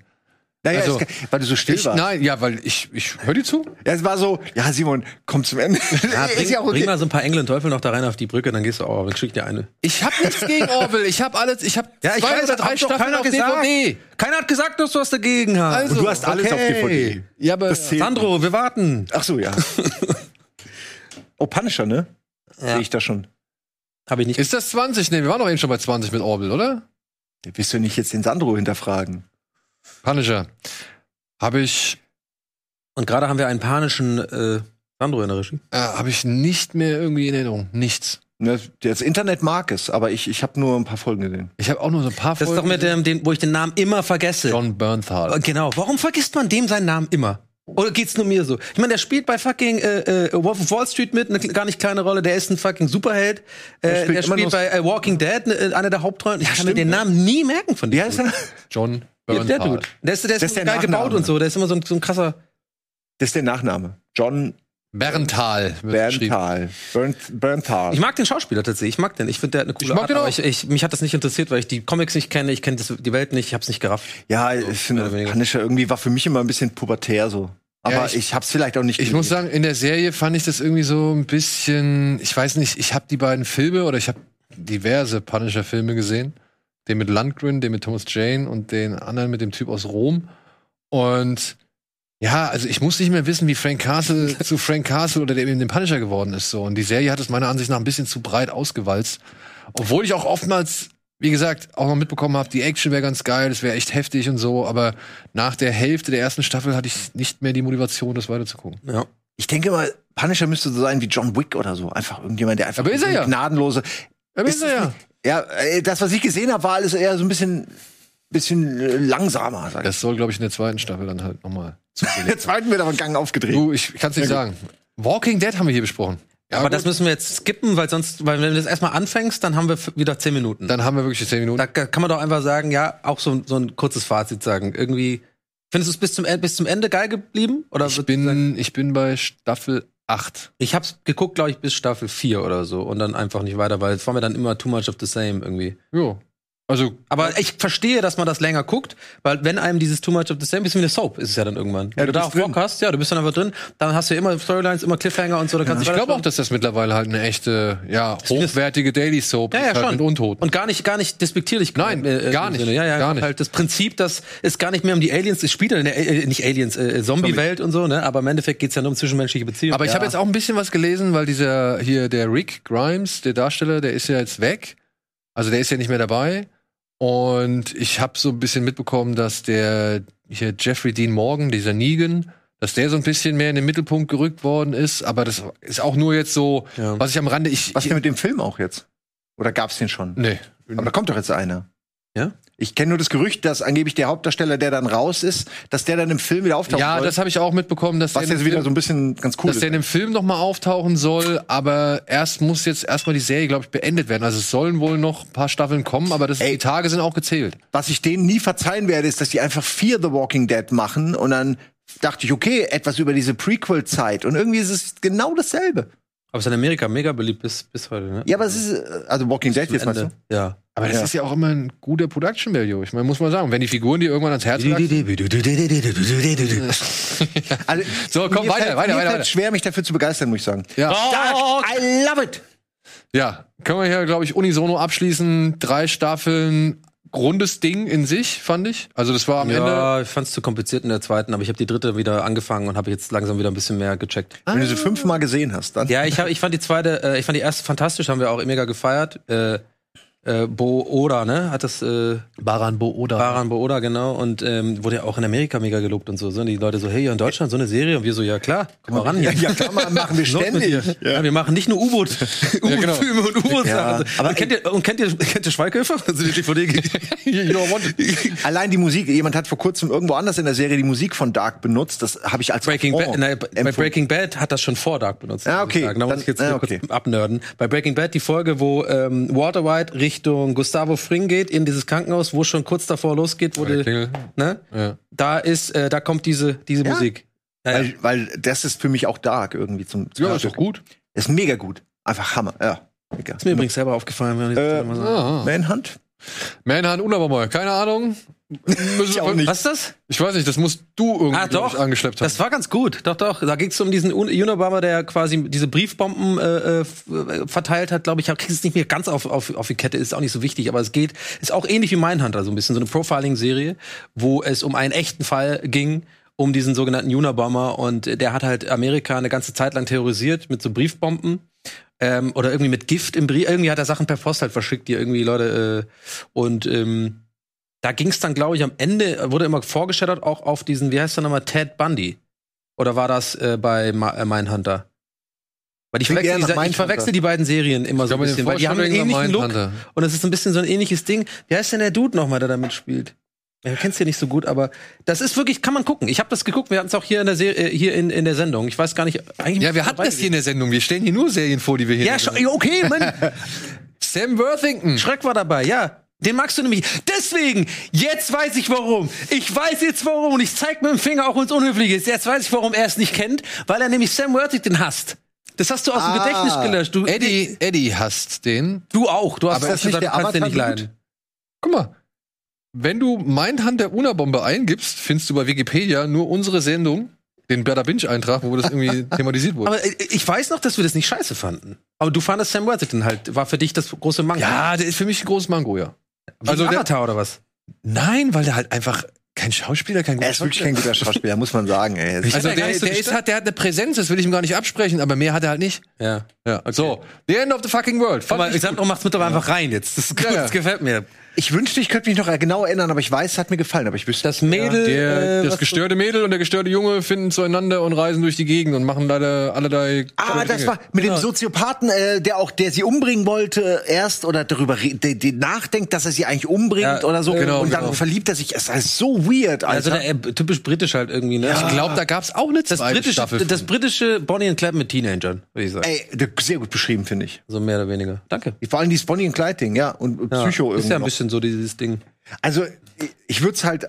Speaker 2: Naja,
Speaker 1: Also-
Speaker 2: es, weil du so still
Speaker 1: Ich,
Speaker 2: warst.
Speaker 1: nein, ja, weil ich, ich hör dir zu.
Speaker 2: Ja, es war so, ja, Simon, komm zum Ende. (laughs)
Speaker 3: Ja,
Speaker 2: Ist
Speaker 3: bring,
Speaker 2: ja auch okay.
Speaker 3: bring mal so ein paar Engel und Teufel noch da rein auf die Brücke, dann gehst du auch, dann schick dir eine.
Speaker 1: Ich hab nichts gegen Orwell. Ich hab alles, ich hab zwei oder drei Staffeln auf DVD.
Speaker 3: Keiner hat gesagt, dass du was dagegen hast.
Speaker 1: Also-
Speaker 2: Und du hast alles
Speaker 1: Okay.
Speaker 2: auf DVD.
Speaker 1: Ja, aber
Speaker 2: Das zählt.
Speaker 3: Sandro, wir warten.
Speaker 2: Ach so, ja.
Speaker 1: (laughs)
Speaker 2: oh, Punisher, ne? Sehe ich da schon.
Speaker 3: Habe ich nicht.
Speaker 1: ist das 20? Ne, wir waren doch eben schon bei 20 mit Orwell, oder?
Speaker 2: Willst du nicht jetzt den Sandro hinterfragen?
Speaker 1: Punisher. Habe ich,
Speaker 3: Und gerade haben wir einen panischen äh, Sandro in der Regie.
Speaker 1: äh, habe ich nicht mehr irgendwie in Erinnerung. Nichts.
Speaker 2: Ne, Das Internet mag es, aber ich, ich habe nur ein paar Folgen gesehen.
Speaker 1: Ich habe auch nur so ein paar
Speaker 3: Das ist doch mit dem, den, wo ich den Namen immer vergesse.
Speaker 1: John Bernthal.
Speaker 3: Genau. Warum vergisst man dem seinen Namen immer? Oder geht's nur mir so? Ich meine, der spielt bei fucking äh, äh, Wolf of Wall Street mit, eine kle- gar nicht kleine Rolle. Der ist ein fucking Superheld.
Speaker 2: spielt
Speaker 3: Äh, der
Speaker 2: immer
Speaker 3: spielt
Speaker 2: noch-
Speaker 3: bei äh, Walking Dead ne, äh, einer der Hauptrollen. Ich kann
Speaker 2: stimmt,
Speaker 3: mir den Namen nie merken von
Speaker 2: Wie
Speaker 3: dem.
Speaker 2: heißt er?
Speaker 1: John
Speaker 3: Der,
Speaker 1: Bernthal.
Speaker 3: der Dude. Der ist, der ist,
Speaker 2: Das ist
Speaker 3: so
Speaker 2: der
Speaker 3: geil gebaut
Speaker 2: Nachname.
Speaker 3: und so. Der ist immer so ein, so ein krasser.
Speaker 2: Das ist der Nachname. John
Speaker 1: Bernthal. wird geschrieben.
Speaker 2: Berntal. Bernd, Berntal.
Speaker 3: Ich mag den Schauspieler tatsächlich. Ich mag den. Ich finde, der hat eine coole
Speaker 1: Ich mag
Speaker 3: Art,
Speaker 1: den
Speaker 3: aber
Speaker 1: auch.
Speaker 3: Ich, ich, mich hat das nicht interessiert, weil ich die Comics nicht kenne. Ich kenne das- die Welt nicht. Ich hab's nicht gerafft.
Speaker 1: Oh,
Speaker 2: Ja, ich
Speaker 3: mehr
Speaker 2: finde,
Speaker 3: oder weniger.
Speaker 2: Punisher irgendwie war für mich immer ein bisschen pubertär so. Aber
Speaker 1: Ja,
Speaker 2: ich,
Speaker 1: ich-
Speaker 2: hab's vielleicht auch nicht
Speaker 1: Ich muss
Speaker 2: gelesen.
Speaker 1: sagen, in der Serie fand ich das irgendwie so ein bisschen, ich weiß nicht, ich habe die beiden Filme oder ich habe diverse Punisher-Filme gesehen. Den mit Landgren, den mit Thomas Jane und den anderen mit dem Typ aus Rom. Und ja, also ich muss nicht mehr wissen, wie Frank Castle zu Frank Castle oder dem, dem Punisher geworden ist. So. Und die Serie hat es meiner Ansicht nach ein bisschen zu breit ausgewalzt. Obwohl ich auch oftmals, wie gesagt, auch noch mitbekommen habe, die Action wäre ganz geil, das wäre echt heftig und so. Aber nach der Hälfte der ersten Staffel hatte ich nicht mehr die Motivation, das weiterzugucken.
Speaker 3: Ja.
Speaker 2: Ich denke mal, Punisher müsste so sein wie John Wick oder so. Einfach irgendjemand, der einfach
Speaker 1: Aber ist er ja.
Speaker 2: gnadenlose.
Speaker 1: Aber
Speaker 2: Ist
Speaker 1: ist
Speaker 2: es
Speaker 1: er ja.
Speaker 2: Ja, äh, das, was ich gesehen habe, war alles eher so ein bisschen, bisschen äh, langsamer. (laughs) Sag ich.
Speaker 1: Das soll, glaube ich, in der zweiten Staffel dann halt nochmal
Speaker 3: (laughs)
Speaker 1: zugelegt.
Speaker 2: Der zweiten wird aber ein Gang aufgedreht.
Speaker 1: du, ich kann es nicht sagen. Walking Dead haben wir hier besprochen. Ja,
Speaker 3: Aber
Speaker 1: gut,
Speaker 3: das müssen wir jetzt skippen, weil sonst, weil wenn du das erstmal anfängst, dann haben wir f- wieder zehn Minuten.
Speaker 1: dann haben wir wirklich die 10 Minuten.
Speaker 3: da ka- kann man doch einfach sagen, ja, auch so, ein- so ein kurzes Fazit sagen. Irgendwie, findest du es bis zum, En- bis zum Ende geil geblieben? Oder
Speaker 1: Ich bin, ich bin bei Staffel 8.
Speaker 3: ich hab's geguckt, glaube ich, bis Staffel 4 oder so und dann einfach nicht weiter, weil es war mir dann immer too much of the same irgendwie.
Speaker 1: Jo. Also,
Speaker 3: Aber ich verstehe, dass man das länger guckt, weil wenn einem dieses too much of the same, bisschen wie eine Soap ist es ja dann irgendwann.
Speaker 2: du
Speaker 3: wenn du da
Speaker 2: bist
Speaker 3: auch
Speaker 2: drin.
Speaker 3: Bock hast, ja, du bist dann einfach drin, dann hast du immer Storylines, immer Cliffhanger und so, dann kannst
Speaker 1: ich
Speaker 3: du
Speaker 1: glaube auch,
Speaker 3: weiterschauen.
Speaker 1: dass das mittlerweile halt eine echte, ja, hochwertige Daily Soap
Speaker 3: Ja, ja,
Speaker 1: ist, halt
Speaker 3: schon.
Speaker 1: mit Untoten.
Speaker 3: Und gar nicht, gar nicht despektierlich.
Speaker 1: Nein,
Speaker 3: äh, äh,
Speaker 1: gar
Speaker 3: im
Speaker 1: nicht.
Speaker 3: Sinne. Ja, ja,
Speaker 1: Gar nicht.
Speaker 3: Halt das Prinzip, dass es gar nicht mehr um die Aliens, es spielt ja in der, äh, nicht Aliens, äh, Zombie-Welt und so, ne? Aber im Endeffekt geht's ja nur um zwischenmenschliche Beziehungen.
Speaker 1: Aber ich
Speaker 3: ja.
Speaker 1: habe jetzt auch ein bisschen was gelesen, weil dieser hier, der Rick Grimes, der Darsteller, der ist ja jetzt weg. Also der ist ja nicht mehr dabei. Und ich habe so ein bisschen mitbekommen, dass der hier Jeffrey Dean Morgan, dieser Negan, dass der so ein bisschen mehr in den Mittelpunkt gerückt worden ist. Aber das ist auch nur jetzt so,
Speaker 3: Ja.
Speaker 1: was ich am Rande. Ich,
Speaker 2: Was ist denn mit dem Film auch jetzt? Oder gab's den schon?
Speaker 1: nee.
Speaker 2: Aber da kommt doch jetzt einer.
Speaker 3: Ja?
Speaker 2: Ich kenne nur das Gerücht, dass angeblich der Hauptdarsteller, der dann raus ist, dass der dann im Film wieder auftauchen
Speaker 1: Ja,
Speaker 2: soll.
Speaker 1: das habe ich auch mitbekommen, dass
Speaker 2: was
Speaker 1: der
Speaker 2: jetzt wieder so ein bisschen ganz cool
Speaker 1: dass der in
Speaker 2: ist.
Speaker 1: dem Film noch mal auftauchen soll, aber erst muss jetzt erstmal die Serie, glaube ich, beendet werden. Also es sollen wohl noch ein paar Staffeln kommen, aber das,
Speaker 2: Ey.
Speaker 1: die Tage sind auch gezählt.
Speaker 2: Was ich denen nie verzeihen werde, ist, dass die einfach Fear the Walking Dead machen und dann dachte ich, okay, etwas über diese Prequel-Zeit und irgendwie ist es genau dasselbe.
Speaker 3: Aber es ist in Amerika mega beliebt bis, bis heute, ne?
Speaker 2: Ja, aber es ist, äh, also Walking Dead jetzt meinst du?
Speaker 3: Ja.
Speaker 1: Aber das
Speaker 2: Ja.
Speaker 1: ist ja auch immer ein guter Production Value. Ich meine, muss man sagen, wenn die Figuren dir irgendwann ans Herz wachsen.
Speaker 2: Also,
Speaker 1: So, komm,
Speaker 2: mir
Speaker 1: weiter, weiter,
Speaker 2: fällt, mir
Speaker 1: weiter,
Speaker 2: fällt
Speaker 1: weiter.
Speaker 2: schwer, mich dafür zu begeistern, muss ich sagen.
Speaker 1: Ja,
Speaker 3: Oh.
Speaker 2: Dark, I love it.
Speaker 1: ja, können wir hier, glaube ich, unisono abschließen. Drei Staffeln, rundes Ding in sich, fand ich. Also das war am Ende.
Speaker 3: Ja, ich fand's zu kompliziert in der zweiten, aber ich habe die dritte wieder angefangen und habe jetzt langsam wieder ein bisschen mehr gecheckt.
Speaker 2: Wenn
Speaker 1: Ah.
Speaker 2: du sie fünfmal gesehen hast, dann.
Speaker 3: Ja, ich, hab, ich fand die zweite, äh, ich fand die erste fantastisch, haben wir auch mega gefeiert. Äh, äh, Bo Oda, ne? Hat das äh,
Speaker 1: Baran Bo Oda.
Speaker 3: Baran Bo Oda, genau. Und ähm, wurde ja auch in Amerika mega gelobt und so. so. Und die Leute so, hey, in Deutschland so eine Serie. Und wir so, ja klar, komm mal ran hier.
Speaker 2: Ja, kann man machen wir
Speaker 3: (laughs) Los mit
Speaker 2: ständig.
Speaker 3: dir. Ja. wir machen nicht nur U-Boot, (laughs) U-Boot-Filme
Speaker 1: genau.
Speaker 3: und U-Boot-Sachen.
Speaker 2: Ja,
Speaker 3: Also,
Speaker 2: aber
Speaker 3: und, kennt ihr, und kennt ihr, kennt ihr Schweighöfer? (laughs) Also die DVD
Speaker 1: you don't want it.
Speaker 2: Allein die Musik, jemand hat vor kurzem irgendwo anders in der Serie die Musik von Dark benutzt, das habe ich als
Speaker 3: Breaking
Speaker 2: Affront
Speaker 3: Bad, nein, bei
Speaker 2: empfunden.
Speaker 3: Breaking Bad hat das schon vor Dark benutzt.
Speaker 2: Ah,
Speaker 3: muss ich
Speaker 2: okay.
Speaker 3: sagen. Da muss
Speaker 2: Dann-
Speaker 3: ich jetzt
Speaker 2: ah,
Speaker 3: nur
Speaker 2: okay.
Speaker 3: kurz abnörden. Bei Breaking Bad die Folge, wo ähm, Walter White Richtung Gustavo Fring geht, in dieses Krankenhaus, wo schon kurz davor losgeht, wo
Speaker 1: der
Speaker 3: die,
Speaker 1: Klingel.
Speaker 3: ne?
Speaker 1: Ja.
Speaker 3: Da ist, äh, da kommt diese, diese
Speaker 2: Ja.
Speaker 3: Musik. Ja, ja.
Speaker 2: Weil, weil das ist für mich auch Dark irgendwie zum. zum
Speaker 1: ja, ist doch gut.
Speaker 2: Ist mega gut. Einfach Hammer. Ja. Mega.
Speaker 3: Ist mir übrigens selber aufgefallen, wenn ich
Speaker 2: Äh,
Speaker 3: das mal sagen.
Speaker 1: Ah.
Speaker 2: Manhunt?
Speaker 1: Manhunt Unabamoy, keine Ahnung. ich,
Speaker 2: auch nicht.
Speaker 3: Was ist das?
Speaker 1: ich weiß nicht, das musst du irgendwie
Speaker 3: Ah,
Speaker 1: glaub
Speaker 3: doch.
Speaker 1: ich, angeschleppt haben.
Speaker 3: Das war ganz gut. Doch, doch. Da ging es um diesen Un- Unabomber, der quasi diese Briefbomben äh, äh, f- äh, verteilt hat. Glaube ich, ich kriege es nicht mehr ganz auf, auf, auf die Kette. Ist auch nicht so wichtig, aber es geht. Ist auch ähnlich wie Mindhunter so ein bisschen. So eine Profiling-Serie, wo es um einen echten Fall ging. Um diesen sogenannten Unabomber. Und äh, der hat halt Amerika eine ganze Zeit lang terrorisiert mit so Briefbomben. Ähm, oder irgendwie mit Gift im Brief. Irgendwie hat er Sachen per Post halt verschickt, die irgendwie Leute. Äh, und ähm, da ging es dann, glaube ich, am Ende, äh, wurde immer vorgestellt, auch auf diesen, wie heißt der nochmal, Ted Bundy. Oder war das äh, bei Ma äh, Mindhunter? Weil ich
Speaker 2: Klingt eher nach
Speaker 3: verwechsel, ich, sag- ich
Speaker 2: Mindhunter.
Speaker 3: verwechsel die beiden Serien immer so ein bisschen, weil die haben einen ähnlichen Look und das ist ein bisschen so ein ähnliches Ding. Wie heißt denn der Dude nochmal, der da mitspielt? Ja, kennst ja nicht so gut, aber das ist wirklich, kann man gucken. Ich habe das geguckt, wir hatten es auch hier in der Serie, äh, hier in, in der Sendung. Ich weiß gar nicht, eigentlich
Speaker 1: Ja, wir hatten das hier in der Sendung. Wir stellen hier nur Serien vor, die wir hier.
Speaker 3: Ja, sch- ja, okay, Mann.
Speaker 1: Sam Worthington.
Speaker 3: Schreck war dabei, ja. Den magst du nämlich. Deswegen, jetzt weiß ich warum. Ich weiß jetzt warum und ich zeig mit dem Finger auch uns Unhöfliches. Jetzt weiß ich, warum er es nicht kennt, weil er nämlich Sam Worthington hasst. Das hast du aus dem
Speaker 2: Ah.
Speaker 3: Gedächtnis gelöscht. Du,
Speaker 1: Eddie, Eddie hasst den.
Speaker 3: du auch. Du hast
Speaker 2: Aber
Speaker 3: auch
Speaker 2: ist das nicht
Speaker 3: gesagt,
Speaker 2: der
Speaker 3: du kannst den nicht
Speaker 2: Avatar-Dude?
Speaker 3: leiden.
Speaker 1: Guck mal. Wenn du Mindhunter Unabombe eingibst, findest du bei Wikipedia nur unsere Sendung, den Berda Binge-Eintrag, wo das (laughs) irgendwie thematisiert wurde.
Speaker 3: Aber äh, ich weiß noch, dass wir das nicht scheiße fanden. Aber du fandest Sam Worthington halt, war für dich das große Mangel.
Speaker 1: ja, der ist für mich ein großes Mango, ja.
Speaker 3: Wie
Speaker 1: also
Speaker 3: also
Speaker 1: der-
Speaker 3: Avatar oder was?
Speaker 1: Nein, weil der halt einfach kein Schauspieler, kein
Speaker 2: Er
Speaker 1: guter
Speaker 2: ist wirklich
Speaker 1: Schauspieler
Speaker 2: kein guter Schauspieler, muss man sagen. Ey. Er ist-
Speaker 1: Also
Speaker 3: hat er gar
Speaker 1: der,
Speaker 3: nicht so
Speaker 1: der, ist
Speaker 3: gestört.
Speaker 1: halt, der hat eine Präsenz, das will ich ihm gar nicht absprechen, aber mehr hat er halt nicht.
Speaker 3: Ja.
Speaker 1: Ja. So, The End of the Fucking World. Fand
Speaker 3: Aber
Speaker 1: ich
Speaker 3: ich sag, oh, macht's mit doch einfach rein jetzt. Das, ist gut,
Speaker 1: Ja, ja.
Speaker 3: das gefällt mir.
Speaker 2: Ich wünschte, ich könnte mich noch genau erinnern, aber ich weiß, es hat mir gefallen, aber ich wüsste.
Speaker 3: Das Mädel.
Speaker 1: Der,
Speaker 3: äh,
Speaker 1: das
Speaker 3: was-
Speaker 1: gestörte Mädel und der gestörte Junge finden zueinander und reisen durch die Gegend und machen leider allerlei.
Speaker 2: Ah,
Speaker 1: tolle
Speaker 2: das
Speaker 1: Dinge.
Speaker 2: war mit
Speaker 3: Genau.
Speaker 2: dem Soziopathen, äh, der auch, der sie umbringen wollte, erst oder darüber re- de, de nachdenkt, dass er sie eigentlich umbringt
Speaker 3: Ja,
Speaker 2: oder so.
Speaker 1: genau,
Speaker 2: und dann
Speaker 1: genau.
Speaker 2: verliebt er sich. Es ist so weird,
Speaker 3: also
Speaker 2: Alter.
Speaker 3: der, äh, typisch britisch halt irgendwie, ne?
Speaker 1: Ich glaube, da gab's auch eine
Speaker 3: Das
Speaker 1: zweite
Speaker 3: britische,
Speaker 1: Staffel.
Speaker 3: das britische Bonnie and Clyde mit Teenagern, würde ich sagen.
Speaker 2: Ey, der- sehr gut beschrieben, finde ich.
Speaker 3: So mehr oder weniger. Danke.
Speaker 2: Vor allem dieses Bonnie und Clyde Ding, ja. Und und Psycho
Speaker 3: ja,
Speaker 2: irgendwie.
Speaker 3: Ist ja ein
Speaker 2: noch.
Speaker 3: bisschen so dieses Ding.
Speaker 2: Also, ich- ich würde es halt,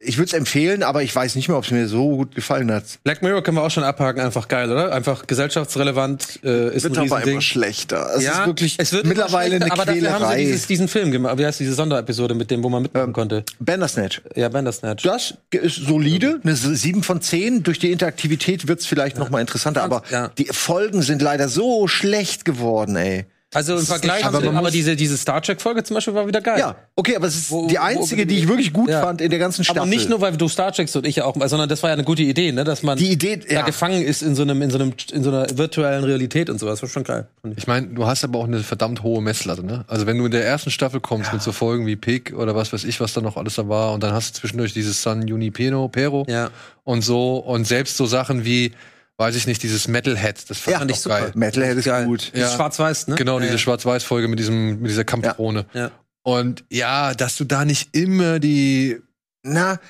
Speaker 2: ich würde es empfehlen, aber ich weiß nicht mehr, ob es mir so gut gefallen hat.
Speaker 3: Black Mirror können wir auch schon abhaken, einfach geil, oder? Einfach gesellschaftsrelevant, äh, ist ein Riesending.
Speaker 2: schlechter. Es
Speaker 3: Ja,
Speaker 2: ist wirklich
Speaker 3: es wird immer
Speaker 2: mittlerweile
Speaker 3: schlechter,
Speaker 2: eine
Speaker 3: aber dafür haben sie
Speaker 2: Quälerei. Ähm.
Speaker 3: dieses, diesen Film gemacht. Wie heißt diese Sonderepisode mit dem, wo man mitmachen konnte?
Speaker 2: Bandersnatch.
Speaker 3: Ja, Bandersnatch.
Speaker 2: Das ist
Speaker 3: Ähm.
Speaker 2: solide, eine 7 von 10. Durch die Interaktivität wird's vielleicht noch mal interessanter, aber
Speaker 3: Ja.
Speaker 2: die Folgen sind leider so schlecht geworden, ey.
Speaker 3: Also im Vergleich,
Speaker 2: aber
Speaker 3: aber,
Speaker 2: man
Speaker 3: aber
Speaker 2: muss-
Speaker 3: diese, diese Star Trek Folge zum Beispiel war wieder geil.
Speaker 2: Ja, okay, aber es ist
Speaker 3: Wo-
Speaker 2: die
Speaker 3: wo-
Speaker 2: einzige, die ich wirklich gut
Speaker 3: Ja.
Speaker 2: fand in der ganzen Staffel.
Speaker 3: Aber nicht nur, weil du Star Treks und ich ja auch, sondern das war ja eine gute Idee, ne, dass man
Speaker 2: Die Idee,
Speaker 3: da
Speaker 2: ja.
Speaker 3: gefangen ist in so einem, in so einem, in so einer virtuellen Realität und sowas. Das war schon geil. fand ich.
Speaker 1: Ich meine, du hast aber auch eine verdammt hohe Messlatte, ne? Also wenn du in der ersten Staffel kommst mit so Folgen wie Pig oder was weiß ich, was da noch alles da war, und dann hast du zwischendurch dieses San Junipero Pero
Speaker 3: Ja.
Speaker 1: und so und selbst so Sachen wie, weiß ich nicht, dieses Metalhead, das fand
Speaker 2: Ja, Oh
Speaker 1: ich auch
Speaker 3: super.
Speaker 1: geil.
Speaker 2: Metalhead ist gut.
Speaker 3: Dieses
Speaker 1: Ja.
Speaker 3: Schwarz-Weiß, ne?
Speaker 1: Genau,
Speaker 3: Ja,
Speaker 1: diese
Speaker 3: ja.
Speaker 1: Schwarz-Weiß-Folge mit diesem, mit dieser Kampfkrone.
Speaker 3: Ja. Ja.
Speaker 1: Und ja, dass du da nicht immer die.
Speaker 2: Na,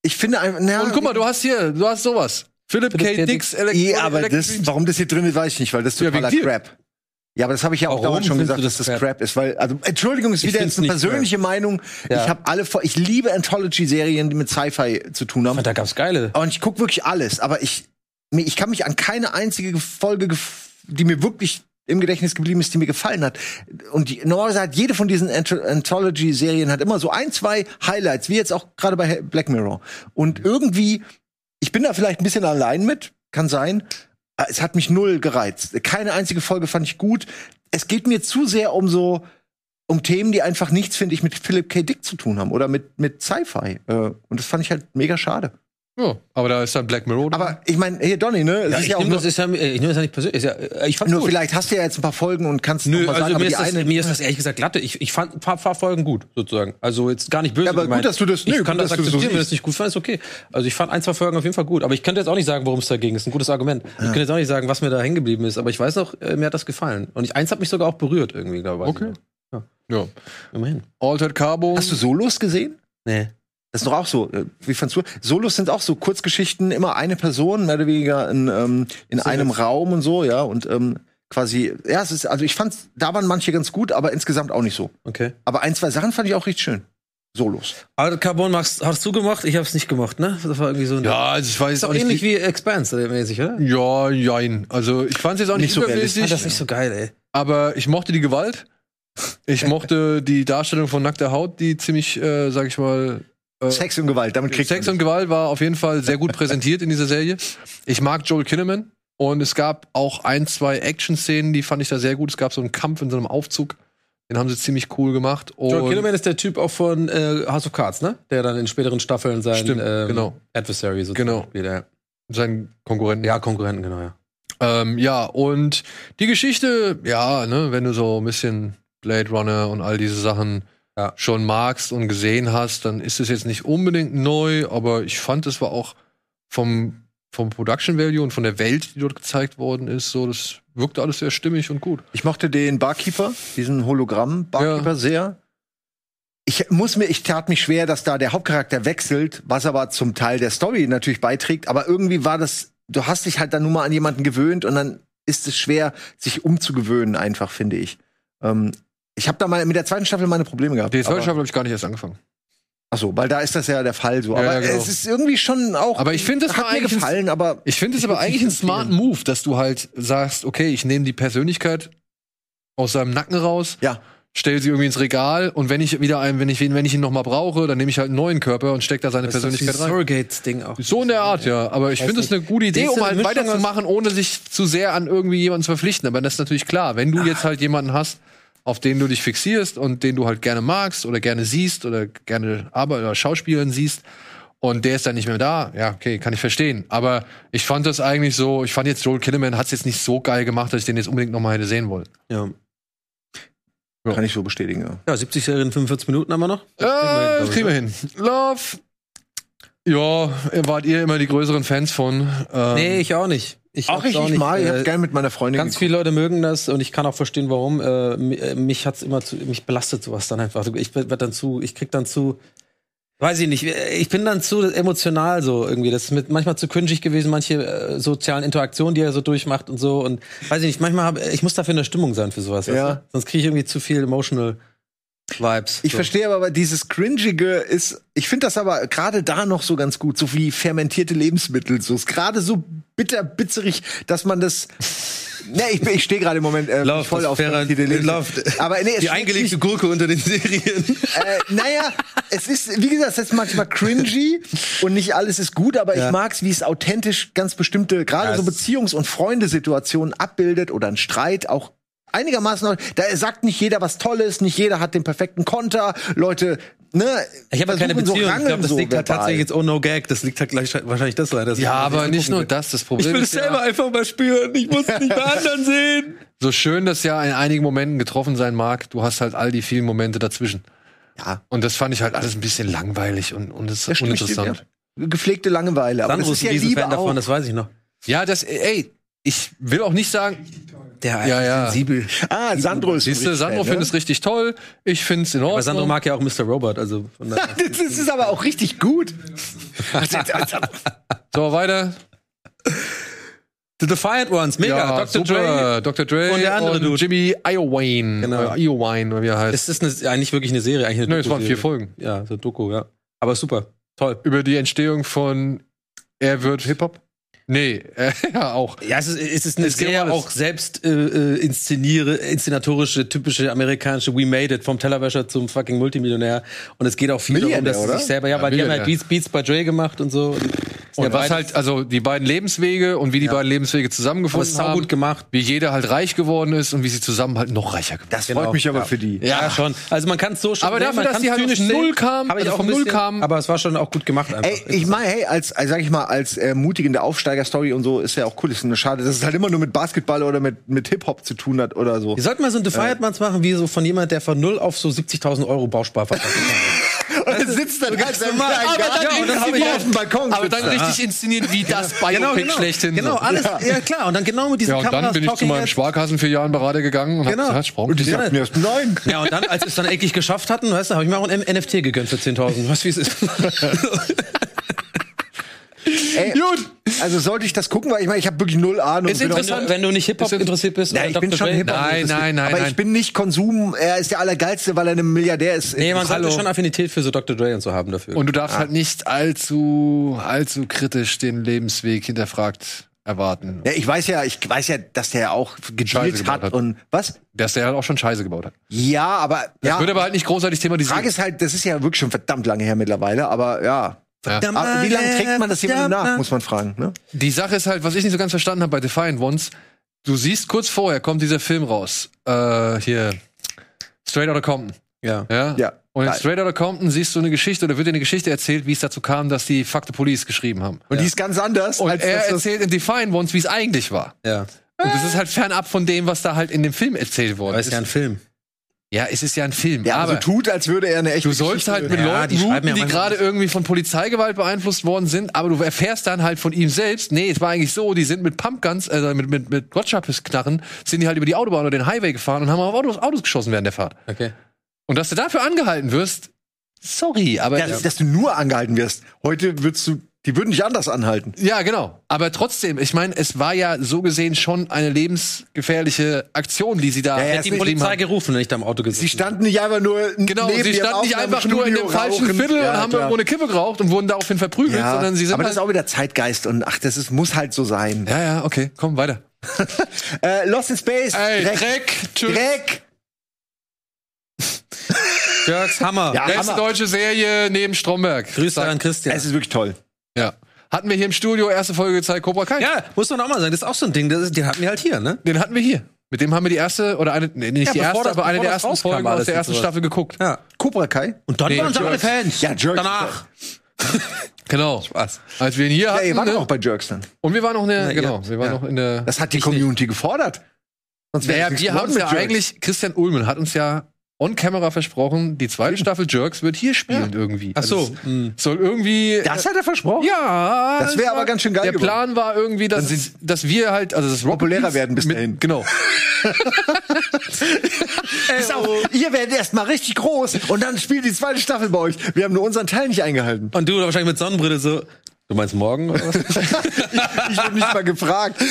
Speaker 2: ich finde einfach, na,
Speaker 1: Und guck mal, du hast hier, du hast sowas. Philip
Speaker 3: Philip
Speaker 1: K.
Speaker 3: K.
Speaker 1: Dix,
Speaker 2: ja,
Speaker 1: Electronic-
Speaker 2: aber das,
Speaker 1: Electric-
Speaker 2: warum das hier drin ist, weiß ich nicht, weil das ist
Speaker 1: Ja,
Speaker 2: totaler
Speaker 1: wegen dir.
Speaker 2: Crap. Ja, aber das habe ich ja auch
Speaker 3: Warum
Speaker 2: damals schon
Speaker 3: findest
Speaker 2: gesagt,
Speaker 3: du
Speaker 2: dass
Speaker 3: das
Speaker 2: das
Speaker 3: Crap?
Speaker 2: Crap ist, weil also Entschuldigung, ist
Speaker 3: Ich
Speaker 2: wieder
Speaker 3: find's
Speaker 2: jetzt eine
Speaker 3: nicht
Speaker 2: persönliche Meinung.
Speaker 3: Ja.
Speaker 2: Ich habe alle Fol- ich liebe Anthology Serien, die mit Sci-Fi zu tun haben.
Speaker 3: Und da gab's geile.
Speaker 2: Und ich gucke wirklich alles, aber ich, mir- ich kann mich an keine einzige Folge, gef- die mir wirklich im Gedächtnis geblieben ist, die mir gefallen hat. Und die, normalerweise hat jede von diesen Anth- Anthology-Serien hat immer so ein, zwei Highlights, wie jetzt auch gerade bei He- Black Mirror. Und irgendwie, ich bin da vielleicht ein bisschen allein mit, kann sein. aber Es hat mich null gereizt. Keine einzige Folge fand ich gut. Es geht mir zu sehr um so, um Themen, die einfach nichts, finde ich, mit Philip K. Dick zu tun haben oder mit, mit Sci-Fi. Äh, Und das fand ich halt mega schade.
Speaker 1: Ja, aber da ist dann Black Mirror. drin.
Speaker 2: Aber ich meine, hier Donny, ne? Es
Speaker 3: Ja,
Speaker 2: ist
Speaker 3: ich
Speaker 2: Mhm. ja auch
Speaker 3: nehm
Speaker 2: nur,
Speaker 3: das ist ja, ich nehme das ja nicht persönlich. Ist ja, äh, ich fand's
Speaker 2: nur
Speaker 3: gut.
Speaker 2: vielleicht hast du ja jetzt ein paar Folgen und kannst noch
Speaker 3: Nö,
Speaker 2: mal
Speaker 3: also
Speaker 2: sagen, aber
Speaker 3: mir,
Speaker 2: die
Speaker 3: ist das,
Speaker 2: eine.
Speaker 3: mir ist das ehrlich gesagt glatte. Ich, ich fand ein paar, paar Folgen gut, sozusagen. Also jetzt gar nicht böse.
Speaker 2: Ja, aber gut,
Speaker 3: gemeint.
Speaker 2: dass du das-
Speaker 3: Ich
Speaker 2: nö,
Speaker 3: kann
Speaker 2: gut,
Speaker 3: das
Speaker 2: dass du so
Speaker 3: akzeptieren, wenn
Speaker 2: siehst.
Speaker 3: es nicht gut fand, ist okay. Also ich fand ein, zwei Folgen auf jeden Fall gut. Aber ich könnte jetzt auch nicht sagen, worum es da ging. Ist ein gutes Argument. Ich könnte jetzt auch nicht sagen, was mir da hängen geblieben ist. Aber ich weiß noch, äh, mir hat das gefallen. Und ich, eins hat mich sogar auch berührt irgendwie, glaube ich.
Speaker 1: Okay.
Speaker 3: Ich.
Speaker 1: ja.
Speaker 3: noch. Immerhin.
Speaker 1: Altered Carbon.
Speaker 2: hast du Solos gesehen?
Speaker 3: Nee.
Speaker 2: Das ist doch auch so. äh, Wie fandst du? Solos sind auch so Kurzgeschichten, immer eine Person, mehr oder weniger in, ähm, in einem Raum und so, ja. Und ähm, quasi, ja, es ist, also ich fand, da waren manche ganz gut, aber insgesamt auch nicht so.
Speaker 3: Okay.
Speaker 2: Aber ein, zwei Sachen fand ich auch richtig schön. Solos.
Speaker 3: Aber Carbon machst, hast du gemacht? Ich hab's nicht gemacht, ne? Das war irgendwie so ein.
Speaker 1: ja, also ich weiß
Speaker 3: Ist
Speaker 1: auch
Speaker 3: auch
Speaker 1: nicht.
Speaker 3: ähnlich wie Expanse, äh, mäßig, oder? Ich
Speaker 1: Ja, jein. Also ich fand es jetzt auch nicht,
Speaker 2: Nicht so
Speaker 1: übermäßig,
Speaker 3: so geil, ey.
Speaker 1: aber ich mochte die Gewalt. Ich mochte die Darstellung von nackter Haut, die ziemlich, äh, sag ich mal,
Speaker 2: Äh, Sex und Gewalt, damit kriegt
Speaker 1: Sex
Speaker 2: man-
Speaker 1: und Gewalt war auf jeden Fall sehr gut präsentiert in dieser Serie. Ich mag Joel Kinnaman und es gab auch ein, zwei Action-Szenen, die fand ich da sehr gut. Es gab so einen Kampf in so einem Aufzug, den haben sie ziemlich cool gemacht. Und
Speaker 3: Joel Kinnaman ist der Typ auch von äh, House of Cards, ne? Der dann in späteren Staffeln sein ähm,
Speaker 1: Stimmt, genau.
Speaker 3: Adversary sozusagen
Speaker 1: Genau.
Speaker 3: spielt. Ja.
Speaker 1: sein Konkurrenten.
Speaker 3: ja, Konkurrenten, genau, ja.
Speaker 1: Ähm, ja, und die Geschichte, ja, ne, wenn du so ein bisschen Blade Runner und all diese Sachen
Speaker 3: Ja.
Speaker 1: schon magst und gesehen hast, dann ist es jetzt nicht unbedingt neu, aber ich fand, es war auch vom, vom Production Value und von der Welt, die dort gezeigt worden ist, so, das wirkte alles sehr stimmig und gut.
Speaker 2: Ich mochte den Barkeeper, diesen Hologramm-Barkeeper
Speaker 1: Ja.
Speaker 2: sehr. Ich muss mir, ich tat mich schwer, dass da der Hauptcharakter wechselt, was aber zum Teil der Story natürlich beiträgt. Aber irgendwie war das, du hast dich halt dann nun mal an jemanden gewöhnt und dann ist es schwer, sich umzugewöhnen, einfach finde ich. Ähm, ich habe da mal mit der zweiten Staffel meine Probleme gehabt.
Speaker 1: Die zweite
Speaker 2: aber-
Speaker 1: Staffel habe ich gar nicht erst angefangen.
Speaker 2: Ach so, weil da ist das ja der Fall so.
Speaker 1: Ja,
Speaker 2: Aber
Speaker 1: ja, genau.
Speaker 2: es ist irgendwie schon auch.
Speaker 1: Aber ich finde, das war
Speaker 2: hat mir
Speaker 1: eigentlich ein-
Speaker 2: gefallen, aber
Speaker 1: Ich finde es aber
Speaker 2: würd's
Speaker 1: eigentlich
Speaker 2: nicht
Speaker 1: einen smarten Move, dass du halt sagst, okay, ich nehme die Persönlichkeit aus seinem Nacken raus,
Speaker 2: ja.
Speaker 1: stell sie irgendwie ins Regal und wenn ich wieder einen, wenn ich ihn, wenn ich ihn noch mal brauche, dann nehme ich halt einen neuen Körper und steck da seine Persönlichkeit rein.
Speaker 3: Surrogates-Ding auch.
Speaker 1: So in der Art, ja. Aber ich
Speaker 3: Weiß
Speaker 1: finde es
Speaker 3: nicht.
Speaker 1: eine gute Idee,
Speaker 3: Siehst du,
Speaker 1: um halt
Speaker 3: eine Mischung
Speaker 1: weiterzumachen, ohne sich zu sehr an irgendwie jemanden zu verpflichten. Aber das ist natürlich klar. Wenn du jetzt halt jemanden hast, auf den du dich fixierst und den du halt gerne magst oder gerne siehst oder gerne Arbeit oder Schauspielern siehst und der ist dann nicht mehr da, ja, okay, kann ich verstehen. Aber ich fand das eigentlich so, ich fand jetzt Joel Kinnaman hat es jetzt nicht so geil gemacht, dass ich den jetzt unbedingt nochmal hätte sehen wollen.
Speaker 3: Ja.
Speaker 1: Ja.
Speaker 2: Kann ich so bestätigen, ja.
Speaker 3: ja, 70 Serien, 45 Minuten haben wir noch.
Speaker 1: Äh, das kriegen wir
Speaker 3: hin. ne?
Speaker 1: hin. Love. Ja, wart ihr immer die größeren Fans von? Ähm,
Speaker 3: Nee, ich auch nicht. Ich
Speaker 2: Auch
Speaker 3: hab's
Speaker 2: ich, ich mal, ich
Speaker 3: äh,
Speaker 2: hab gerne mit meiner Freundin
Speaker 3: Ganz viele Leute mögen das und ich kann auch verstehen, warum. Äh, mi- äh, mich hat's immer zu, mich belastet sowas dann einfach. Ich werd dann zu, ich krieg dann zu, weiß ich nicht, äh, ich bin dann zu emotional so irgendwie. Das ist mit manchmal zu cringig gewesen, manche äh, sozialen Interaktionen, die er so durchmacht und so. Und weiß ich nicht, manchmal hab, ich muss dafür in der Stimmung sein für sowas.
Speaker 2: Ja.
Speaker 3: weißt du? Sonst kriege ich irgendwie zu viel emotional Vibes.
Speaker 2: Ich
Speaker 3: so.
Speaker 2: verstehe aber, aber dieses Cringige ist, ich finde das aber gerade da noch so ganz gut, so wie fermentierte Lebensmittel, so ist gerade so bitter, bitzerig, dass man
Speaker 3: (laughs)
Speaker 2: das, ne, ich, bin- ich stehe gerade im Moment äh,
Speaker 3: Love,
Speaker 2: voll
Speaker 3: das
Speaker 2: auf
Speaker 3: wäre-
Speaker 2: fermentierte Lebensmittel.
Speaker 3: Love.
Speaker 2: Aber nee, es
Speaker 3: die
Speaker 2: schmeckt
Speaker 3: eingelegte Gurke unter den Serien.
Speaker 2: äh, naja, es ist, wie gesagt, es ist manchmal cringy und nicht alles ist gut, aber ich mag's, wie es authentisch ganz bestimmte, gerade
Speaker 3: Ja,
Speaker 2: so
Speaker 3: es-
Speaker 2: Beziehungs- und Freundesituationen abbildet oder ein Streit auch einigermaßen. auch- Da sagt nicht jeder was Tolles, nicht jeder hat den perfekten Konter. Leute, ne?
Speaker 3: Ich habe ja
Speaker 2: versuchen
Speaker 3: keine
Speaker 2: so
Speaker 3: Beziehung. ich
Speaker 2: rangeln
Speaker 3: glaube, das
Speaker 2: so
Speaker 3: liegt halt
Speaker 2: verbal.
Speaker 3: tatsächlich jetzt oh no gag. Das liegt halt gleich, wahrscheinlich das leider.
Speaker 1: Ja, aber nicht nur das. Das Problem
Speaker 3: Ich will es
Speaker 1: ist
Speaker 3: selber
Speaker 1: ja,
Speaker 3: einfach mal spüren. Ich muss es nicht
Speaker 2: (laughs)
Speaker 3: bei anderen sehen.
Speaker 1: so schön das ja in einigen Momenten getroffen sein mag, du hast halt all die vielen Momente dazwischen.
Speaker 2: Ja.
Speaker 1: Und das fand ich halt alles ein bisschen langweilig und, und das
Speaker 2: Das
Speaker 1: ist
Speaker 2: stimmt,
Speaker 1: uninteressant.
Speaker 2: ja. Gepflegte Langeweile. Aber das
Speaker 3: Sandro
Speaker 2: ist
Speaker 3: ist ein
Speaker 2: ja Liebe
Speaker 3: Riesenfan
Speaker 2: auch.
Speaker 3: davon, das weiß ich noch.
Speaker 1: Ja, das, ey, ich will auch nicht sagen,
Speaker 3: Der
Speaker 1: ja, ja.
Speaker 2: Sensibel. Ah, Sandro ist ein
Speaker 1: Siehst du,
Speaker 2: Riesenfan,
Speaker 1: Sandro
Speaker 2: ne?
Speaker 1: findet es richtig toll, ich finde es in Ordnung.
Speaker 3: Aber Sandro mag ja auch Mr. Robot. Also
Speaker 1: (laughs)
Speaker 3: von daher-
Speaker 2: (laughs) das ist das ist aber auch richtig
Speaker 3: (laughs)
Speaker 2: gut.
Speaker 1: so, weiter.
Speaker 3: The Defiant Ones, mega.
Speaker 1: ja,
Speaker 3: Dr. Dre.
Speaker 1: super. Dr. Dre
Speaker 3: Und der andere Dude.
Speaker 1: Jimmy Iowine.
Speaker 3: Genau.
Speaker 1: Oder Iowine, oder wie er heißt.
Speaker 3: Es ist eine, eigentlich wirklich eine Serie. Eigentlich eine
Speaker 1: Nö, es waren vier
Speaker 3: Doku-Serie.
Speaker 1: Folgen.
Speaker 3: Ja, so Doku, ja. Aber super. Toll.
Speaker 1: Über die Entstehung von Er wird Hip-Hop? Nee, äh, (laughs) ja, auch.
Speaker 3: Ja, es ist, es ist eine
Speaker 1: Es geht um
Speaker 3: sehr
Speaker 1: alles.
Speaker 3: auch selbst äh, äh, inszeniere, inszenatorische, typische amerikanische We Made It vom Tellerwäscher zum fucking Multimillionär. Und es geht auch viel darum,
Speaker 2: Millionär,
Speaker 3: dass sie
Speaker 2: oder?
Speaker 3: sich selber, ja,
Speaker 1: Ja,
Speaker 3: weil die haben
Speaker 1: Millionär.
Speaker 3: halt Beats, Beats bei Dre gemacht und so. Und,
Speaker 1: Und was halt, also die beiden Lebenswege und wie die beiden Lebenswege
Speaker 3: aber es
Speaker 1: zusammengefunden
Speaker 3: ist
Speaker 1: haben,
Speaker 3: saugut gemacht.
Speaker 1: wie jeder halt reich geworden ist und wie sie zusammen halt noch reicher geworden
Speaker 2: Das
Speaker 3: Genau.
Speaker 2: freut mich aber für die.
Speaker 1: Ja.
Speaker 3: schon. Also man kann es so schon
Speaker 1: Aber dafür,
Speaker 3: man
Speaker 1: dass
Speaker 3: kann's
Speaker 1: die halt
Speaker 3: zynisch
Speaker 1: aus Null
Speaker 3: sehen.
Speaker 1: kamen,
Speaker 3: Hab ich
Speaker 1: also
Speaker 3: auch
Speaker 1: vom
Speaker 3: ein
Speaker 1: Null
Speaker 3: bisschen,
Speaker 1: kamen.
Speaker 3: Aber es war schon auch gut gemacht einfach.
Speaker 2: Ey, ich meine, hey, als, als sag ich mal, als äh, mutige in der Aufsteiger-Story und so ist ja auch cool. Ist nur schade, dass es halt immer nur mit Basketball oder mit, mit Hip-Hop zu tun hat oder so.
Speaker 3: Ihr sollt mal so ein Defiant Mans machen, wie so von jemand, der von null auf so 70.000 Euro Bausparvertrag hat.
Speaker 2: Und sitzt dann halt ganz
Speaker 3: normal. Aber dann
Speaker 1: genau,
Speaker 2: ja, und dann hab ich
Speaker 3: inszeniert.
Speaker 2: auf dem Balkon.
Speaker 1: Aber dann
Speaker 2: sitzen.
Speaker 1: richtig inszeniert, wie das Biopic schlechthin.
Speaker 3: (laughs) Genau,
Speaker 1: so.
Speaker 3: alles, ja. klar. Und dann genau mit diesen
Speaker 1: Ja, und
Speaker 3: Kameras.
Speaker 1: dann bin ich zu
Speaker 3: Talking
Speaker 1: meinem
Speaker 3: Heads.
Speaker 1: Sparkassen für Berater gegangen und
Speaker 3: Genau.
Speaker 1: hab gesagt, Sprung.
Speaker 2: Und die sagten erst nein.
Speaker 3: Ja, und dann, als wir es dann endlich geschafft hatten, weißt du, habe ich mir auch ein NFT gegönnt für 10.000. Was, wie es (laughs) ist.
Speaker 2: Ey, Also sollte ich das gucken, weil ich meine, ich habe wirklich null Ahnung.
Speaker 1: Ist
Speaker 2: Bin auch-
Speaker 1: interessant.
Speaker 3: Wenn du nicht Hip-Hop
Speaker 1: Ist-
Speaker 3: interessiert bist,
Speaker 2: Ja,
Speaker 3: oder
Speaker 2: ich
Speaker 3: Dr.
Speaker 2: bin schon
Speaker 3: Dre-
Speaker 2: Hip-Hop.
Speaker 1: Nein, nein, nein,
Speaker 2: aber
Speaker 1: nein.
Speaker 2: ich bin nicht Konsum. Er ist der Allergeilste, weil er ein Milliardär ist.
Speaker 3: Nee, man sollte
Speaker 1: Hallo.
Speaker 3: schon Affinität für so Dr. Dre und so haben dafür.
Speaker 1: Und du darfst halt nicht allzu, allzu kritisch den Lebensweg hinterfragt erwarten.
Speaker 2: Ja, ich weiß ja, ich weiß ja, dass der auch gedealt
Speaker 1: gebaut
Speaker 2: hat,
Speaker 1: hat.
Speaker 2: und was?
Speaker 1: Dass der halt auch schon Scheiße gebaut hat.
Speaker 2: Ja, aber
Speaker 1: Das
Speaker 2: ja.
Speaker 1: wird aber halt nicht großartig
Speaker 2: Die Ah. Frage
Speaker 1: thematisiert.
Speaker 2: ist halt, das ist ja wirklich schon verdammt lange her mittlerweile, aber ja.
Speaker 1: Ja.
Speaker 3: Ah,
Speaker 2: Aber wie lange trägt man das jemandem nach, muss man fragen. Ne?
Speaker 1: Die Sache ist halt, was ich nicht so ganz verstanden habe bei Defiant Ones, du siehst kurz vorher kommt dieser Film raus. Äh, hier. Straight Outta Compton.
Speaker 3: Ja.
Speaker 1: Ja?
Speaker 2: Ja.
Speaker 1: Und in
Speaker 2: Geil.
Speaker 1: Straight Outta Compton siehst du eine Geschichte oder wird dir eine Geschichte erzählt, wie es dazu kam, dass die Fuck the Police geschrieben haben.
Speaker 2: Und die ist ganz anders,
Speaker 1: Und
Speaker 2: als
Speaker 1: er
Speaker 2: das- das-
Speaker 1: erzählt in Defiant Ones, wie es eigentlich war.
Speaker 3: Ja.
Speaker 1: Und das ist halt fernab von dem, was da halt in dem Film erzählt worden
Speaker 3: Aber ist
Speaker 1: ist.
Speaker 3: ja ein Film.
Speaker 1: Ja, es ist ja ein Film.
Speaker 2: ja,
Speaker 1: aber
Speaker 2: also tut, als würde er eine echte
Speaker 1: du sollst halt mit
Speaker 3: Ja,
Speaker 1: Leuten
Speaker 3: die
Speaker 1: die,
Speaker 3: schreiben ja
Speaker 1: die
Speaker 3: manchmal
Speaker 1: gerade irgendwie von Polizeigewalt beeinflusst worden sind, aber du erfährst dann halt von ihm selbst, nee, es war eigentlich so, die sind mit Pumpguns, also mit, mit, mit Gottschappes-Knarren, sind die halt über die Autobahn oder den Highway gefahren und haben auf Autos, Autos geschossen während der Fahrt.
Speaker 3: Okay.
Speaker 1: Und dass du dafür angehalten wirst, sorry, aber.
Speaker 2: dass, dass du nur angehalten wirst. Heute würdest du, die würden dich anders anhalten.
Speaker 1: Ja, genau. Aber trotzdem, ich meine, es war ja so gesehen schon eine lebensgefährliche Aktion, die sie da
Speaker 2: Ja, ja,
Speaker 1: hätten
Speaker 3: Hätte die
Speaker 1: betrieben
Speaker 3: Polizei
Speaker 1: haben.
Speaker 3: gerufen, wenn ich da im Auto gesessen
Speaker 2: Sie standen nicht einfach nur n-
Speaker 1: Genau,
Speaker 2: neben
Speaker 1: sie
Speaker 2: ihrem
Speaker 1: standen nicht einfach nur in dem
Speaker 2: Aufnahmestudio
Speaker 1: falschen
Speaker 2: rauchen.
Speaker 1: Viertel
Speaker 2: Ja,
Speaker 1: und haben
Speaker 2: klar.
Speaker 1: irgendwo eine Kippe geraucht und wurden daraufhin verprügelt,
Speaker 2: ja,
Speaker 1: sondern sie sind
Speaker 2: aber
Speaker 1: halt
Speaker 2: das ist auch wieder Zeitgeist und ach, das ist, muss halt so sein.
Speaker 1: Ja, ja, okay, komm, weiter.
Speaker 2: Äh, Lost in Space.
Speaker 1: Ey, Dreck, tschüss.
Speaker 2: Dreck.
Speaker 3: Jerks, Hammer.
Speaker 2: Ja,
Speaker 1: Letzte
Speaker 2: Hammer.
Speaker 1: deutsche Serie neben Stromberg.
Speaker 3: Grüße an Christian.
Speaker 2: Es ist wirklich toll.
Speaker 1: Ja. Hatten wir hier im Studio erste Folge gezeigt, Cobra Kai.
Speaker 3: ja, muss man auch mal sagen, das ist auch so ein Ding, das ist, den hatten wir halt hier, ne?
Speaker 1: Den hatten wir hier. Mit dem haben wir die erste, oder eine, nee, nicht
Speaker 3: Ja,
Speaker 1: die
Speaker 3: bevor
Speaker 1: erste,
Speaker 3: das-
Speaker 1: aber eine
Speaker 3: bevor
Speaker 1: der
Speaker 3: das
Speaker 1: ersten
Speaker 3: rauskam,
Speaker 1: Folgen
Speaker 3: war
Speaker 1: aus
Speaker 3: das
Speaker 1: der
Speaker 3: und
Speaker 1: ersten
Speaker 3: sowas.
Speaker 1: Staffel geguckt.
Speaker 3: Ja.
Speaker 2: Cobra Kai.
Speaker 3: Und dann
Speaker 1: Nee,
Speaker 3: waren sie alle
Speaker 1: Jerks.
Speaker 3: Fans.
Speaker 2: Ja, Jerks.
Speaker 3: Danach.
Speaker 1: Genau.
Speaker 3: Spaß.
Speaker 1: Als wir ihn hier
Speaker 2: Ja,
Speaker 1: hatten.
Speaker 2: ihr wart
Speaker 1: ne?
Speaker 2: doch auch bei Jerks dann.
Speaker 1: Und wir waren noch in der,
Speaker 3: Na,
Speaker 1: genau,
Speaker 3: ja.
Speaker 1: wir waren
Speaker 3: Ja.
Speaker 1: noch in der.
Speaker 2: Das hat die Community gefordert. Sonst wär
Speaker 1: Naja,
Speaker 2: das nichts
Speaker 1: wir
Speaker 2: geworden
Speaker 1: haben es
Speaker 2: mit
Speaker 1: ja
Speaker 2: Jerks.
Speaker 1: eigentlich, Christian Ulmen hat uns ja on camera versprochen, die zweite Staffel Jerks wird hier spielen irgendwie.
Speaker 3: Ach
Speaker 1: Also
Speaker 3: so.
Speaker 1: es
Speaker 3: Mhm.
Speaker 1: soll irgendwie.
Speaker 2: Das hat er versprochen.
Speaker 1: ja.
Speaker 2: Das wär
Speaker 1: es
Speaker 2: aber
Speaker 1: war-
Speaker 2: ganz schön geil
Speaker 1: Der
Speaker 2: geworden.
Speaker 1: Plan war irgendwie, dass, es- dass wir halt, also das Rocket
Speaker 2: Populärer
Speaker 1: Beans
Speaker 2: werden bis
Speaker 1: mit-
Speaker 2: dahin.
Speaker 1: Genau.
Speaker 2: Pass
Speaker 1: oh.
Speaker 2: auf, ihr werdet erstmal richtig groß und dann spielt die zweite Staffel bei euch. Wir haben nur unseren Teil nicht eingehalten.
Speaker 1: (laughs)
Speaker 3: Und du wahrscheinlich mit Sonnenbrille so. Du meinst morgen oder was?
Speaker 2: (laughs) Ich wurde nicht mal gefragt.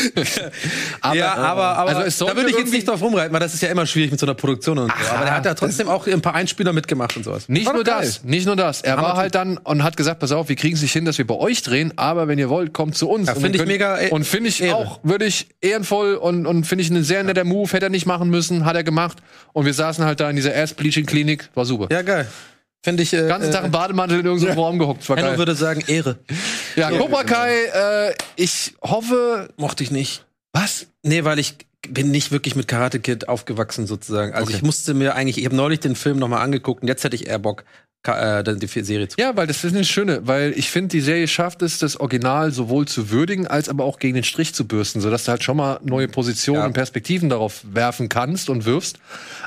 Speaker 1: Aber,
Speaker 3: ja, aber, aber
Speaker 1: also es soll
Speaker 3: da würde ich jetzt
Speaker 1: irgendwie-
Speaker 3: nicht drauf rumreiten, weil das ist ja immer schwierig mit so einer Produktion und so. Aber der hat ja trotzdem auch ein paar Einspieler mitgemacht und sowas.
Speaker 1: Nicht
Speaker 2: War
Speaker 1: nur
Speaker 2: doch geil.
Speaker 1: das, nicht nur das. Er war halt dann und hat gesagt, pass auf, wir kriegen es nicht hin, dass wir bei euch drehen, aber wenn ihr wollt, kommt zu uns.
Speaker 3: Ja,
Speaker 1: Und
Speaker 3: find
Speaker 1: wir
Speaker 3: ich mega, äh,
Speaker 1: Und finde ich
Speaker 3: Ehre.
Speaker 1: auch, würde ich ehrenvoll und, und finde ich ein sehr netter Move, hätte er nicht machen müssen, hat er gemacht. Und wir saßen halt da in dieser Ass-Bleaching-Klinik, war super.
Speaker 3: Ja, geil. Finde ich. Äh,
Speaker 1: Den ganzen Tag im Bademantel in irgendeinem Raum gehockt, war
Speaker 3: Äh, Henno
Speaker 1: geil.
Speaker 3: würde sagen, Ehre.
Speaker 1: Ja, Cobra Kai, äh, ich hoffe,
Speaker 3: Mochte ich nicht.
Speaker 1: was?
Speaker 3: Nee, weil ich bin nicht wirklich mit Karate Kid aufgewachsen sozusagen. Also ich musste mir eigentlich, ich habe neulich den Film nochmal angeguckt und jetzt hätte ich eher Bock, Ka äh, dann die Serie zu
Speaker 1: Ja, weil das ist eine schöne, weil ich finde, die Serie schafft es, das Original sowohl zu würdigen, als aber auch gegen den Strich zu bürsten, sodass du halt schon mal neue Positionen
Speaker 3: Ja.
Speaker 1: und Perspektiven darauf werfen kannst und wirfst,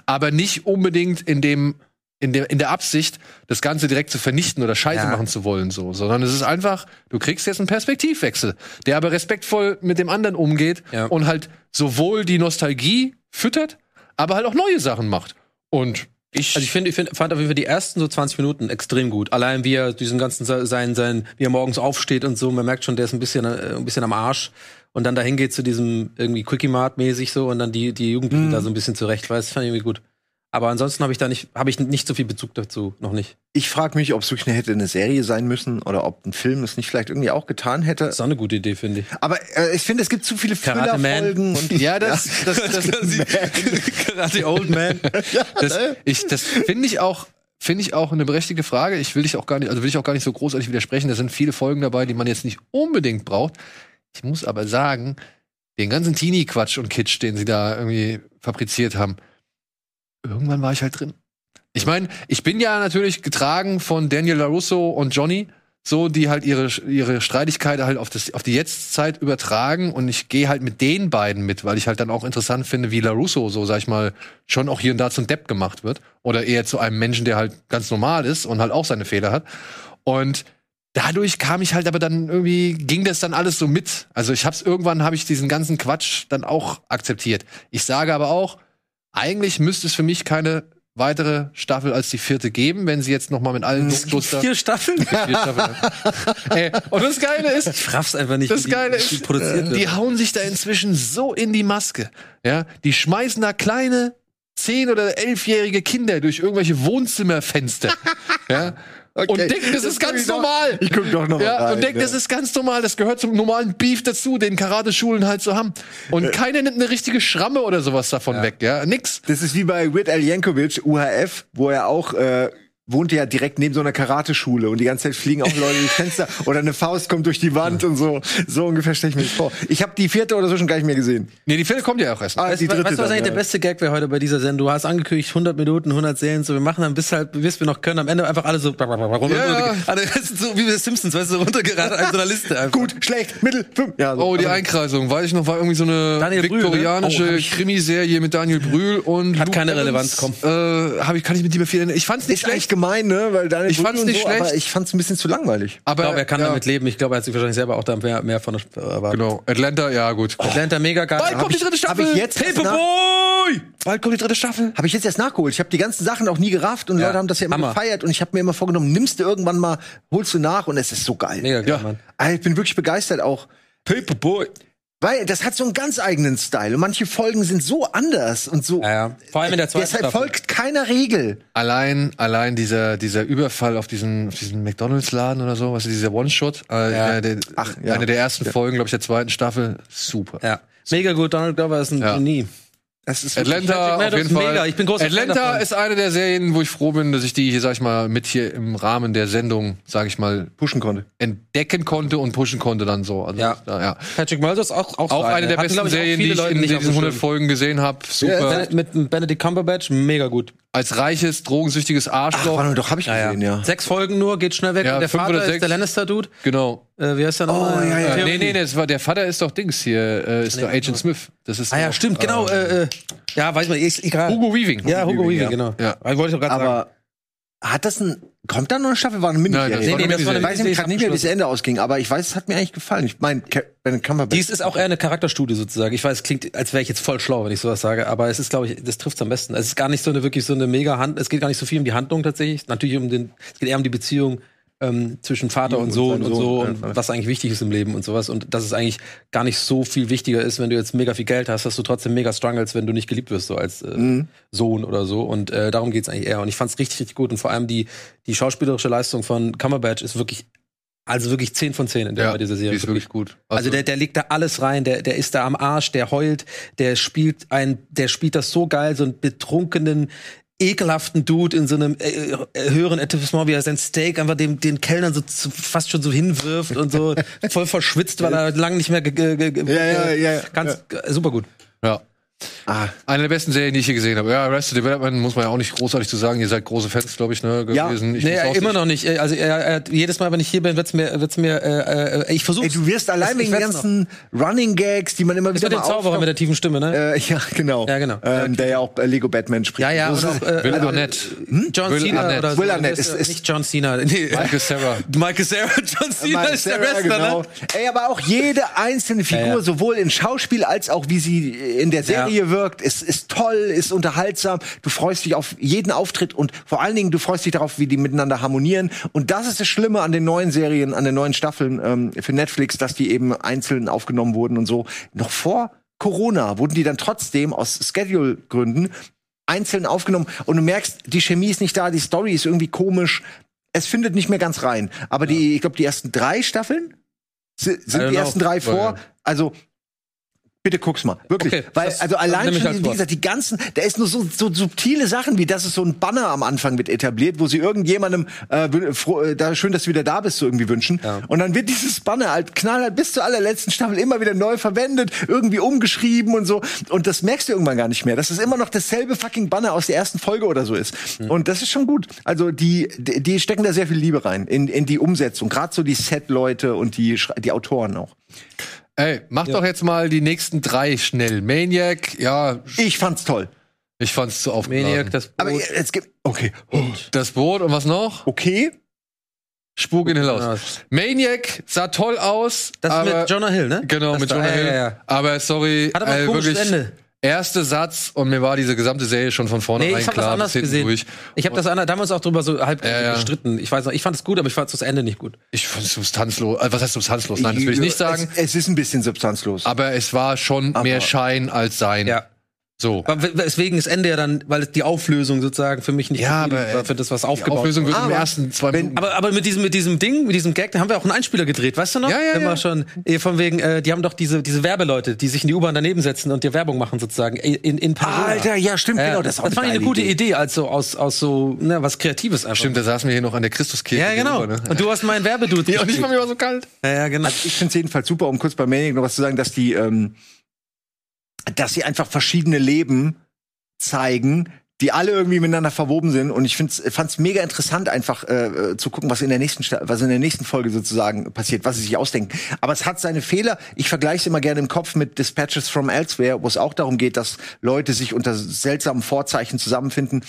Speaker 1: aber nicht unbedingt in dem in der, in der Absicht, das Ganze direkt zu vernichten oder Scheiße
Speaker 3: Ja.
Speaker 1: machen zu wollen, so, sondern es ist einfach, du kriegst jetzt einen Perspektivwechsel, der aber respektvoll mit dem anderen umgeht
Speaker 3: Ja.
Speaker 1: und halt sowohl die Nostalgie füttert, aber halt auch neue Sachen macht. Und ich,
Speaker 3: Also ich finde, ich find, fand auf jeden Fall die ersten so 20 Minuten extrem gut. Allein wie er diesen ganzen se- sein, sein, wie er morgens aufsteht und so, man merkt schon, der ist ein bisschen, äh, ein bisschen am Arsch. Und dann dahin geht zu diesem irgendwie Quickie Mart mäßig so und dann die, die Jugendlichen da so ein bisschen zurechtweist, fand ich irgendwie gut. Aber ansonsten habe ich da nicht, habe ich nicht so viel Bezug dazu, noch nicht.
Speaker 2: Ich frage mich, ob es wirklich eine, hätte eine Serie sein müssen oder ob ein Film es nicht vielleicht irgendwie auch getan hätte.
Speaker 3: Ist auch eine gute Idee, finde ich.
Speaker 2: Aber äh, ich finde, es gibt zu viele
Speaker 3: Karate Man.
Speaker 2: Füllerfolgen
Speaker 3: (laughs)
Speaker 2: und
Speaker 1: ja, das, das,
Speaker 2: (laughs)
Speaker 1: das, (laughs)
Speaker 3: Karate Old Man.
Speaker 1: das, ich, das finde ich auch, finde ich auch eine berechtigte Frage. Ich will dich auch gar nicht, also will ich auch gar nicht so großartig widersprechen. Da sind viele Folgen dabei, die man jetzt nicht unbedingt braucht. Ich muss aber sagen, den ganzen Teenie-Quatsch und Kitsch, den sie da irgendwie fabriziert haben, irgendwann war ich halt drin. Ich meine, ich bin ja natürlich getragen von Daniel LaRusso und Johnny, so die halt ihre, ihre Streitigkeit halt auf, das, auf die Jetztzeit übertragen und ich gehe halt mit den beiden mit, weil ich halt dann auch interessant finde, wie LaRusso so, sag ich mal, schon auch hier und da zum Depp gemacht wird oder eher zu einem Menschen, der halt ganz normal ist und halt auch seine Fehler hat. Und dadurch kam ich halt aber dann irgendwie, ging das dann alles so mit. Also ich hab's irgendwann, habe ich diesen ganzen Quatsch dann auch akzeptiert. Ich sage aber auch, eigentlich müsste es für mich keine weitere Staffel als die vierte geben, wenn sie jetzt noch mal mit allen Duckduster...
Speaker 3: Vier Staffeln?
Speaker 1: Vier Staffeln. (laughs) Ey, und das Geile ist,
Speaker 3: Ich raff's einfach nicht.
Speaker 1: Das
Speaker 3: wie die-
Speaker 1: Geile
Speaker 3: wie die
Speaker 1: ist, äh,
Speaker 3: produziert wird.
Speaker 1: die hauen sich da inzwischen so in die Maske. Ja, die schmeißen da (laughs) kleine zehn oder elfjährige Kinder durch irgendwelche Wohnzimmerfenster. ja,
Speaker 2: Okay.
Speaker 1: und denken, das, ist ganz normal.
Speaker 2: Ich guck doch noch mal
Speaker 1: Ja,
Speaker 2: rein, ne?
Speaker 1: und denken,
Speaker 2: ja.
Speaker 1: das ist ganz normal. Das gehört zum normalen Beef dazu, den Karate-Schulen halt so haben. Und keiner nimmt eine richtige Schramme oder sowas davon weg, ja. Nix.
Speaker 2: Das ist wie bei Whit Al Jankovic, UHF, wo er auch äh, wohnte ja direkt neben so einer Karateschule und die ganze Zeit fliegen auch Leute durchs Fenster oder eine Faust kommt durch die Wand und so. So ungefähr stelle ich mir das vor. Ich habe die vierte oder so schon gar nicht mehr gesehen.
Speaker 1: Nee, die Fälle kommt ja auch erst.
Speaker 2: Ah,
Speaker 3: Weißt,
Speaker 2: die
Speaker 3: du,
Speaker 2: dritte
Speaker 3: weißt du, was
Speaker 2: dann,
Speaker 3: eigentlich
Speaker 2: ja.
Speaker 3: der beste Gag wäre heute bei dieser Sendung? Du hast angekündigt 100 Minuten, 100 Serien, so wir machen dann bis halt, bis wir noch können, am Ende einfach alle so, warum
Speaker 1: Ja, ja.
Speaker 3: alle (laughs) so wie bei Simpsons, weißt du, runtergeraten an so einer Liste einfach.
Speaker 2: Gut, schlecht, mittel, fünf. Ja, so.
Speaker 1: Oh, die
Speaker 2: Also,
Speaker 1: Einkreisung, weiß ich noch, war irgendwie so eine
Speaker 3: Daniel Brühl, ne?
Speaker 1: viktorianische
Speaker 3: Oh, hab ich-
Speaker 1: Krimiserie mit Daniel Brühl und
Speaker 3: Hat keine Relevanz,
Speaker 1: Evans.
Speaker 3: komm.
Speaker 1: Äh, hab ich, kann ich mit dir befielen. Ich fand's nicht
Speaker 2: ist eigentlich
Speaker 1: schlecht,
Speaker 2: gemein, ne? Weil Daniel
Speaker 1: Ich
Speaker 2: Brühl
Speaker 1: fand's
Speaker 2: und
Speaker 1: nicht schlecht.
Speaker 2: Aber ich fand's ein bisschen zu langweilig.
Speaker 1: aber
Speaker 3: Ich glaube, er kann
Speaker 1: ja,
Speaker 3: damit leben. Ich glaube, er hat sich wahrscheinlich selber auch da mehr, mehr von erwartet.
Speaker 1: Genau, Atlanta, ja gut.
Speaker 3: Atlanta mega geil.
Speaker 1: Bald
Speaker 3: Hab
Speaker 1: kommt die
Speaker 3: ich-
Speaker 1: dritte Staffel.
Speaker 2: hab ich jetzt erst
Speaker 1: Paperboy. Bald kommt die dritte Staffel.
Speaker 2: Habe ich jetzt erst nachgeholt. Ich habe die ganzen Sachen auch nie gerafft und
Speaker 3: Ja,
Speaker 2: Leute haben das ja immer
Speaker 3: Hammer.
Speaker 2: gefeiert und ich habe mir immer vorgenommen, nimmst du irgendwann mal, holst du nach und es ist so geil.
Speaker 3: Mega geil,
Speaker 1: Ja.
Speaker 3: Mann.
Speaker 2: Ah, Ich bin wirklich begeistert auch.
Speaker 3: Paperboy.
Speaker 2: Weil das hat so einen ganz eigenen Style. Und manche Folgen sind so anders und so.
Speaker 3: Ja, ja. Vor allem in der zweiten
Speaker 2: Deshalb
Speaker 3: Staffel.
Speaker 2: folgt keiner Regel.
Speaker 1: Allein, allein dieser, dieser Überfall auf diesen, auf diesen McDonalds-Laden oder so, was ist dieser One-Shot? Äh,
Speaker 3: Ja.
Speaker 1: äh, der,
Speaker 2: Ach, ja.
Speaker 1: Eine der ersten Folgen, glaube ich, der zweiten Staffel. Super.
Speaker 3: Ja. Mega gut, Donald Glover ist ein
Speaker 1: Ja.
Speaker 3: Genie.
Speaker 2: Das ist wirklich-
Speaker 1: Atlanta
Speaker 3: Magic
Speaker 1: auf
Speaker 3: Maddox,
Speaker 1: jeden Fall.
Speaker 3: mega. Ich bin großer Fan
Speaker 1: Atlanta
Speaker 3: davon.
Speaker 1: ist eine der Serien, wo ich froh bin, dass ich die hier, sag ich mal, mit hier im Rahmen der Sendung, sag ich mal,
Speaker 2: pushen konnte.
Speaker 1: entdecken konnte und pushen konnte dann so. Also,
Speaker 3: Ja.
Speaker 1: ja.
Speaker 3: Patrick Mulder ist auch auch,
Speaker 1: Auch
Speaker 3: geil,
Speaker 1: eine der
Speaker 3: ne? Hatten,
Speaker 1: besten
Speaker 3: glaub ich, auch
Speaker 1: Serien, die
Speaker 3: viele
Speaker 1: ich
Speaker 3: Leute
Speaker 1: in
Speaker 3: nicht auf
Speaker 1: diesen
Speaker 3: dem
Speaker 1: 100
Speaker 3: Schirm.
Speaker 1: Folgen gesehen habe. Super.
Speaker 3: Ben- Mit Benedict Cumberbatch, mega gut.
Speaker 1: Als reiches, drogensüchtiges Arschloch.
Speaker 2: Ach, doch, habe ich gesehen, ja.
Speaker 3: Sechs Folgen nur, geht schnell weg.
Speaker 1: Ja,
Speaker 3: Und der
Speaker 1: fünf
Speaker 3: Vater
Speaker 1: oder
Speaker 3: ist
Speaker 1: sechs.
Speaker 3: der Lannister-Dude.
Speaker 1: genau.
Speaker 3: Äh, wie heißt der nochmal?
Speaker 2: ja, ja.
Speaker 1: Äh,
Speaker 3: Theorie.
Speaker 1: nee, nee, das war, der Vater ist doch Dings hier, äh, ist doch Agent Smith. Das ist
Speaker 3: Ah ja,
Speaker 1: doch,
Speaker 3: stimmt,
Speaker 1: äh,
Speaker 3: genau. Äh, äh, ja, weiß man, ich, ich gerade.
Speaker 1: Hugo Weaving.
Speaker 3: ja, Hugo Weaving,
Speaker 2: Weaving, ja.
Speaker 3: genau.
Speaker 1: Ja.
Speaker 3: Ah, Wollte ich doch gerade sagen.
Speaker 2: Aber hat das ein. Kommt da noch eine Staffel? War eine Miniserie.
Speaker 1: Nein, das war
Speaker 2: nee,
Speaker 1: eine
Speaker 2: nee, das war eine
Speaker 1: Miniserie.
Speaker 2: weiß ich gerade nicht mehr, wie das Ende ausging, aber ich weiß, es hat mir eigentlich gefallen. Ich meine, Ben Cumberbatch.
Speaker 3: Dies ist auch eher eine Charakterstudie sozusagen. Ich weiß, es klingt, als wäre ich jetzt voll schlau, wenn ich sowas sage, aber es ist, glaube ich, das trifft am besten. Es ist gar nicht so eine wirklich so eine mega Hand. Es geht gar nicht so viel um die Handlung tatsächlich. Natürlich um den, es geht eher um die Beziehung ähm, zwischen Vater und
Speaker 2: und
Speaker 3: Sohn
Speaker 2: seinem
Speaker 3: und so
Speaker 2: Sohn,
Speaker 3: und
Speaker 2: ja.
Speaker 3: was eigentlich wichtig ist im Leben und sowas. Und dass es eigentlich gar nicht so viel wichtiger ist, wenn du jetzt mega viel Geld hast, dass du trotzdem mega struggles, wenn du nicht geliebt wirst, so als äh,
Speaker 1: Mhm.
Speaker 3: Sohn oder so. Und äh, darum geht's eigentlich eher. Und ich fand's richtig, richtig gut. Und vor allem die, die schauspielerische Leistung von Cumberbatch ist wirklich, also wirklich 10 von 10 in der
Speaker 1: Ja,
Speaker 3: bei dieser
Speaker 1: die
Speaker 3: Serie.
Speaker 1: ist wirklich gut.
Speaker 3: Also, der, der legt da alles rein, der, der ist da am Arsch, der heult, der spielt ein, der spielt das so geil, so einen betrunkenen, ekelhaften Dude in so einem äh, äh, höheren Etablissement, wie er sein Steak einfach dem, den Kellnern so zu, fast schon so hinwirft
Speaker 2: (laughs)
Speaker 3: und so voll verschwitzt, weil er lange nicht mehr ge, ge, ge,
Speaker 2: Ja, ja, ja, ja.
Speaker 3: ganz äh, super gut.
Speaker 1: ja.
Speaker 2: ah,
Speaker 1: Eine der besten Serien, die ich hier gesehen habe. Ja, Arrested Development muss man ja auch nicht großartig zu sagen. Ihr seid große Fans, glaube ich, ne,
Speaker 2: Ja.
Speaker 1: gewesen. Ich
Speaker 3: Nee,
Speaker 1: muss auch
Speaker 3: immer
Speaker 1: nicht-
Speaker 3: noch nicht. Äh, Also er, er, hat- jedes Mal, wenn ich hier bin, wird's mir, wird's mir, äh, äh, ich versuche.
Speaker 2: ey, du wirst allein wegen den ganzen Running Gags, die man immer wieder
Speaker 3: mit dem
Speaker 2: mal
Speaker 3: Zauberer mit der tiefen Stimme, ne?
Speaker 2: äh, (laughs) ja, genau.
Speaker 3: Ja, genau.
Speaker 2: Ähm, der ja auch äh, Lego Batman spricht.
Speaker 3: ja, ja.
Speaker 2: So
Speaker 3: und
Speaker 2: ist
Speaker 3: auch,
Speaker 2: es.
Speaker 3: äh,
Speaker 1: Will
Speaker 3: äh,
Speaker 1: Arnett. Hm?
Speaker 3: John
Speaker 1: Will
Speaker 3: Cena
Speaker 1: Arnett.
Speaker 3: oder so.
Speaker 2: Will Arnett,
Speaker 3: Das
Speaker 2: es ist-
Speaker 3: nicht John Cena. (laughs) Nee.
Speaker 1: Michael Cera.
Speaker 3: Michael Sarah, (laughs) John Cena
Speaker 2: Miles
Speaker 3: ist der
Speaker 2: Teller,
Speaker 3: Wrestler,
Speaker 2: Äh, genau.
Speaker 3: ne?
Speaker 2: Ey, aber auch jede einzelne Figur,
Speaker 3: Ja, ja.
Speaker 2: sowohl in Schauspiel als auch wie sie in der Serie
Speaker 3: Ja.
Speaker 2: wirkt, ist, ist toll, ist unterhaltsam. Du freust dich auf jeden Auftritt und vor allen Dingen, du freust dich darauf, wie die miteinander harmonieren. Und das ist das Schlimme an den neuen Serien, an den neuen Staffeln ähm, für Netflix, dass die eben einzeln aufgenommen wurden und so. Noch vor Corona wurden die dann trotzdem aus Schedule-Gründen einzeln aufgenommen und du merkst, die Chemie ist nicht da, die Story ist irgendwie komisch. Es findet nicht mehr ganz rein. Aber die, ich glaube, die ersten drei Staffeln si-
Speaker 3: I don't
Speaker 2: sind die
Speaker 3: know.
Speaker 2: ersten drei vor.
Speaker 1: Ja.
Speaker 2: Also bitte guck's mal, wirklich.
Speaker 3: Okay,
Speaker 2: Weil
Speaker 3: das-
Speaker 2: also
Speaker 3: das
Speaker 2: allein
Speaker 3: nehme ich
Speaker 2: schon,
Speaker 3: als
Speaker 2: wie
Speaker 3: Wort.
Speaker 2: gesagt, die ganzen, da ist nur so, so subtile Sachen wie, dass es so ein Banner am Anfang wird etabliert, wo sie irgendjemandem äh, wün- froh, äh, da schön, dass du wieder da bist, so irgendwie wünschen.
Speaker 3: Ja.
Speaker 2: Und dann wird dieses Banner halt knallhart bis zur allerletzten Staffel immer wieder neu verwendet, irgendwie umgeschrieben und so. Und das merkst du irgendwann gar nicht mehr, dass es immer noch dasselbe fucking Banner aus der ersten Folge oder so ist.
Speaker 3: Mhm.
Speaker 2: Und das ist schon gut. Also die, die die stecken da sehr viel Liebe rein in, in die Umsetzung, gerade so die Set-Leute und die Schre- die Autoren auch.
Speaker 1: Ey, mach doch jetzt mal die nächsten drei schnell. Maniac, ja,
Speaker 2: Ich fand's toll.
Speaker 1: ich fand's zu aufgeladen.
Speaker 3: Maniac, das
Speaker 2: Aber
Speaker 3: Brot.
Speaker 2: jetzt gibt okay. oh,
Speaker 1: Das Boot und was noch?
Speaker 2: Okay.
Speaker 1: Spuk in Hill
Speaker 3: House.
Speaker 1: House. Maniac sah toll aus.
Speaker 3: Das
Speaker 1: aber,
Speaker 3: mit Jonah Hill, ne?
Speaker 1: Genau,
Speaker 3: das
Speaker 1: mit
Speaker 3: da-
Speaker 1: Jonah
Speaker 3: ja,
Speaker 1: Hill.
Speaker 3: Ja, ja.
Speaker 1: Aber sorry,
Speaker 3: Hat aber ein
Speaker 1: ey,
Speaker 3: komisches
Speaker 1: wirklich.
Speaker 3: Ende.
Speaker 1: Erster Satz und mir war diese gesamte Serie schon von vornherein
Speaker 3: Nee, ich habe das
Speaker 1: klar.
Speaker 3: anders
Speaker 1: bis hinten durch.
Speaker 3: gesehen. Ich habe das anders, da haben wir uns auch drüber so halb
Speaker 1: Ja, ja.
Speaker 3: gestritten. Ich weiß noch, ich fand es gut, aber ich fand das Ende nicht gut.
Speaker 1: Ich fand substanzlos. äh, Was heißt substanzlos? Nein, das will ich nicht sagen.
Speaker 3: Ah.
Speaker 2: Es, es ist ein bisschen substanzlos.
Speaker 1: Aber es war schon mehr Schein als Sein.
Speaker 3: Ja.
Speaker 1: So.
Speaker 3: Weil- Weswegen das Ende ja dann, weil die Auflösung sozusagen für mich nicht
Speaker 1: Ja,
Speaker 3: zufrieden
Speaker 1: aber, äh,
Speaker 3: war für das, was
Speaker 1: Die
Speaker 3: aufgebaut
Speaker 1: Auflösung wird im
Speaker 2: Aber
Speaker 1: ersten zwei
Speaker 2: wenn-
Speaker 1: Minuten.
Speaker 3: Aber, aber mit, diesem, mit diesem Ding, mit diesem Gag, da haben wir auch einen Einspieler gedreht, weißt du noch?
Speaker 1: Ja, ja,
Speaker 3: Wenn wir
Speaker 1: ja.
Speaker 3: schon, eh, von wegen, äh, die haben doch diese, diese Werbeleute, die sich in die U-Bahn daneben setzen und dir Werbung machen sozusagen, i- in, in Parola.
Speaker 2: Alter, ja, stimmt,
Speaker 3: ja,
Speaker 2: genau.
Speaker 3: das,
Speaker 2: Das,
Speaker 3: das fand ich eine gute Idee, als so, aus, aus so, ne, was Kreatives einfach.
Speaker 1: Stimmt, da saßen wir hier noch an der Christuskirche.
Speaker 3: Ja, genau.
Speaker 1: gegenüber, ne?
Speaker 3: Und du hast meinen Werbedude.
Speaker 1: Ja, und ich
Speaker 3: gespielt.
Speaker 1: war mir war so kalt.
Speaker 3: ja, ja, genau.
Speaker 2: Also Ich finde es jedenfalls super, um kurz bei Maniac noch was zu sagen, dass die, ähm, dass sie einfach verschiedene Leben zeigen, die alle irgendwie miteinander verwoben sind. Und ich fand's fand's mega interessant, einfach äh, äh, zu gucken, was in der nächsten Sta- was in der nächsten Folge sozusagen passiert, was sie sich ausdenken. Aber es hat seine Fehler. Ich vergleiche es immer gerne im Kopf mit Dispatches from Elsewhere, wo es auch darum geht, dass Leute sich unter seltsamen Vorzeichen zusammenfinden.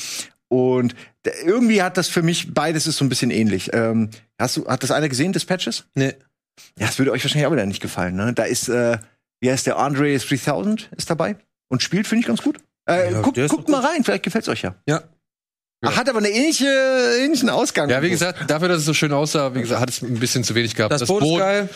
Speaker 2: Und d- irgendwie hat das für mich beides ist so ein bisschen ähnlich. Ähm, hast du, hat das einer gesehen, Dispatches?
Speaker 3: Nee.
Speaker 2: Ja, das würde euch wahrscheinlich auch wieder nicht gefallen, ne? Da ist, äh, wie heißt der, Andre 3000 ist dabei und spielt, finde ich, ganz gut. Äh,
Speaker 3: Ja,
Speaker 2: guckt
Speaker 3: der ist
Speaker 2: guckt
Speaker 3: doch
Speaker 2: mal rein, vielleicht gefällt's euch ja.
Speaker 3: Ja.
Speaker 2: Ach, Hat aber einen ähnliche, ähnlichen Ausgang.
Speaker 1: Ja, wie gesagt, dafür, dass es so schön aussah, wie gesagt, hat es ein bisschen zu wenig gehabt.
Speaker 3: Das, Boot ist geil.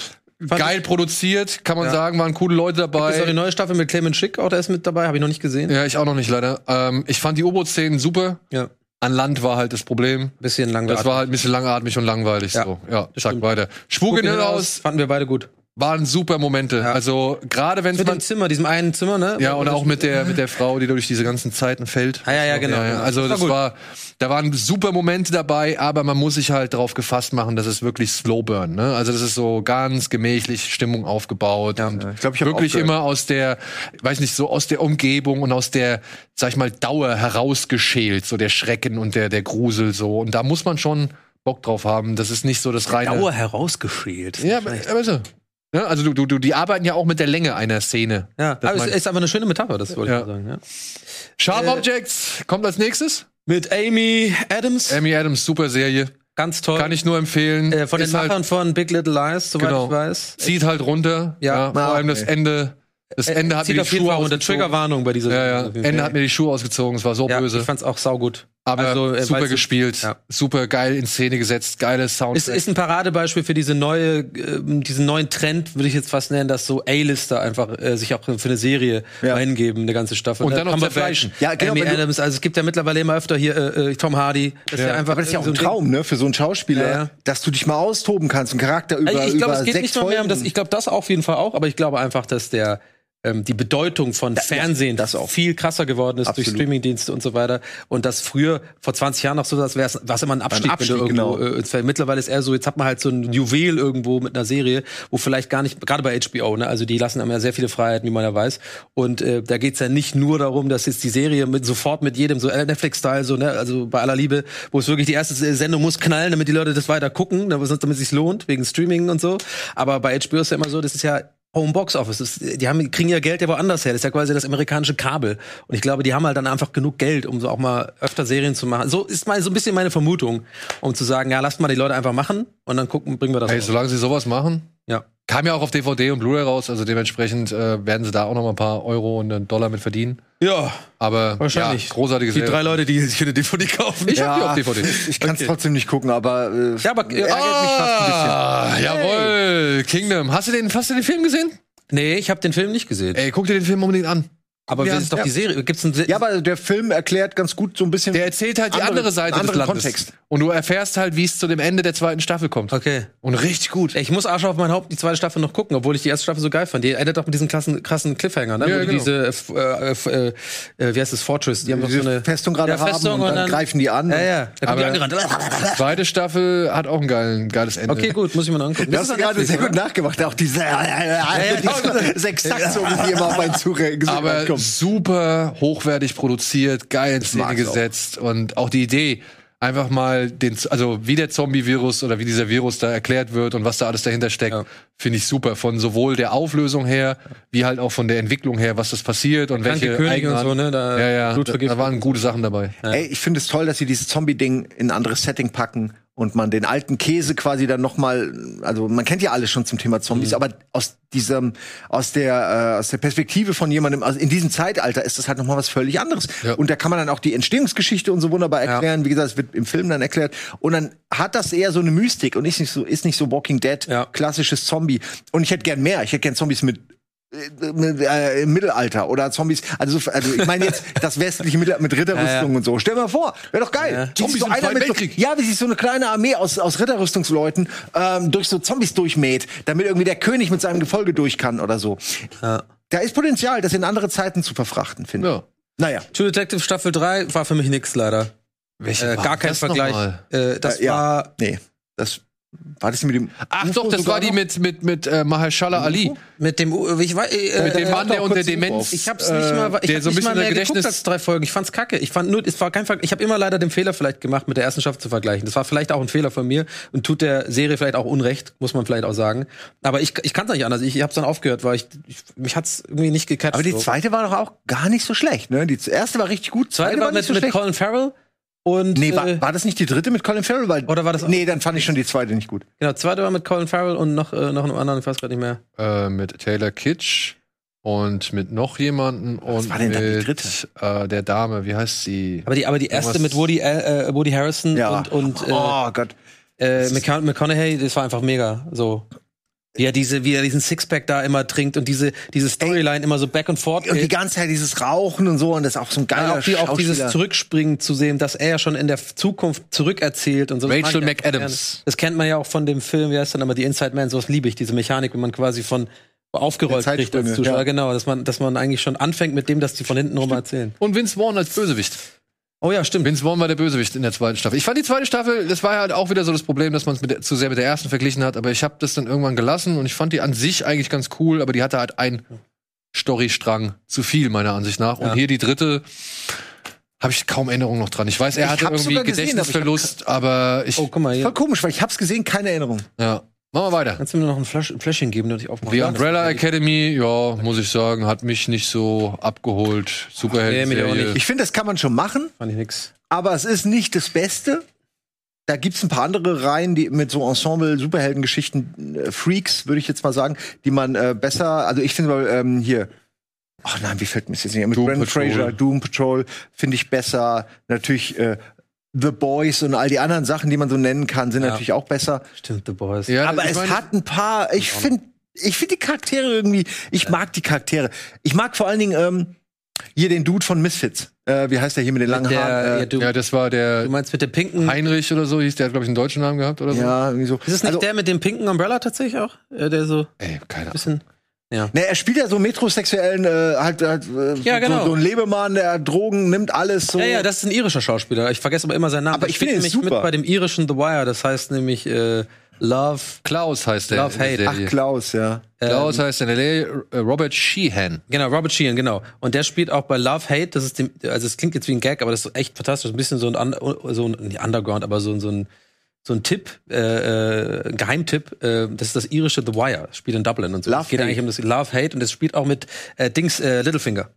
Speaker 3: Fand
Speaker 1: geil produziert, kann man
Speaker 3: Ja.
Speaker 1: sagen, waren coole Leute
Speaker 3: Das ist auch die
Speaker 1: dabei.
Speaker 3: neue Staffel mit Clement Schick, auch der ist mit dabei, habe ich noch nicht gesehen.
Speaker 1: Ja, ich auch noch nicht leider. Ähm, ich fand die U-Boot-Szenen super.
Speaker 3: Ja.
Speaker 1: An Land war halt das Problem.
Speaker 3: Bisschen langweilig.
Speaker 1: Das war halt ein bisschen langatmig und langweilig.
Speaker 3: Ja,
Speaker 1: so. ja sag
Speaker 3: stimmt.
Speaker 1: weiter. Schwugen hinaus
Speaker 3: Fanden wir beide gut.
Speaker 1: waren super Momente.
Speaker 3: Ja.
Speaker 1: Also gerade wenn
Speaker 3: Mit
Speaker 1: man
Speaker 3: dem Zimmer, diesem einen Zimmer, ne?
Speaker 1: ja
Speaker 3: Wo-
Speaker 1: und
Speaker 3: wo-
Speaker 1: auch mit der mit der Frau, die durch diese ganzen Zeiten fällt.
Speaker 3: Ah, ja, ja, genau.
Speaker 1: Also
Speaker 3: Das war
Speaker 1: das
Speaker 3: gut.
Speaker 1: war, da waren super Momente dabei, aber man muss sich halt darauf gefasst machen, dass es wirklich Slow Burn. Ne? Also das ist so ganz gemächlich Stimmung aufgebaut und
Speaker 2: ja, ich glaub, ich hab
Speaker 1: wirklich
Speaker 2: aufgehört.
Speaker 1: immer aus der, weiß nicht so aus der Umgebung und aus der, sag ich mal Dauer herausgeschält, so der Schrecken und der der Grusel so. Und da muss man schon Bock drauf haben. Das ist nicht so das reine.
Speaker 3: Dauer herausgeschält.
Speaker 1: Ja, aber, aber so. Ja, also du, du, du, die arbeiten ja auch mit der Länge einer Szene.
Speaker 3: Ja,
Speaker 1: Das
Speaker 3: aber es
Speaker 1: mein-
Speaker 3: ist einfach eine schöne Metapher, das wollte
Speaker 1: Ja.
Speaker 3: ich mal sagen. Ja.
Speaker 1: Sharp
Speaker 3: Äh,
Speaker 1: Objects kommt als nächstes.
Speaker 3: Mit Amy Adams,
Speaker 1: Amy Adams, super Serie.
Speaker 3: ganz toll.
Speaker 1: Kann ich nur empfehlen.
Speaker 3: äh, von den
Speaker 1: Ist halt,
Speaker 3: Machern von Big Little Lies, soweit
Speaker 1: Genau.
Speaker 3: ich weiß.
Speaker 1: zieht halt runter.
Speaker 3: Ja. Äh,
Speaker 1: vor
Speaker 2: Ah,
Speaker 1: allem das
Speaker 2: okay.
Speaker 1: Ende. Das Ende hat mir
Speaker 3: zieht
Speaker 1: die
Speaker 3: auf jeden
Speaker 1: Schuhe
Speaker 3: Fall runter.
Speaker 1: ausgezogen.
Speaker 3: Triggerwarnung bei dieser
Speaker 1: Ja, ja.
Speaker 3: Serie auf jeden
Speaker 1: Ende
Speaker 3: Fall.
Speaker 1: hat mir die Schuhe ausgezogen. Es war so
Speaker 3: ja,
Speaker 1: böse.
Speaker 3: Ich fand's auch saugut.
Speaker 1: Aber
Speaker 3: also, äh,
Speaker 1: super
Speaker 3: weil's-
Speaker 1: gespielt.
Speaker 3: ja.
Speaker 1: Super geil in Szene gesetzt. Geile Soundtrack.
Speaker 3: Ist, ist ein Paradebeispiel für diese neue, äh, diesen neuen Trend, würde ich jetzt fast nennen, dass so A-Lister einfach äh, sich auch für eine Serie
Speaker 2: Ja.
Speaker 3: hingeben, eine ganze Staffel.
Speaker 1: Und dann
Speaker 3: Da
Speaker 1: noch
Speaker 3: kann man
Speaker 1: zerfleischen.
Speaker 3: Ja,
Speaker 2: Ja, genau,
Speaker 3: Amy
Speaker 2: wenn du-
Speaker 3: Adams, also es gibt ja mittlerweile immer öfter hier äh, äh, Tom Hardy. Das
Speaker 1: Ja.
Speaker 3: einfach
Speaker 2: aber das ist ja auch
Speaker 3: so
Speaker 2: ein
Speaker 3: Ding.
Speaker 2: Traum, ne, für so einen Schauspieler,
Speaker 3: Ja, ja.
Speaker 2: dass du dich mal austoben kannst, einen Charakter über
Speaker 3: Also ich glaube,
Speaker 2: über
Speaker 3: es geht
Speaker 2: sechs
Speaker 3: nicht nur mehr um das.
Speaker 2: Folgen.
Speaker 3: Ich glaube, das auf jeden Fall auch, aber ich glaube einfach, dass der ähm, die Bedeutung von Fernsehen
Speaker 2: das auch.
Speaker 3: viel krasser geworden ist durch
Speaker 2: Absolut.
Speaker 3: Streamingdienste und so weiter. Und das früher, vor 20 Jahren noch so, das wäre es immer ein Abstieg,
Speaker 2: Abstieg,
Speaker 3: wenn du irgendwo,
Speaker 2: genau.
Speaker 3: äh, ins Feld- mittlerweile ist eher so, jetzt hat man halt so ein Juwel irgendwo mit einer Serie, wo vielleicht gar nicht, gerade bei HBO, ne, also die lassen einem ja sehr viele Freiheiten, wie man ja weiß. Und äh, da geht's ja nicht nur darum, dass jetzt die Serie mit sofort mit jedem, so äh, Netflix-Style, so, ne, also bei aller Liebe, wo es wirklich die erste Sendung muss knallen, damit die Leute das weiter gucken, ne, damit es sich lohnt, wegen Streaming und so. Aber bei HBO ist ja immer so, das ist ja Home Box Office. Das, ist- die haben, kriegen ja Geld ja woanders her. Das ist ja quasi das amerikanische Kabel. Und ich glaube, die haben halt dann einfach genug Geld, um so auch mal öfter Serien zu machen. So ist mal so ein bisschen meine Vermutung, um zu sagen, ja, lasst mal die Leute einfach machen und dann gucken, bringen wir das.
Speaker 1: Ey,
Speaker 3: raus.
Speaker 1: solange sie sowas machen.
Speaker 3: Ja.
Speaker 1: Kam ja auch auf DVD und Blu-ray raus, also dementsprechend äh, werden sie da auch noch mal ein paar Euro und einen Dollar mit verdienen.
Speaker 3: ja,
Speaker 1: Aber
Speaker 3: wahrscheinlich.
Speaker 1: Ja, großartige
Speaker 3: Die
Speaker 1: Serie.
Speaker 3: drei Leute, die sich eine DVD kaufen.
Speaker 1: Ich hab die
Speaker 2: Ja.
Speaker 1: auf DVD.
Speaker 2: Ich kann es trotzdem nicht gucken, aber äh,
Speaker 3: Ja, aber-
Speaker 2: ärgert mich fast ein bisschen.
Speaker 1: Ah, jawohl, Kingdom. Hast du, den, hast du den Film gesehen?
Speaker 3: Nee, ich habe den Film nicht gesehen.
Speaker 1: Ey, guck dir den Film unbedingt an.
Speaker 3: aber
Speaker 1: ja,
Speaker 3: wir sind doch
Speaker 1: ja.
Speaker 3: die Serie. Gibt's einen
Speaker 2: Ja, aber der Film erklärt ganz gut so ein bisschen.
Speaker 1: Der erzählt halt die
Speaker 2: Andere-
Speaker 1: andere Seite
Speaker 2: einen
Speaker 1: des
Speaker 2: anderen
Speaker 1: Landes.
Speaker 2: Kontext.
Speaker 1: Und du erfährst halt, wie es zu dem Ende der zweiten Staffel kommt.
Speaker 3: okay.
Speaker 1: Und richtig (laughs) gut.
Speaker 3: Ich muss Arsch auf mein Haupt die zweite Staffel noch gucken, obwohl ich die erste Staffel so geil fand. Die endet doch mit diesem krassen, krassen Cliffhanger, ne?
Speaker 1: Ja,
Speaker 3: Wo die
Speaker 1: genau.
Speaker 3: diese, äh, f- äh, f- äh, äh, wie heißt das, Fortress? Die haben doch so
Speaker 2: diese
Speaker 3: eine
Speaker 2: Festung gerade
Speaker 3: Ja, Festung
Speaker 2: haben und dann, greifen die an.
Speaker 3: Ja, ja. Da kommt
Speaker 1: Aber-
Speaker 3: die angerannt.
Speaker 1: Zweite Staffel hat auch ein geilen, geiles Ende.
Speaker 3: Okay, gut, muss ich mir noch angucken.
Speaker 2: Das
Speaker 3: ist
Speaker 2: hast
Speaker 3: an
Speaker 2: gerade
Speaker 3: Netflix,
Speaker 2: sehr gut
Speaker 3: oder?
Speaker 2: nachgemacht. Auch diese. (laughs) Das ist exakt so, wie die immer auf meinen Zurück
Speaker 1: Aber
Speaker 2: kommen.
Speaker 1: super hochwertig produziert, geil in Szene
Speaker 2: mag ich auch.
Speaker 1: gesetzt und auch die Idee, einfach mal den, also wie der Zombie-Virus oder wie dieser Virus da erklärt wird und was da alles dahinter steckt,
Speaker 3: Ja.
Speaker 1: finde ich super. Von sowohl der Auflösung her, wie halt auch von der Entwicklung her, was das passiert und
Speaker 3: Kranke
Speaker 1: welche
Speaker 3: Könige und
Speaker 1: Eigenarten-
Speaker 3: so, ne? Da
Speaker 1: ja, ja, da,
Speaker 3: Blutvergiftung.
Speaker 1: da waren gute Sachen dabei.
Speaker 2: Ey, ich finde es toll, dass sie dieses Zombie-Ding in ein anderes Setting packen und man den alten Käse quasi dann noch mal, also man kennt ja alles schon zum Thema Zombies, aber aus diesem, aus der, äh, aus der Perspektive von jemandem also in diesem Zeitalter ist das halt noch mal was völlig anderes.
Speaker 1: Ja.
Speaker 2: Und da kann man dann auch die Entstehungsgeschichte und so wunderbar erklären. Wie gesagt, es wird im Film dann erklärt. Und dann hat das eher so eine Mystik und ist nicht so, ist nicht so Walking Dead,
Speaker 3: Ja.
Speaker 2: klassisches Zombie. Und ich hätte gern mehr. Ich hätte gern Zombies mit äh, im Mittelalter oder Zombies. Also, so- also ich meine jetzt das westliche Mittelalter mit Ritterrüstung und so. Stell dir mal vor, wäre doch geil.
Speaker 3: Ja.
Speaker 1: Zombies
Speaker 2: so
Speaker 1: im Zweiten
Speaker 2: so,
Speaker 1: Weltkrieg.
Speaker 2: ja, wie sich so eine kleine Armee aus, aus Ritterrüstungsleuten ähm, durch so Zombies durchmäht, damit irgendwie der König mit seinem Gefolge durch kann oder so. Da ist Potenzial, das in andere Zeiten zu verfrachten, finde ich.
Speaker 1: Ja.
Speaker 2: Naja.
Speaker 3: True Detective Staffel 3 war für mich nix leider.
Speaker 1: Welche
Speaker 3: Äh,
Speaker 1: war
Speaker 3: gar kein
Speaker 1: das
Speaker 3: Vergleich.
Speaker 1: nochmal?
Speaker 3: Äh, das
Speaker 2: Äh, ja.
Speaker 3: war
Speaker 2: Nee, das war das mit dem.
Speaker 1: Ach
Speaker 2: Ufo
Speaker 1: doch, das
Speaker 2: sogar
Speaker 1: war die
Speaker 2: noch?
Speaker 1: mit, mit, mit äh, Mahershala Ali.
Speaker 3: mit dem U- ich weiß, äh,
Speaker 1: Mit dem
Speaker 3: äh,
Speaker 1: Mann, der
Speaker 2: doch
Speaker 1: unter
Speaker 2: kurz Info
Speaker 1: Demenz.
Speaker 2: auf.
Speaker 3: ich hab's nicht mal ich
Speaker 1: der
Speaker 3: hab
Speaker 1: so ein
Speaker 3: nicht
Speaker 1: bisschen
Speaker 3: mal mehr
Speaker 1: in der
Speaker 3: geguckt als
Speaker 1: Gedächtnis.
Speaker 3: drei Folgen. Ich fand's kacke. Ich fand nur es war kein Ver ich habe immer leider den Fehler vielleicht gemacht mit der ersten Staffel zu vergleichen. Das war vielleicht auch ein Fehler von mir und tut der Serie vielleicht auch unrecht, muss man vielleicht auch sagen, aber ich ich kann's nicht anders. Ich, ich hab's dann aufgehört, weil ich, ich mich hat's irgendwie nicht gecatcht.
Speaker 2: Aber die
Speaker 3: so.
Speaker 2: zweite war doch auch gar nicht so schlecht, ne? Die erste war richtig gut,
Speaker 3: zweite war
Speaker 2: nicht
Speaker 3: mit, mit Colin Farrell und
Speaker 2: Nee,
Speaker 3: äh,
Speaker 2: war, war das nicht die dritte mit Colin Farrell? Weil,
Speaker 3: Oder war das-
Speaker 2: Nee, dann fand ich schon die zweite nicht gut.
Speaker 3: genau, zweite war mit Colin Farrell und noch äh, noch einem anderen, ich weiß gerade nicht mehr.
Speaker 1: Äh, mit Taylor Kitsch und mit noch jemanden und
Speaker 2: war denn dann die
Speaker 1: mit
Speaker 2: dritte?
Speaker 1: äh, der Dame, wie heißt sie?
Speaker 3: Aber die, aber die erste
Speaker 1: Irgendwas-
Speaker 3: mit Woody, äh, äh, Woody Harrison
Speaker 2: Ja.
Speaker 3: und, und äh,
Speaker 2: oh Gott.
Speaker 3: äh, McCon- McConaughey, das war einfach mega. So. Wie er, diese, wie er diesen Sixpack da immer trinkt und diese, diese Storyline immer so back and forth.
Speaker 2: Und die
Speaker 3: geht.
Speaker 2: ganze Zeit dieses Rauchen und so und das ist auch so ein
Speaker 3: Ja,
Speaker 2: geiler
Speaker 3: auch, die, auch dieses
Speaker 2: Schauspieler.
Speaker 3: Zurückspringen zu sehen, dass er ja schon in der Zukunft zurückerzählt und so. Das
Speaker 1: Rachel
Speaker 3: mag ich einfach
Speaker 1: McAdams.
Speaker 3: gerne. Das kennt man ja auch von dem Film, wie heißt dann immer die Inside Man, sowas liebe ich, diese Mechanik, wenn man quasi von aufgerollt
Speaker 2: Der
Speaker 3: kriegt als
Speaker 2: Zeitsprünge,
Speaker 3: Zuschauer.
Speaker 2: ja.
Speaker 3: Genau, dass man, dass man eigentlich schon anfängt mit dem, dass die von hinten rum erzählen.
Speaker 1: Und Vince Vaughn als Bösewicht.
Speaker 3: Oh ja, stimmt.
Speaker 1: Vince Vaughn war der Bösewicht in der zweiten Staffel. Ich fand die zweite Staffel, das war halt auch wieder so das Problem, dass man es zu sehr mit der ersten verglichen hat, aber ich habe das dann irgendwann gelassen und ich fand die an sich eigentlich ganz cool, aber die hatte halt einen Storystrang zu viel, meiner Ansicht nach. Und
Speaker 3: Ja.
Speaker 1: hier die dritte habe ich kaum Erinnerung noch dran. Ich weiß, er
Speaker 2: Ich
Speaker 1: hatte
Speaker 2: hab's
Speaker 1: irgendwie
Speaker 2: sogar gesehen, aber ich hab
Speaker 1: Gedächtnisverlust, aber ich.
Speaker 3: Oh, guck mal
Speaker 2: Voll
Speaker 3: hier.
Speaker 2: komisch, weil ich hab's gesehen, keine Erinnerung.
Speaker 1: ja. Machen wir weiter.
Speaker 3: Kannst du mir noch ein Flasch, Fläschchen geben, dass ich aufmache?
Speaker 1: Die Umbrella Academy, ja, muss ich sagen, hat mich nicht so abgeholt. Superhelden.
Speaker 3: Nee, mich auch
Speaker 1: Nee,
Speaker 2: Ich finde, das kann man schon machen,
Speaker 3: Fand ich nix.
Speaker 2: aber es ist nicht das Beste. Da gibt's ein paar andere Reihen, die mit so Ensemble-Superheldengeschichten, äh, Freaks, würde ich jetzt mal sagen, die man äh, besser, also ich finde mal ähm, hier, ach nein, wie fällt mir das jetzt nicht ein? Mit
Speaker 1: Doom
Speaker 2: Brandon
Speaker 1: Patrol.
Speaker 2: Fraser, Doom Patrol finde ich besser. Natürlich äh, The Boys und all die anderen Sachen, die man so nennen kann, sind
Speaker 3: Ja. Äh,
Speaker 2: natürlich auch besser.
Speaker 3: Stimmt, The Boys.
Speaker 1: ja,
Speaker 2: aber
Speaker 1: ich
Speaker 2: es
Speaker 1: meine-
Speaker 2: hat ein paar. Ich finde, ich finde die Charaktere irgendwie. Ich mag die Charaktere. Ich mag vor allen Dingen ähm, hier den Dude von Misfits. Äh, wie heißt der hier mit den langen
Speaker 3: Der,
Speaker 2: Haaren?
Speaker 3: ja,
Speaker 2: Äh,
Speaker 3: du,
Speaker 1: Ja, das war
Speaker 3: du
Speaker 1: der
Speaker 3: meinst mit der pinken.
Speaker 1: Heinrich oder so, hieß der, hat, glaube ich, einen deutschen Namen gehabt oder so.
Speaker 2: ja, irgendwie so.
Speaker 3: Mhm. Ist es nicht
Speaker 2: also,
Speaker 3: der mit dem pinken Umbrella tatsächlich auch? Äh, der so ein
Speaker 1: Ey, keine Ahnung.
Speaker 3: bisschen.
Speaker 2: Ne, er spielt ja so metrosexuellen, äh, halt, halt äh,
Speaker 3: Ja,
Speaker 2: so-
Speaker 3: genau.
Speaker 2: so, so ein Lebemann, der Drogen nimmt, alles so.
Speaker 3: Ja, ja, das ist ein irischer Schauspieler. Ich vergesse aber immer seinen Namen.
Speaker 2: Aber
Speaker 3: Der
Speaker 2: ich finde
Speaker 3: spielt
Speaker 2: ihn
Speaker 3: nämlich
Speaker 2: super.
Speaker 3: mit bei dem irischen The Wire. Das heißt nämlich äh, Love.
Speaker 1: Klaus heißt der.
Speaker 3: Love,
Speaker 1: in der
Speaker 3: Hate.
Speaker 1: Serie.
Speaker 2: Ach, Klaus, ja.
Speaker 1: Klaus heißt in LA äh, Robert Sheehan.
Speaker 3: Genau, Robert Sheehan, genau. Und der spielt auch bei Love Hate. Das ist dem, also es klingt jetzt wie ein Gag, aber das ist echt fantastisch. Ein bisschen so ein, Un so ein nicht Underground, aber so ein, so ein so ein Tipp, äh, äh, ein Geheimtipp, äh, das ist das irische The Wire, Das spielt in Dublin und so.
Speaker 2: Love
Speaker 3: es geht
Speaker 2: Hate.
Speaker 3: eigentlich um das Love Hate und das spielt auch mit äh, Dings äh, Littlefinger.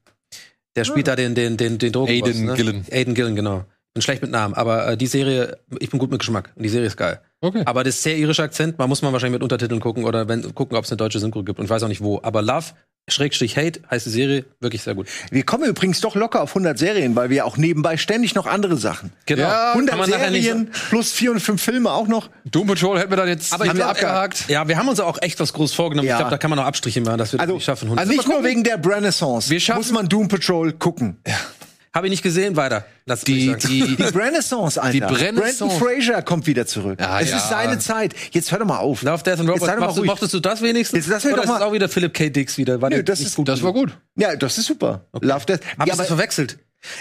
Speaker 3: Der spielt
Speaker 2: Ah.
Speaker 3: da den den den ne? den Drogen
Speaker 1: Aidan Gillen.
Speaker 3: Aiden Gillen, genau. Bin schlecht mit Namen, aber äh, die Serie, ich bin gut mit Geschmack und die Serie ist geil.
Speaker 1: Okay.
Speaker 3: Aber das ist sehr irischer Akzent, man muss man wahrscheinlich mit Untertiteln gucken oder wenn, gucken, ob es eine deutsche Synchro gibt und ich weiß auch nicht wo. Aber Love, Schrägstrich Hate, heißt die Serie, wirklich sehr gut.
Speaker 2: Wir kommen übrigens doch locker auf 100 Serien, weil wir auch nebenbei ständig noch andere Sachen.
Speaker 3: Genau.
Speaker 1: Ja,
Speaker 3: Kann
Speaker 2: 100
Speaker 3: man nachher nicht-
Speaker 2: Serien plus vier und fünf Filme auch noch.
Speaker 1: Doom Patrol hätten wir dann jetzt
Speaker 3: Aber ich
Speaker 1: haben wir
Speaker 3: glaub, (laughs)
Speaker 1: abgehakt.
Speaker 3: Ja, wir haben uns auch echt was groß vorgenommen.
Speaker 2: Ja.
Speaker 3: Ich glaube, da kann man noch Abstriche machen, dass wir das
Speaker 2: Also,
Speaker 3: nicht schaffen.
Speaker 2: also nicht nur wegen der Renaissance.
Speaker 1: Wir schaffen-
Speaker 2: muss man Doom Patrol gucken.
Speaker 3: Habe ich nicht gesehen, weiter. Lass mich
Speaker 1: Die,
Speaker 3: sagen.
Speaker 1: die,
Speaker 2: Die Renaissance, Alter.
Speaker 1: Die Renaissance.
Speaker 2: Brandon Fraser kommt wieder zurück.
Speaker 1: Ja,
Speaker 2: es
Speaker 1: ja.
Speaker 2: ist seine Zeit. Jetzt hör doch mal auf.
Speaker 3: Love, Death and
Speaker 2: Jetzt sei doch
Speaker 3: Robots.
Speaker 2: mal
Speaker 3: Mochtest,
Speaker 2: ruhig.
Speaker 3: mochtest du das wenigstens?
Speaker 2: Jetzt lass mich
Speaker 3: Oder
Speaker 2: doch
Speaker 3: ist
Speaker 2: mal-
Speaker 3: es auch wieder Philip K. Dix wieder? War
Speaker 2: Nö,
Speaker 3: der
Speaker 2: das
Speaker 3: nicht
Speaker 2: ist
Speaker 3: gut.
Speaker 1: (laughs) das war gut.
Speaker 2: Ja, das ist super. Love Death.
Speaker 3: Hab
Speaker 2: Ja,
Speaker 3: ich das
Speaker 2: aber,
Speaker 3: verwechselt?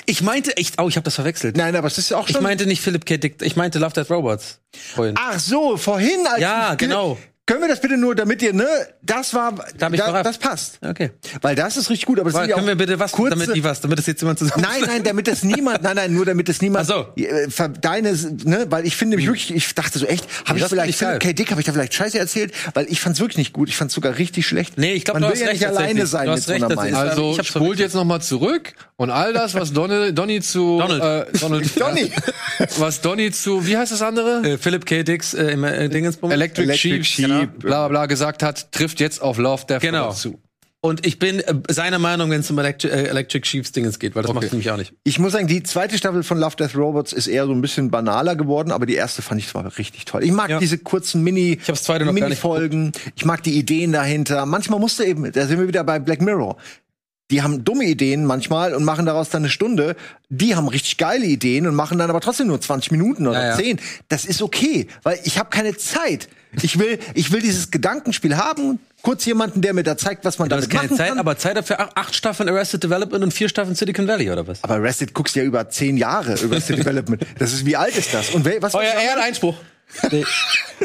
Speaker 3: Ich meinte, ich, oh, ich habe das verwechselt.
Speaker 2: nein, aber es ist auch
Speaker 3: ich
Speaker 2: schon.
Speaker 3: meinte nicht Philip K. Dick, ich meinte Love, Death, Robots. Vorhin.
Speaker 2: Ach so, vorhin als
Speaker 3: Ja,
Speaker 2: ich-
Speaker 3: genau.
Speaker 2: Können wir das bitte nur, damit ihr, ne, das war,
Speaker 3: Da hab ich verraten.
Speaker 2: das passt.
Speaker 3: Okay.
Speaker 2: Weil das ist richtig gut, aber das
Speaker 3: Weil,
Speaker 2: sind ja
Speaker 3: können
Speaker 2: auch
Speaker 3: wir bitte was,
Speaker 2: kurze,
Speaker 3: damit die was, damit das jetzt jemand zusammen.
Speaker 2: Nein, nein, damit das niemand, nein, nein, nur damit das niemand,
Speaker 3: Ach so. Hm.
Speaker 2: Äh, ver- deine, ne, weil ich finde nämlich wirklich, ich dachte so echt, habe ich
Speaker 3: das find
Speaker 2: vielleicht,
Speaker 3: ich geil.
Speaker 2: okay, Dick, habe ich da vielleicht Scheiße erzählt, weil ich fand's wirklich nicht gut, ich fand's sogar richtig schlecht.
Speaker 3: Nee, ich glaub,
Speaker 2: Man
Speaker 3: du
Speaker 2: will
Speaker 3: hast
Speaker 2: ja
Speaker 3: recht
Speaker 2: nicht alleine
Speaker 3: tatsächlich.
Speaker 2: sein
Speaker 3: Du
Speaker 2: mit
Speaker 3: hast
Speaker 2: so
Speaker 3: recht,
Speaker 2: einer
Speaker 3: das ist-
Speaker 2: Meinung.
Speaker 1: also
Speaker 3: ich hab's
Speaker 1: spult jetzt noch mal zurück und all das, was Donny, Donny zu
Speaker 3: Donald.
Speaker 1: Äh, Donald
Speaker 2: Donny.
Speaker 1: (laughs) was Donny zu wie heißt das andere?
Speaker 3: Äh, Philip K. Dix äh, im äh, Dingensbummel.
Speaker 1: Electric,
Speaker 2: Electric
Speaker 1: Sheep, genau.
Speaker 2: Sheep.
Speaker 1: bla bla gesagt hat, trifft jetzt auf Love Death
Speaker 3: Genau.
Speaker 1: Robots zu.
Speaker 3: Und ich bin äh, seiner Meinung, wenn es um Electric, äh, Electric Sheeps Dingens geht, weil das macht nämlich auch nicht.
Speaker 2: Ich muss sagen, die zweite Staffel von Love Death Robots ist eher so ein bisschen banaler geworden, aber die erste fand ich zwar richtig toll. Ich mag
Speaker 3: Ja.
Speaker 2: diese kurzen Mini
Speaker 3: Ich hab's zweite noch gar nicht
Speaker 2: Folgen. Ich mag die Ideen dahinter. Manchmal musste eben, da sind wir wieder bei Black Mirror. Die haben dumme Ideen manchmal und machen daraus dann eine Stunde. Die haben richtig geile Ideen und machen dann aber trotzdem nur 20 Minuten oder
Speaker 3: Ja, ja.
Speaker 2: 10. Das ist okay, weil ich habe keine Zeit. Ich will, ich will dieses Gedankenspiel haben. Kurz jemanden, der mir da zeigt, was man
Speaker 3: Du hast
Speaker 2: damit
Speaker 3: Also keine
Speaker 2: machen
Speaker 3: Zeit,
Speaker 2: kann.
Speaker 3: aber Zeit dafür ach- acht Staffeln Arrested Development und vier Staffeln Silicon Valley oder was?
Speaker 2: Aber Arrested guckst ja über zehn Jahre über (laughs) Arrested Development. Das ist wie alt ist das? Und wel- was
Speaker 1: Euer Ehreneinspruch. (laughs)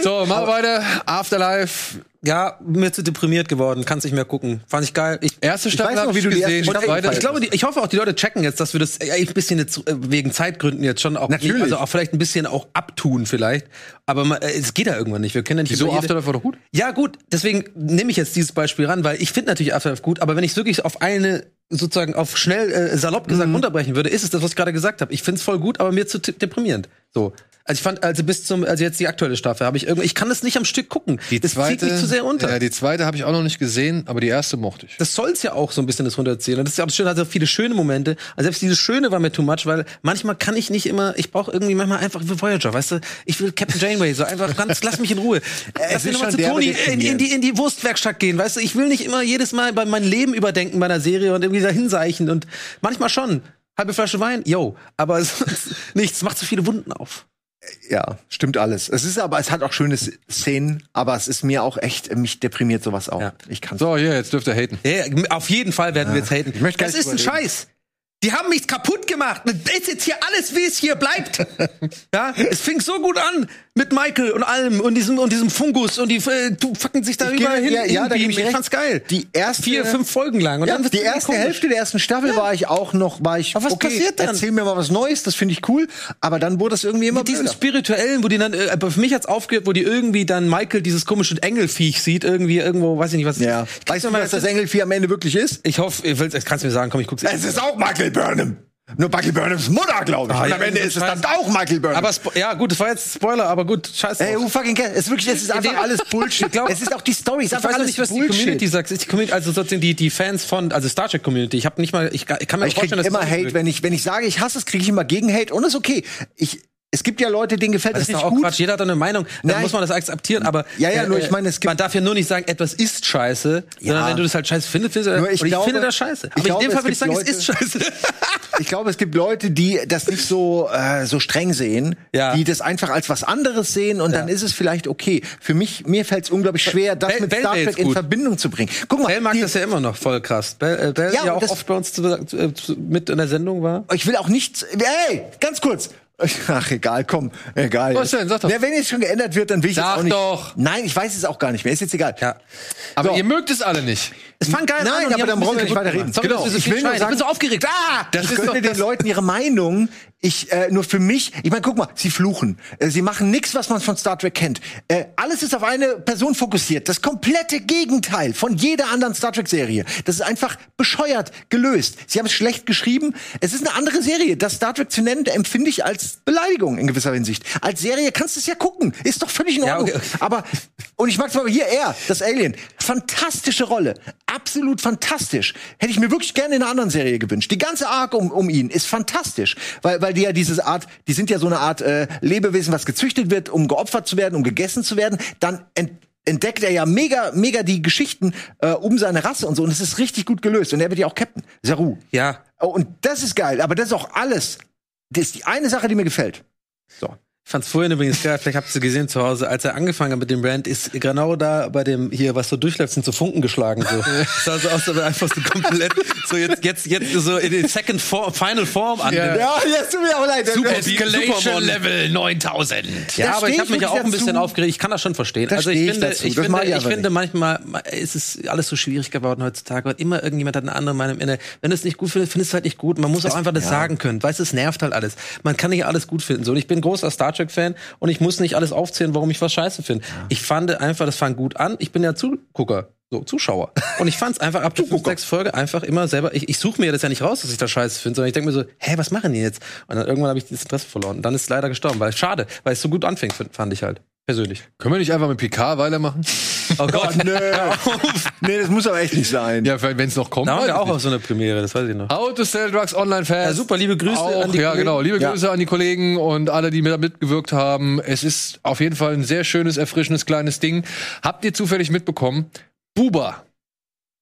Speaker 1: So, machen wir weiter. Afterlife.
Speaker 3: Ja, mir zu deprimiert geworden, kann's nicht mehr gucken. Fand ich geil. Ich,
Speaker 1: Erste Staffel
Speaker 2: weiß noch,
Speaker 1: hab
Speaker 2: wie du die erste
Speaker 1: gesehen.
Speaker 2: Staffel
Speaker 1: zweite-
Speaker 3: ich glaube, die, ich hoffe auch, die Leute checken jetzt, dass wir das äh, ein bisschen jetzt äh, wegen Zeitgründen jetzt schon auch,
Speaker 2: Natürlich.
Speaker 3: also auch vielleicht ein bisschen auch abtun vielleicht. Aber man, äh, es geht ja irgendwann nicht. Wir können ja nicht
Speaker 1: Wieso
Speaker 3: über jede-
Speaker 1: Afterlife war doch gut?
Speaker 3: Ja, gut, deswegen nehme ich jetzt dieses Beispiel ran, weil ich finde natürlich Afterlife gut, aber wenn ich es wirklich auf eine sozusagen auf schnell äh, salopp gesagt
Speaker 1: Mhm.
Speaker 3: runterbrechen würde, ist es das, was ich gerade gesagt habe. Ich finde es voll gut, aber mir zu t- deprimierend. So. Also ich fand, also bis zum, also jetzt die aktuelle Staffel habe ich irgendwie, ich kann das nicht am Stück gucken.
Speaker 1: Die
Speaker 3: das
Speaker 1: zweite,
Speaker 3: zieht mich zu sehr unter.
Speaker 1: Ja, die zweite habe ich auch noch nicht gesehen, aber die erste mochte ich.
Speaker 3: das soll's ja auch so ein bisschen das runterziehen. Und das ist ja auch das Schöne, hat ja viele schöne Momente. Also selbst dieses Schöne war mir too much, weil manchmal kann ich nicht immer, ich brauche irgendwie manchmal einfach wie Voyager, weißt du? Ich will Captain Janeway so einfach
Speaker 2: (laughs)
Speaker 3: ganz, lass mich in Ruhe. Lass
Speaker 2: ist
Speaker 3: mich
Speaker 2: schon
Speaker 3: nochmal zu
Speaker 2: derbe
Speaker 3: Toni in, in, die, in die Wurstwerkstatt gehen, weißt du? Ich will nicht immer jedes Mal bei meinem Leben überdenken bei einer Serie und irgendwie dahinseichen und manchmal schon. Halbe Flasche Wein, yo. Aber (laughs) sonst nichts, macht so viele Wunden auf.
Speaker 2: Ja, stimmt alles. Es ist aber, es hat auch schöne S- Szenen, aber es ist mir auch echt, mich deprimiert sowas auch.
Speaker 3: Ja.
Speaker 2: Ich kann
Speaker 1: So, hier, jetzt dürft ihr haten.
Speaker 3: Ja, ja, auf jeden Fall werden wir jetzt haten.
Speaker 2: Ah, Ich möchte gar
Speaker 3: das
Speaker 2: nicht
Speaker 3: ist ein
Speaker 2: drüber
Speaker 3: Scheiß. Die haben mich kaputt gemacht. Das Ist jetzt hier alles, wie es hier bleibt.
Speaker 2: (laughs)
Speaker 3: ja, es fing so gut an mit Michael und allem und diesem und diesem Fungus und die äh, du fucken sich da überall hin.
Speaker 2: ja, ja, da
Speaker 3: hinbeamen.
Speaker 2: gebe ich
Speaker 3: ich
Speaker 2: recht.
Speaker 3: fand's geil.
Speaker 2: Die erste-
Speaker 3: vier, fünf Folgen lang und
Speaker 2: Ja,
Speaker 3: dann wird's
Speaker 2: die
Speaker 3: irgendwie
Speaker 2: erste
Speaker 3: komisch.
Speaker 2: Hälfte der ersten Staffel war ich auch noch, war ich,
Speaker 3: Aber was passiert dann?
Speaker 2: erzähl mir mal was Neues, das finde ich cool, aber dann wurde es irgendwie immer
Speaker 3: Mit diesem
Speaker 2: blöder.
Speaker 3: spirituellen, wo die dann, äh, aber für mich hat's aufgehört, wo die irgendwie dann Michael dieses komische Engelfiech sieht, irgendwie irgendwo, weiß ich nicht, was es
Speaker 2: Ja.
Speaker 3: ist. Ich kann's
Speaker 2: Weißt du,
Speaker 3: mir mal-
Speaker 2: was das Äh, Engelvieh am Ende wirklich ist?
Speaker 3: Ich hoffe, ihr willst, das kannst du mir sagen, komm, ich guck's
Speaker 2: Es ist auch Michael Burnham. Nur Michael Burnhams Mutter, glaube ich.
Speaker 3: Ah,
Speaker 2: Und
Speaker 3: ja,
Speaker 2: am Ende
Speaker 3: so
Speaker 2: ist es
Speaker 3: scheiße.
Speaker 2: dann auch Michael Burnham.
Speaker 3: Aber Spo- ja, gut, das war jetzt Spoiler, aber gut, scheiße.
Speaker 2: Ey, who fucking cares? Es ist wirklich, es ist einfach
Speaker 3: dem-
Speaker 2: alles Bullshit.
Speaker 3: Ich glaub-
Speaker 2: es ist auch die Story, es ist
Speaker 3: Ich
Speaker 2: einfach
Speaker 3: weiß
Speaker 2: alles
Speaker 3: nicht, was
Speaker 2: Bullshit.
Speaker 3: die Community sagt. Ist die Community, also sozusagen die, die Fans von, also Star Trek Community. Ich habe nicht mal, ich, ga- ich kann mir
Speaker 2: Ich
Speaker 3: nicht
Speaker 2: krieg
Speaker 3: vorstellen, dass
Speaker 2: immer
Speaker 3: das-
Speaker 2: Hate, wenn ich, wenn ich sage, ich hasse es, kriege ich immer Gegen-Hate und ist okay. Ich, es gibt ja Leute, denen gefällt
Speaker 3: das
Speaker 2: das,
Speaker 3: ist doch
Speaker 2: nicht
Speaker 3: auch
Speaker 2: gut.
Speaker 3: Quatsch. Jeder hat eine Meinung. Dann
Speaker 2: Nein.
Speaker 3: muss man das akzeptieren. Aber äh,
Speaker 2: Ja, ja, nur ich meine, es gibt-
Speaker 3: man darf ja nur nicht sagen, etwas ist scheiße, sondern wenn du das halt scheiße findest, findest du-
Speaker 2: Nur ich
Speaker 3: und
Speaker 2: glaube-
Speaker 3: finde das scheiße.
Speaker 2: ich
Speaker 3: Aber
Speaker 2: glaube,
Speaker 3: in dem Fall
Speaker 2: es
Speaker 3: würde ich sagen,
Speaker 2: gibt
Speaker 3: es ist scheiße.
Speaker 2: (laughs) Ich glaube, es gibt Leute, die das nicht so, äh, so streng sehen,
Speaker 3: Ja.
Speaker 2: die das einfach als was anderes sehen und dann ist es vielleicht okay. Für mich, mir fällt es unglaublich schwer, das
Speaker 3: Bell-
Speaker 2: mit
Speaker 3: Bell
Speaker 2: Star
Speaker 3: wäre
Speaker 2: Trek
Speaker 3: jetzt
Speaker 2: in
Speaker 3: gut.
Speaker 2: Verbindung zu bringen. Guck mal,
Speaker 3: Bell mag
Speaker 2: die-
Speaker 3: das ja immer noch voll krass. Bell, äh, Bell
Speaker 2: Ja,
Speaker 3: ja, ja
Speaker 2: und
Speaker 3: auch
Speaker 2: das-
Speaker 3: oft bei uns zu, zu, äh, zu, mit in der Sendung war.
Speaker 2: ich will auch nichts. Ey, ganz kurz. Ach, egal, komm, egal.
Speaker 1: Was denn? Sag doch.
Speaker 2: Na, wenn jetzt schon geändert wird, dann will ich
Speaker 1: Sag
Speaker 2: jetzt auch nicht.
Speaker 1: doch.
Speaker 2: Nein, ich weiß es auch gar nicht mehr. Ist jetzt egal.
Speaker 3: Ja.
Speaker 1: Aber
Speaker 2: So.
Speaker 1: ihr mögt es alle nicht.
Speaker 3: Es fang geil
Speaker 2: Nein,
Speaker 3: an. und die
Speaker 2: aber
Speaker 3: haben
Speaker 2: dann brauchen wir
Speaker 3: ein bisschen
Speaker 2: nicht
Speaker 3: gut
Speaker 2: weiter
Speaker 3: gemacht.
Speaker 2: reden.
Speaker 3: Sorry,
Speaker 1: Genau.
Speaker 3: dass wir so
Speaker 1: Ich
Speaker 3: viel
Speaker 1: will nur
Speaker 3: schreien. ich bin so aufgeregt. Ah!
Speaker 1: Das
Speaker 2: ich
Speaker 1: ist
Speaker 2: gönne
Speaker 1: doch
Speaker 2: den
Speaker 1: das-
Speaker 2: Leuten ihre Meinung. Ich äh, nur für mich. Ich meine, guck mal, sie fluchen. Äh, sie machen nichts, was man von Star Trek kennt. Äh, alles ist auf eine Person fokussiert. Das komplette Gegenteil von jeder anderen Star Trek Serie. Das ist einfach bescheuert gelöst. Sie haben es schlecht geschrieben. Es ist eine andere Serie. Das Star Trek zu nennen, empfinde ich als Beleidigung in gewisser Hinsicht. Als Serie kannst du es ja gucken. Ist doch völlig in
Speaker 3: Ja,
Speaker 2: Ordnung.
Speaker 3: okay, okay.
Speaker 2: Aber und ich mag's mal hier er, das Alien. Fantastische Rolle, absolut fantastisch. Hätte ich mir wirklich gerne in einer anderen Serie gewünscht. Die ganze Arc um, um ihn ist fantastisch, weil weil die ja diese Art, die sind ja so eine Art äh, Lebewesen, was gezüchtet wird, um geopfert zu werden, um gegessen zu werden, dann ent entdeckt er ja mega mega die Geschichten äh, um seine Rasse und so und es ist richtig gut gelöst und er wird ja auch Captain Saru.
Speaker 3: Ja,
Speaker 2: Oh, und das ist geil, aber das ist auch alles. Das ist die eine Sache, die mir gefällt. So.
Speaker 3: Ich fand's vorhin übrigens geil, vielleicht habt ihr gesehen zu Hause, als er angefangen hat mit dem Rant, ist genau da bei dem hier, was so durchläuft, sind so Funken geschlagen. So. Das sah so aus, aber einfach so komplett so jetzt, jetzt, jetzt so in den Second Form, Final Form an.
Speaker 1: Ja.
Speaker 2: Ja, jetzt tut mir aber leid.
Speaker 3: Super.
Speaker 1: Escalation
Speaker 3: Supermon.
Speaker 1: Level 9000.
Speaker 3: Ja,
Speaker 2: Da
Speaker 3: aber
Speaker 2: steh
Speaker 3: ich
Speaker 2: ich
Speaker 3: habe mich ja auch ein
Speaker 2: wirklich
Speaker 3: bisschen
Speaker 2: dazu.
Speaker 3: aufgeregt. Ich kann das schon verstehen.
Speaker 2: Da
Speaker 3: also ich
Speaker 2: steh ich
Speaker 3: finde,
Speaker 2: dazu.
Speaker 3: ich
Speaker 2: Das
Speaker 3: finde,
Speaker 2: mag ich
Speaker 3: ich
Speaker 2: aber
Speaker 3: finde manchmal ma- es ist alles so schwierig geworden heutzutage, weil immer irgendjemand hat eine andere Meinung. Wenn du es nicht gut findest, findest du es halt nicht gut. Man muss auch einfach das sagen können. Weißt du, es nervt halt alles. Man kann nicht alles gut finden. So, und ich bin großer Star Trek Fan und ich muss nicht alles aufzählen, warum ich was scheiße finde. Ich fand einfach, das fang gut an. Ich bin ja Zugucker. So,
Speaker 2: (laughs)
Speaker 3: Zuschauer. Und ich fand's einfach ab der fünf, sechs Folge einfach immer selber. Ich, ich suche mir das ja nicht raus, dass ich das scheiße finde, sondern ich denke mir so, hä, was machen die jetzt? Und dann irgendwann habe ich das Interesse verloren. Und dann ist es leider gestorben, weil schade, weil es so gut anfängt, find- fand ich halt. Persönlich.
Speaker 1: Können wir nicht einfach mit Picard weitermachen?
Speaker 3: Oh Gott. (laughs)
Speaker 2: nee, das muss aber echt nicht sein.
Speaker 1: Ja, wenn es noch kommt.
Speaker 3: Da waren
Speaker 1: weiß
Speaker 3: wir
Speaker 1: ich
Speaker 3: auch
Speaker 1: nicht.
Speaker 3: auf so einer Premiere, das weiß ich noch.
Speaker 1: How to Sell Drugs Online Fest.
Speaker 3: Ja, super, liebe Grüße
Speaker 1: auch,
Speaker 3: an die
Speaker 1: Ja,
Speaker 3: Kollegen.
Speaker 1: genau. Liebe
Speaker 2: Ja.
Speaker 1: Grüße an die Kollegen und alle, die da mitgewirkt haben. Es ist auf jeden Fall ein sehr schönes, erfrischendes, kleines Ding. Habt ihr zufällig mitbekommen, Buba,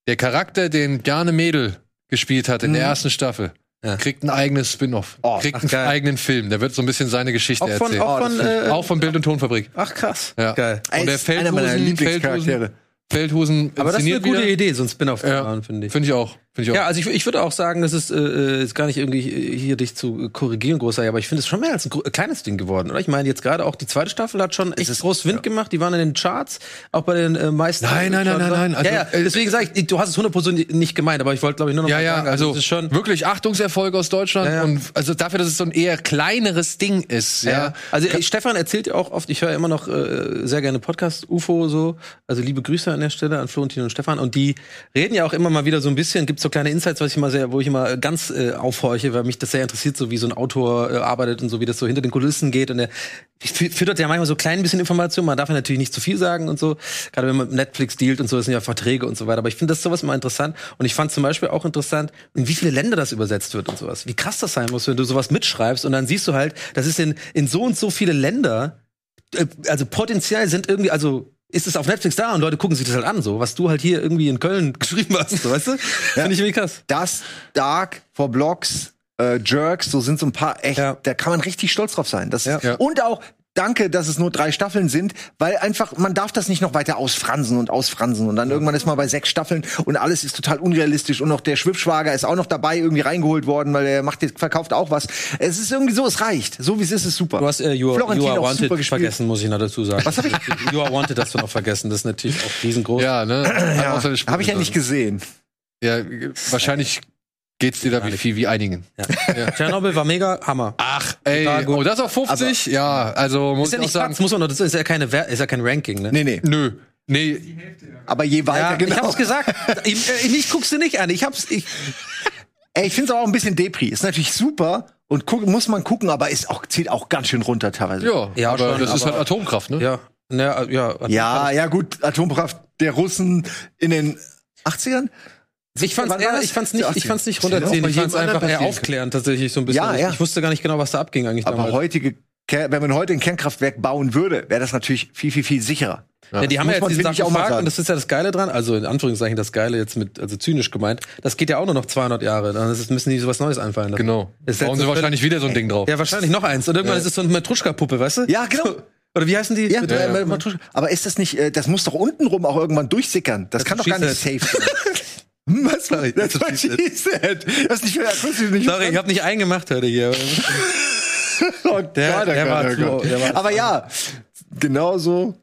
Speaker 1: der Charakter, den Jane Mädel gespielt hat in der ersten Staffel,
Speaker 3: Mhm. Ja.
Speaker 1: kriegt ein eigenes Spin-off.
Speaker 2: Oh,
Speaker 1: kriegt
Speaker 3: ach,
Speaker 1: einen
Speaker 3: geil.
Speaker 1: eigenen Film. Der wird so ein bisschen seine Geschichte
Speaker 3: Auch von,
Speaker 1: erzählen.
Speaker 3: auch
Speaker 2: Oh, das
Speaker 3: von,
Speaker 2: find
Speaker 3: äh,
Speaker 1: Auch von Bild- und Tonfabrik.
Speaker 3: ach krass.
Speaker 1: Ja.
Speaker 3: Geil.
Speaker 1: Und der
Speaker 2: Ist einer
Speaker 1: Feldhusen,
Speaker 2: meiner
Speaker 1: Feldhusen,
Speaker 2: Lieblingscharaktere.
Speaker 1: Feldhusen
Speaker 3: Aber das ist eine
Speaker 1: inszeniert
Speaker 3: gute
Speaker 1: wieder.
Speaker 3: Idee, so ein Spin-off zu
Speaker 1: Ja.
Speaker 3: machen, finde ich.
Speaker 1: Finde ich auch. Finde ich auch.
Speaker 3: Ja, also ich, ich würde auch sagen, das ist, äh, ist gar nicht irgendwie äh, hier dich zu äh, korrigieren, großer, aber ich finde es schon mehr als ein gro- äh, kleines Ding geworden, oder? Ich meine, jetzt gerade auch die zweite Staffel hat schon echt groß Wind gemacht, die waren in den Charts, auch bei den äh, meisten.
Speaker 1: Nein, nein, nein, nein, nein, also,
Speaker 3: ja, ja,
Speaker 1: äh,
Speaker 3: deswegen sage ich, du hast es 100% nicht gemeint, aber ich wollte, glaube ich, nur noch
Speaker 1: Ja,
Speaker 3: mal
Speaker 1: ja,
Speaker 3: sagen,
Speaker 1: also
Speaker 3: es ist schon.
Speaker 1: wirklich Achtungserfolg aus Deutschland
Speaker 3: Ja, ja.
Speaker 1: und also dafür, dass es so ein eher kleineres Ding ist, ja.
Speaker 3: Ja. Also äh, Stefan erzählt ja auch oft, ich höre immer noch äh, sehr gerne Podcast UFO so, also liebe Grüße an der Stelle an Florentin und Stefan und die reden ja auch immer mal wieder so ein bisschen, gibt so kleine Insights, was ich immer sehr, wo ich immer äh, ganz äh, aufhorche, weil mich das sehr interessiert, so wie so ein Autor äh, arbeitet und so wie das so hinter den Kulissen geht und der fü- füttert ja manchmal so klein bisschen Informationen, man darf ja natürlich nicht zu viel sagen und so, gerade wenn man mit Netflix dealt und so, das sind ja Verträge und so weiter, aber ich finde das sowas immer interessant und ich fand zum Beispiel auch interessant, in wie viele Länder das übersetzt wird und sowas, wie krass das sein muss, wenn du sowas mitschreibst und dann siehst du halt, das ist in, in so und so viele Länder äh, also potenziell sind irgendwie, also ist es auf Netflix da und Leute gucken sich das halt an, so was du halt hier irgendwie in Köln (laughs) geschrieben hast, so, weißt du? Finde ich irgendwie krass.
Speaker 2: Das, Dark, For Blocks, äh, Jerks, so sind so ein paar echt,
Speaker 3: Ja.
Speaker 2: da kann man richtig stolz drauf sein. Das ist,
Speaker 1: Ja.
Speaker 2: Und auch danke, dass es nur drei Staffeln sind, weil einfach, man darf das nicht noch weiter ausfransen und ausfransen und dann irgendwann ist man bei sechs Staffeln und alles ist total unrealistisch und auch der Schwippschwager ist auch noch dabei irgendwie reingeholt worden, weil er macht jetzt, verkauft auch was. Es ist irgendwie so, es reicht. So wie es ist, ist super.
Speaker 3: Du hast äh, you, Are-
Speaker 2: Florentin
Speaker 3: you Are
Speaker 2: auch super
Speaker 3: Wanted
Speaker 2: gespielt.
Speaker 3: vergessen, muss ich noch dazu sagen. Was hab ich? (laughs) You Are Wanted hast du noch vergessen, das ist natürlich auch riesengroß.
Speaker 1: Ja, ne?
Speaker 2: (clears throat) Ja,
Speaker 1: Außer das
Speaker 2: habe ich ja nicht gesehen.
Speaker 1: ne? Ja, wahrscheinlich geht's dir da wie viel wie einigen.
Speaker 3: Ja. Ah, Tschernobyl war mega Hammer.
Speaker 1: Ach, ey,
Speaker 3: Total gut.
Speaker 1: oh, das auf 50? ja, also muss
Speaker 3: Ist ja
Speaker 1: ich auch
Speaker 3: nicht
Speaker 1: sagen,
Speaker 3: Platz, muss man noch, das ist ja keine Wer- ist ja kein Ranking, ne?
Speaker 2: Nee, nee.
Speaker 1: nö. Nee,
Speaker 2: Aber je weiter,
Speaker 3: Ja,
Speaker 2: genau.
Speaker 3: Ich hab's gesagt. Ich, äh, ich guck's dir nicht an. Ich hab's. Ich,
Speaker 2: Ey, ich finde es auch ein bisschen Depri. Ist natürlich super und guck, muss man gucken, aber ist auch, zählt auch ganz schön runter teilweise.
Speaker 1: ja,
Speaker 3: Ja,
Speaker 1: aber
Speaker 3: schon,
Speaker 1: das ist
Speaker 3: aber-
Speaker 1: halt Atomkraft, ne?
Speaker 3: ja, ne, äh, ja.
Speaker 2: Ja, ja, gut, Atomkraft der Russen in den 80ern?
Speaker 3: Ich fand's,
Speaker 2: Wann war
Speaker 3: eher,
Speaker 2: das?
Speaker 3: ich fand's nicht, ich fand's nicht runterziehen.
Speaker 2: Auch bei
Speaker 3: Ich fand's
Speaker 2: jedem anderen
Speaker 3: einfach eher
Speaker 2: passieren
Speaker 3: aufklären tatsächlich so ein bisschen.
Speaker 2: Ja, ja.
Speaker 3: Ich wusste gar nicht genau, was da abging eigentlich
Speaker 2: Aber
Speaker 3: damals.
Speaker 2: heutige, Ker- wenn man heute ein Kernkraftwerk bauen würde, wäre das natürlich viel, viel, viel sicherer.
Speaker 3: Ja, die haben
Speaker 2: Muss
Speaker 3: ja jetzt
Speaker 2: man
Speaker 3: diesen
Speaker 2: wirklich auch mal
Speaker 3: Sarkophag
Speaker 2: sagen.
Speaker 3: und das ist ja das Geile dran, also in Anführungszeichen das Geile jetzt mit, also zynisch gemeint, das geht ja auch nur noch 200 Jahre, dann ist, es- müssen die sowas Neues einfallen lassen.
Speaker 1: Genau.
Speaker 3: Das ist
Speaker 1: Bauen
Speaker 3: jetzt
Speaker 1: sie
Speaker 3: so
Speaker 1: wahrscheinlich wieder so ein Ding drauf.
Speaker 3: Ja, wahrscheinlich noch eins. Und irgendwann
Speaker 1: Ja.
Speaker 3: ist es so eine Matruschka-Puppe, weißt du?
Speaker 2: Ja, (laughs) genau.
Speaker 3: Oder wie heißen die?
Speaker 2: Ja,
Speaker 3: Mit-
Speaker 2: äh,
Speaker 3: äh,
Speaker 2: man- aber ist das nicht, äh, das muss doch untenrum auch irgendwann durchsickern. Das, kann doch gar nicht
Speaker 3: Schießt
Speaker 2: safe sein. (laughs) Hm, Was war das? halt. Das war G-Set. Das ist nicht mehr akustisch nicht
Speaker 3: Sorry, ich habe nicht einen gemacht heute hier.
Speaker 2: Oh,
Speaker 3: der war zu- der war-
Speaker 2: Aber ja, genau so.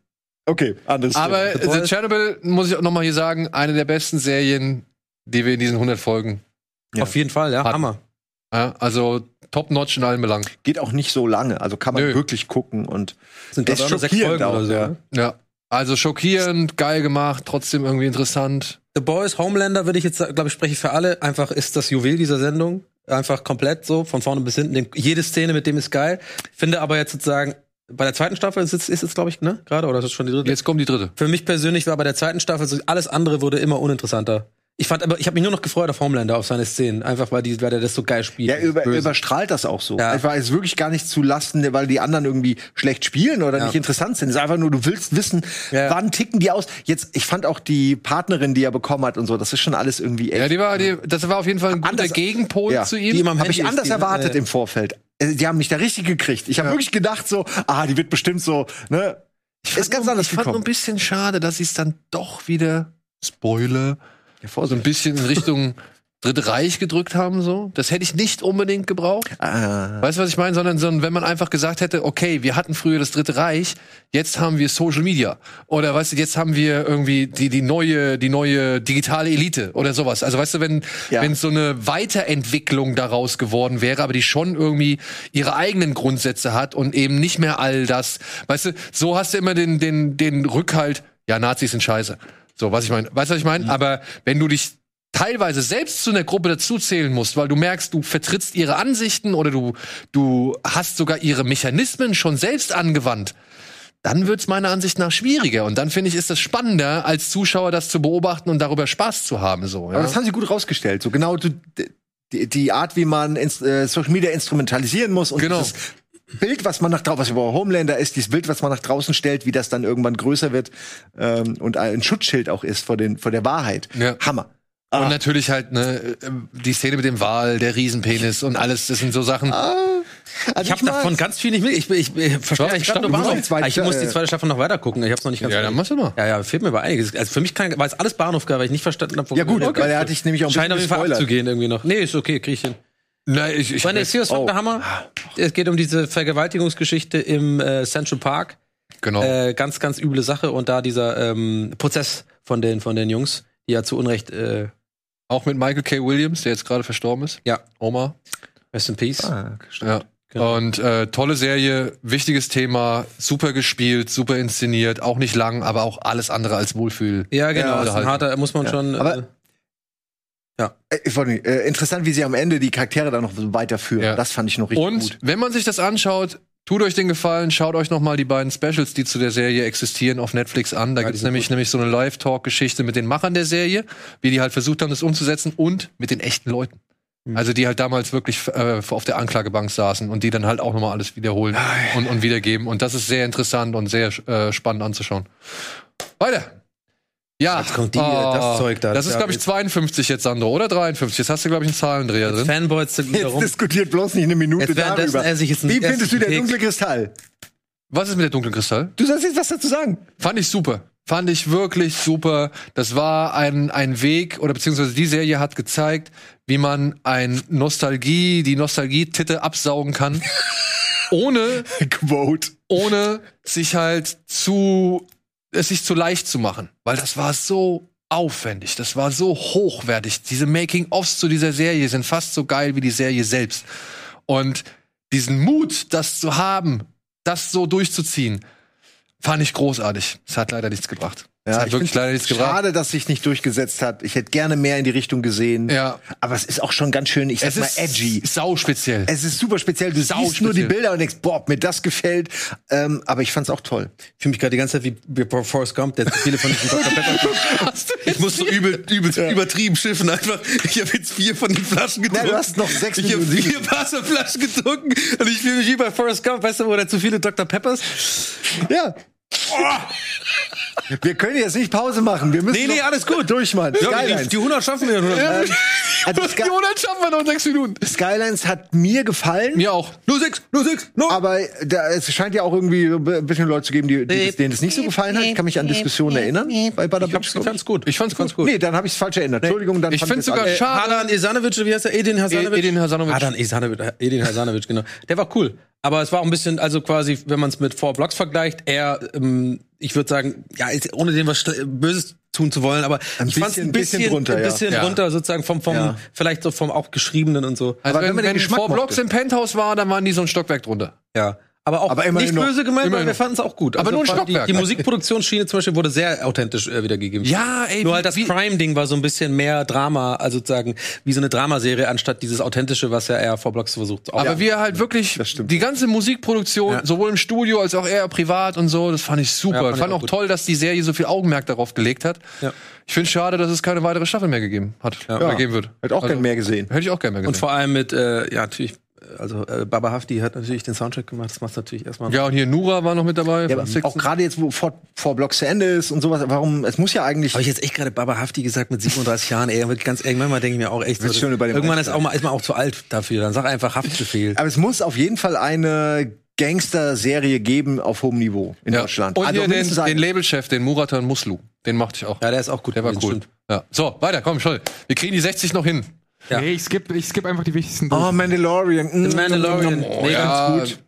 Speaker 2: Okay, anderes
Speaker 1: Aber
Speaker 2: Thema.
Speaker 1: The Chernobyl, muss ich auch nochmal hier sagen, eine der besten Serien, die wir in diesen 100 Folgen.
Speaker 2: Ja.
Speaker 3: Auf jeden Fall, ja,
Speaker 1: Hat-
Speaker 3: Hammer.
Speaker 1: Ja, also top-notch in allen Belangen.
Speaker 2: geht auch nicht so lange. Also kann man
Speaker 1: Nö.
Speaker 2: wirklich gucken und
Speaker 3: Sind
Speaker 2: Das
Speaker 3: glaub ich, nur sechs
Speaker 2: schockierend
Speaker 3: Folgen
Speaker 2: auch,
Speaker 3: oder so.
Speaker 2: ja.
Speaker 3: ne?
Speaker 1: Ja. Also schockierend, geil gemacht, trotzdem irgendwie interessant.
Speaker 3: The Boys, Homelander, würde ich jetzt, glaube ich, spreche ich für alle. Einfach ist das Juwel dieser Sendung. Einfach komplett so, von vorne bis hinten. Den- Jede Szene mit dem ist geil. Finde aber jetzt sozusagen, bei der zweiten Staffel ist jetzt, ist jetzt glaube ich, ne? Gerade, oder ist das schon die dritte?
Speaker 1: Jetzt kommt die dritte.
Speaker 3: Für mich persönlich war bei der zweiten Staffel so, alles andere wurde immer uninteressanter. Ich fand aber, ich habe mich nur noch gefreut auf Homelander, auf seine Szenen. Einfach, weil, die, weil der das so geil spielt.
Speaker 2: ja, über,
Speaker 3: Böse.
Speaker 2: überstrahlt das auch so.
Speaker 3: Ja.
Speaker 2: Einfach ist wirklich gar nicht zu Lasten, weil die anderen irgendwie schlecht spielen oder
Speaker 3: Ja.
Speaker 2: nicht interessant sind. Es ist einfach nur, du willst wissen,
Speaker 3: Ja.
Speaker 2: wann ticken die aus. Jetzt, ich fand auch die Partnerin, die er bekommen hat und so, das ist schon alles irgendwie
Speaker 1: Ja,
Speaker 2: echt.
Speaker 1: die war, die, das war auf jeden Fall ein guter
Speaker 2: Anders-
Speaker 1: Gegenpol
Speaker 2: Ja.
Speaker 1: zu
Speaker 3: Die
Speaker 1: ihm.
Speaker 3: immer am
Speaker 2: Habe
Speaker 3: Handy
Speaker 2: ich
Speaker 3: ist,
Speaker 2: anders
Speaker 3: die, ne?
Speaker 2: erwartet
Speaker 3: Ja.
Speaker 2: im Vorfeld. Äh, Die haben mich da richtig gekriegt. Ich habe wirklich gedacht so, ah, die wird bestimmt so, ne? ist ganz anders gekommen.
Speaker 1: bisschen schade, dass sie es dann doch wieder, Spoiler, so ein bisschen in Richtung Dritte Reich gedrückt haben, so. Das hätte ich nicht unbedingt gebraucht.
Speaker 2: Ah,
Speaker 1: Weißt du, was ich meine? Sondern, sondern wenn man einfach gesagt hätte, okay, wir hatten früher das Dritte Reich, jetzt haben wir Social Media. Oder weißt du, jetzt haben wir irgendwie die, die neue, die neue digitale Elite oder sowas. Also weißt du, wenn,
Speaker 2: Ja.
Speaker 1: wenn so eine Weiterentwicklung daraus geworden wäre, aber die schon irgendwie ihre eigenen Grundsätze hat und eben nicht mehr all das. Weißt du, so hast du immer den, den, den Rückhalt, ja, Nazis sind scheiße. So, was ich meine. Weißt du, was ich meine? Aber wenn du dich teilweise selbst zu einer Gruppe dazuzählen musst, weil du merkst, du vertrittst ihre Ansichten oder du, du hast sogar ihre Mechanismen schon selbst angewandt, dann wird's meiner Ansicht nach schwieriger. Und dann finde ich, ist das spannender, als Zuschauer das zu beobachten und darüber Spaß zu haben. So,
Speaker 2: Aber
Speaker 1: ja?
Speaker 2: das haben sie gut rausgestellt. So genau du, die, die Art, wie man ins, äh, Social Media instrumentalisieren muss und
Speaker 1: Genau.
Speaker 2: dieses Bild, was man nach draußen, was über Homelander ist, dieses Bild, was man nach draußen stellt, wie das dann irgendwann größer wird ähm, und ein Schutzschild auch ist vor, den, vor der Wahrheit.
Speaker 1: Ja.
Speaker 2: Hammer.
Speaker 3: Ah.
Speaker 1: Und natürlich halt ne, äh, die Szene mit dem Wal, der Riesenpenis und alles, das sind so Sachen.
Speaker 3: Ah.
Speaker 2: Also
Speaker 3: Ich habe davon ganz viel nicht mit. Ich, ich, ich verstehe.
Speaker 1: Stopp, stopp,
Speaker 3: ich, stand
Speaker 1: du
Speaker 3: nur
Speaker 1: musst
Speaker 3: Bahnhof.
Speaker 2: die zweite-
Speaker 3: ich muss die
Speaker 2: äh,
Speaker 3: zweite Staffel noch weitergucken. Ich habe es noch nicht ganz.
Speaker 1: Ja, dann machst du mal.
Speaker 3: Ja, ja, fehlt mir aber einiges. Also für mich kann, war es alles Bahnhof, weil ich nicht verstanden habe, wo
Speaker 2: Ja, gut, weil da hatte ich nämlich auch ein
Speaker 3: Scheint auf jeden
Speaker 2: bisschen
Speaker 3: Fall
Speaker 2: gespoilert.
Speaker 3: abzugehen irgendwie noch. Nee, ist okay, krieg ich hin.
Speaker 1: Nein, ich, ich,
Speaker 3: Ich meine, Serious
Speaker 2: Oh.
Speaker 3: Factor Hammer. Es geht um diese Vergewaltigungsgeschichte im äh, Central Park.
Speaker 2: Oh.
Speaker 1: genau.
Speaker 3: Äh, ganz, ganz üble Sache. Und da dieser ähm, Prozess von den, von den Jungs, die ja zu Unrecht, äh,
Speaker 1: Auch mit Michael K. Williams, der jetzt gerade verstorben ist.
Speaker 3: ja,
Speaker 1: Oma.
Speaker 3: rest in peace.
Speaker 2: Ah,
Speaker 1: Ja.
Speaker 3: Genau.
Speaker 1: Und äh, tolle Serie, wichtiges Thema, super gespielt, super inszeniert, auch nicht lang, aber auch alles andere als Wohlfühl.
Speaker 3: Ja, genau.
Speaker 2: Ja,
Speaker 3: ist ein
Speaker 1: halt.
Speaker 3: harter, muss man
Speaker 2: Ja.
Speaker 3: schon.
Speaker 2: Aber-
Speaker 3: äh,
Speaker 2: Äh, ich wollte nicht, äh, interessant, wie sie am Ende die Charaktere da noch so weiterführen.
Speaker 1: Ja.
Speaker 2: Das fand ich noch richtig
Speaker 1: Und
Speaker 2: gut.
Speaker 1: wenn man sich das anschaut, tut euch den Gefallen, schaut euch nochmal die beiden Specials, die zu der Serie existieren, auf Netflix an. Da
Speaker 3: Ja, die
Speaker 1: gibt's
Speaker 3: sind
Speaker 1: nämlich,
Speaker 3: gut.
Speaker 1: nämlich so eine Live-Talk-Geschichte mit den Machern der Serie, wie die halt versucht haben, das umzusetzen und mit den echten Leuten.
Speaker 3: Mhm.
Speaker 1: Also die halt damals wirklich äh, auf der Anklagebank saßen und die dann halt auch nochmal alles wiederholen und, und wiedergeben. Und das ist sehr interessant und sehr äh, spannend anzuschauen. Weiter. Ja, Ah.
Speaker 3: Jetzt kommt die, äh, das Zeug da.
Speaker 1: Das ist,
Speaker 3: Ja,
Speaker 1: glaube ich,
Speaker 3: jetzt-
Speaker 1: 52 jetzt, Sandro, oder 53. Jetzt hast du, glaube ich, einen Zahlendreher drin.
Speaker 3: Fanboys sind
Speaker 2: (laughs) Jetzt
Speaker 3: wiederum.
Speaker 2: diskutiert bloß nicht eine Minute
Speaker 3: Jetzt währenddessen
Speaker 2: darüber.
Speaker 3: esse ich jetzt einen
Speaker 2: Wie findest du
Speaker 3: ersten
Speaker 2: der
Speaker 3: Keks.
Speaker 2: dunkle Kristall?
Speaker 1: Was ist mit der dunklen Kristall?
Speaker 2: Du sollst jetzt was dazu sagen. (laughs)
Speaker 1: Fand ich super. Fand ich wirklich super. Das war ein, ein Weg, oder beziehungsweise die Serie hat gezeigt, wie man ein Nostalgie, die Nostalgie-Titte absaugen kann, ohne,
Speaker 2: Quote.
Speaker 1: ohne sich halt zu, es sich zu leicht zu machen. Weil das war so aufwendig, das war so hochwertig. Diese Making-ofs zu dieser Serie sind fast so geil wie die Serie selbst. Und diesen Mut, das zu haben, das so durchzuziehen, fand ich großartig. Es hat leider nichts gebracht. es hat
Speaker 2: ich
Speaker 1: wirklich
Speaker 2: find's
Speaker 1: leider nichts gebracht.
Speaker 2: Schade, dass sich nicht durchgesetzt hat. Ich hätte gerne mehr in die Richtung gesehen.
Speaker 1: Ja.
Speaker 2: Aber es ist auch schon ganz schön, ich sag
Speaker 1: Es
Speaker 2: mal,
Speaker 1: ist
Speaker 2: edgy.
Speaker 1: sau speziell.
Speaker 2: Es ist super speziell. Du
Speaker 1: Sau
Speaker 2: siehst nur die
Speaker 1: speziell.
Speaker 2: Bilder und denkst, boah, ob mir das gefällt. Ähm, aber ich fand's auch toll.
Speaker 3: Ich fühle mich gerade die ganze Zeit
Speaker 1: (laughs)
Speaker 3: wie, wie Forrest Gump, der viele von diesen Dr. Pepper.
Speaker 2: (laughs)
Speaker 4: Ich muss so übel, übelst übertrieben schiffen einfach. Ich habe jetzt vier von den Flaschen getrunken.
Speaker 2: du hast noch sechs
Speaker 4: Ich habe
Speaker 2: Minuten.
Speaker 4: vier Wasserflaschen getrunken.
Speaker 3: Und ich fühle mich wie bei Forrest Gump, weißt du, wo da zu viele Dr. Peppers?
Speaker 2: (laughs) Ja. Wir können jetzt nicht Pause machen. Wir müssen
Speaker 3: Nee, nee,
Speaker 2: noch
Speaker 3: alles gut.
Speaker 2: durchmachen.
Speaker 3: Ja, die,
Speaker 2: Skylines.
Speaker 3: die 100 schaffen wir. 100.
Speaker 2: Ähm,
Speaker 1: (laughs)
Speaker 2: also Sky
Speaker 1: Jonas schaffen wir noch in sechs Minuten.
Speaker 2: Skylines hat mir gefallen.
Speaker 1: Mir auch.
Speaker 3: Nur sechs, nur sechs, nur.
Speaker 2: Aber da, es scheint ja auch irgendwie ein bisschen Leute zu geben, die, die, das- denen das nicht so gefallen hat. Ich kann mich an Diskussionen erinnern. Bei
Speaker 3: Ich hab's-
Speaker 2: Badabitsch.
Speaker 3: ich fand's gut.
Speaker 1: Ich fand's gut.
Speaker 2: Nee, dann habe ich es falsch erinnert. Entschuldigung, dann
Speaker 1: Ich
Speaker 2: fand
Speaker 1: find's
Speaker 2: das
Speaker 1: sogar
Speaker 3: Äh,
Speaker 2: alle-
Speaker 1: schade. E-
Speaker 3: Hadan Isanovic, wie heißt er? Edin Hasanovic.
Speaker 1: Edin Hasanovic.
Speaker 3: Hadan Isanovic, Edin Hasanovic, genau. Der war cool. Aber es war auch ein bisschen, also quasi, wenn man es mit Four Blocks vergleicht, eher, ähm, ich würde sagen, ja, jetzt ohne dem was Schle- Böses tun zu wollen, aber
Speaker 2: Ein
Speaker 3: ich fand's
Speaker 2: bisschen- bisschen drunter,
Speaker 3: ein
Speaker 2: ja.
Speaker 3: bisschen
Speaker 1: Ja.
Speaker 3: runter sozusagen vom, vom,
Speaker 2: Ja.
Speaker 3: vielleicht so vom auch Geschriebenen und so.
Speaker 1: Also
Speaker 2: Aber wenn
Speaker 1: wenn,
Speaker 2: man den
Speaker 1: wenn,
Speaker 2: Geschmack
Speaker 1: vor Blocks
Speaker 2: mochte.
Speaker 1: im Penthouse war, dann waren die so ein Stockwerk drunter.
Speaker 3: Ja. Aber auch
Speaker 2: Aber immerhin
Speaker 3: nicht
Speaker 2: noch.
Speaker 3: böse gemeint,
Speaker 1: Immerhin
Speaker 3: weil wir
Speaker 1: noch.
Speaker 3: fanden es auch gut. Also
Speaker 1: Aber nur ein
Speaker 3: die-
Speaker 1: Stockwerk.
Speaker 3: Die Musikproduktionsschiene zum Beispiel wurde sehr authentisch äh, wiedergegeben.
Speaker 1: Ja, ey,
Speaker 3: Nur
Speaker 1: wie-
Speaker 3: halt das
Speaker 1: wie-
Speaker 3: Crime-Ding war so ein bisschen mehr Drama, also sozusagen wie so eine Dramaserie, anstatt dieses authentische, was ja eher vor Blocks versucht.
Speaker 1: Aber wir halt wirklich die ganze Musikproduktion, sowohl im Studio als auch eher privat und so, das fand ich super.
Speaker 3: Ja, fand
Speaker 1: fand
Speaker 3: ich auch
Speaker 1: auch
Speaker 3: gut.
Speaker 1: toll, dass die Serie so viel Augenmerk darauf gelegt hat.
Speaker 3: Ja.
Speaker 1: Ich finde schade, dass es keine weitere Staffel mehr gegeben hat. Oder
Speaker 2: Ja.
Speaker 1: geben wird.
Speaker 2: Hätte auch
Speaker 1: Also,
Speaker 2: gern mehr gesehen.
Speaker 1: Hätte ich auch gerne mehr
Speaker 3: Und
Speaker 1: gesehen.
Speaker 3: vor allem mit, äh, ja, natürlich, also äh, Baba Hafti hat natürlich den Soundtrack gemacht, das macht natürlich erstmal.
Speaker 1: ja, und hier Nura war noch mit dabei.
Speaker 2: Ja, aber
Speaker 1: von Sixten.
Speaker 2: auch gerade jetzt, wo vor, vor Blocks zu Ende ist und sowas, warum, es muss ja eigentlich.
Speaker 3: Habe ich jetzt echt gerade Baba Hafti gesagt mit 37 Jahren, ey, wirklich ganz ehrlich, manchmal denke ich mir auch echt so,
Speaker 2: Willst du schon über den
Speaker 3: irgendwann
Speaker 2: Rest
Speaker 3: ist, auch mal, ist man auch zu alt dafür, dann sag einfach Haftbefehl.
Speaker 2: Aber es muss auf jeden Fall eine Gangster-Serie geben auf hohem Niveau in
Speaker 1: ja.
Speaker 2: Deutschland. Also
Speaker 1: Und
Speaker 3: Also,
Speaker 1: hier den,
Speaker 2: mindestens ein-
Speaker 1: den Labelchef, den Muratan Muslu. Den mochte ich auch.
Speaker 3: um Ja, der ist auch gut.
Speaker 1: Der war
Speaker 3: gewesen,
Speaker 1: cool.
Speaker 3: stimmt.
Speaker 1: Ja. So, weiter, komm, Scholl. Wir kriegen die 60 noch hin.
Speaker 3: Ja.
Speaker 5: Nee, ich skip, ich skip einfach die wichtigsten durch.
Speaker 2: Oh, Mandalorian. Mm.
Speaker 3: The Mandalorian. Nee,
Speaker 1: ja,
Speaker 3: Oh, ganz gut.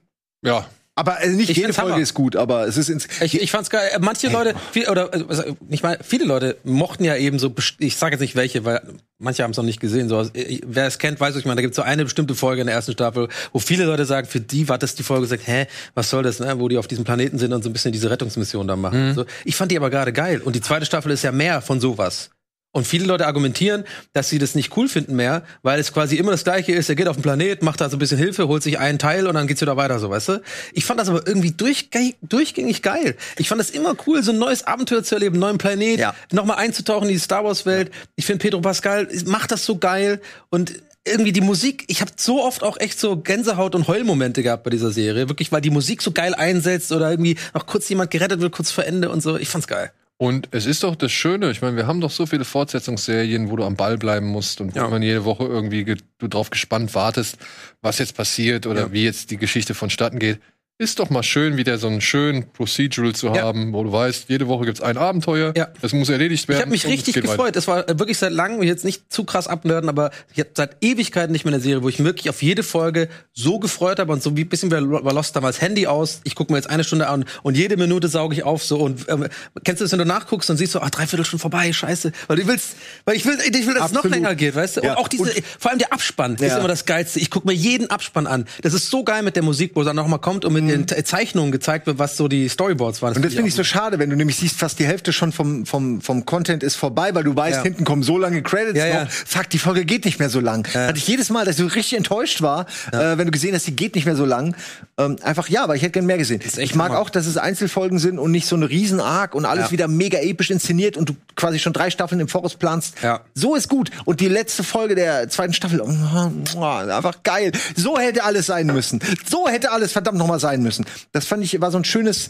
Speaker 1: Ja.
Speaker 2: Aber äh, nicht
Speaker 3: Ich
Speaker 2: jede
Speaker 3: find's
Speaker 2: Folge
Speaker 3: Hammer.
Speaker 2: ist gut, aber es ist ins.
Speaker 3: Ich, ich fand's geil. Manche Leute, viel, oder also, was- nicht mal, viele Leute mochten ja eben so, best- ich sage jetzt nicht welche, weil manche haben es noch nicht gesehen. So, Ich- wer es kennt, weiß was ich meine. Da gibt's so eine bestimmte Folge in der ersten Staffel, wo viele Leute sagen, für die war das die Folge, sagt, hä, was soll das, ne? wo die auf diesem Planeten sind und so ein bisschen diese Rettungsmission da machen. So, ich fand die aber gerade geil. Und die zweite Staffel ist ja mehr von sowas. Und viele Leute argumentieren, dass sie das nicht cool finden mehr, weil es quasi immer das Gleiche ist. Er geht auf den Planet, macht da so ein bisschen Hilfe, holt sich einen Teil und dann geht's wieder weiter, so, weißt du? Ich fand das aber irgendwie durchge durchgängig geil. Ich fand das immer cool, so ein neues Abenteuer zu erleben, einen neuen Planet,
Speaker 2: Ja.
Speaker 3: nochmal einzutauchen in die Star Wars Welt. Ich finde Pedro Pascal macht das so geil und irgendwie die Musik, ich habe so oft auch echt so Gänsehaut und Heulmomente gehabt bei dieser Serie, wirklich weil die Musik so geil einsetzt oder irgendwie noch kurz jemand gerettet wird kurz vor Ende und so. Ich fand's geil.
Speaker 1: Und es ist doch das Schöne, ich meine, wir haben doch so viele Fortsetzungsserien, wo du am Ball bleiben musst und wo man jede Woche irgendwie ge du drauf gespannt wartest, was jetzt passiert oder wie jetzt die Geschichte vonstatten geht. Ist doch mal schön, wieder so einen schönen Procedural zu
Speaker 3: Ja.
Speaker 1: haben, wo du weißt, jede Woche gibt's ein Abenteuer,
Speaker 3: Ja.
Speaker 1: das muss erledigt werden.
Speaker 3: Ich habe mich
Speaker 1: und es
Speaker 3: richtig
Speaker 1: geht weiter.
Speaker 3: gefreut. Es war äh, wirklich seit langem, ich will jetzt nicht zu krass abnörden, aber ich habe seit Ewigkeiten nicht mehr eine Serie, wo ich wirklich auf jede Folge so gefreut habe und so wie ein bisschen wie bei Lost damals Handy aus. Ich gucke mir jetzt eine Stunde an und jede Minute sauge ich auf so und ähm, kennst du das, wenn du nachguckst und siehst so, ach, dreiviertel schon vorbei, scheiße. Weil du willst, weil ich will, ich will, dass es noch
Speaker 2: Absolut.
Speaker 3: länger geht, weißt du?
Speaker 2: Ja.
Speaker 3: Und auch diese, vor allem der Abspann ist
Speaker 2: Ja.
Speaker 3: immer das Geilste. Ich gucke mir jeden Abspann an. Das ist so geil mit der Musik, wo dann nochmal kommt und mit den Te- Zeichnungen gezeigt wird, was so die Storyboards waren.
Speaker 2: Mhm. Und das finde ich so schade, wenn du nämlich siehst, fast die Hälfte schon vom, vom, vom Content ist vorbei, weil du weißt,
Speaker 3: Ja.
Speaker 2: hinten kommen so lange Credits
Speaker 3: Ja,
Speaker 2: noch.
Speaker 3: ja.
Speaker 2: Fuck, die Folge geht nicht mehr so lang. Hatte ich jedes Mal, dass ich so richtig enttäuscht war, äh, wenn du gesehen hast, die geht nicht mehr so lang. Ähm, einfach ja, weil ich hätte gern mehr gesehen.
Speaker 3: echt
Speaker 2: Ich mag
Speaker 3: Hammer.
Speaker 2: auch, dass es Einzelfolgen sind und nicht so eine riesen Arc und alles
Speaker 3: Ja.
Speaker 2: wieder mega episch inszeniert und du quasi schon drei Staffeln im Voraus planst.
Speaker 3: Ja.
Speaker 2: So ist gut. Und die letzte Folge der zweiten Staffel, oh, einfach geil. So hätte alles sein müssen. So hätte alles verdammt nochmal sein müssen. Das fand ich, war so ein schönes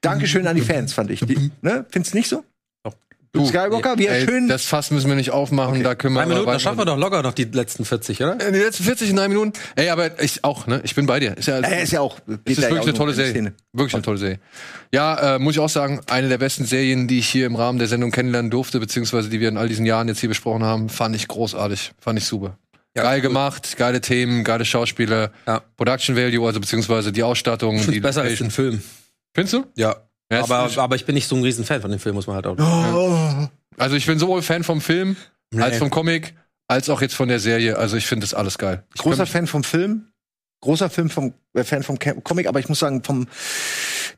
Speaker 2: Dankeschön an die Fans, fand
Speaker 3: (laughs)
Speaker 2: ich. Die, ne? Findest du nicht so? Luke Skywalker, wie er
Speaker 1: Ey,
Speaker 2: schön.
Speaker 1: Das Fass müssen wir nicht aufmachen, da können wir
Speaker 3: Drei Minuten,
Speaker 1: weiter-
Speaker 3: da schaffen wir doch locker noch die letzten 40, oder?
Speaker 1: In den letzten 40, in drei Minuten. Ey, aber ich auch, ne? Ich bin bei dir. Ist ja,
Speaker 2: Ah, Er ist ja auch.
Speaker 1: Es
Speaker 2: geht
Speaker 1: ist
Speaker 2: da ja
Speaker 1: wirklich
Speaker 2: auch
Speaker 1: eine tolle
Speaker 2: in die
Speaker 1: Serie.
Speaker 2: Szene.
Speaker 1: Wirklich eine tolle Serie. Ja, äh, muss ich auch sagen, eine der besten Serien, die ich hier im Rahmen der Sendung kennenlernen durfte, beziehungsweise die wir in all diesen Jahren jetzt hier besprochen haben, fand ich großartig. Fand ich super. Geil gemacht, geile Themen, geile Schauspieler,
Speaker 3: Ja.
Speaker 1: Production Value, also beziehungsweise die Ausstattung.
Speaker 3: Ich
Speaker 1: die
Speaker 3: find's besser als
Speaker 1: Location.
Speaker 3: den Film.
Speaker 1: Findest du?
Speaker 3: Ja.
Speaker 1: Ja, es
Speaker 3: aber,
Speaker 1: ist-
Speaker 3: aber ich bin nicht so ein Riesenfan von dem Film, muss man halt auch.
Speaker 2: Oh.
Speaker 1: Also ich bin sowohl Fan vom Film, als vom Comic, als auch jetzt von der Serie. Also ich finde das alles geil. Ich
Speaker 2: Großer
Speaker 1: kann
Speaker 2: Fan vom Film. Großer Film vom, äh, Fan vom Cam- Comic, aber ich muss sagen, vom,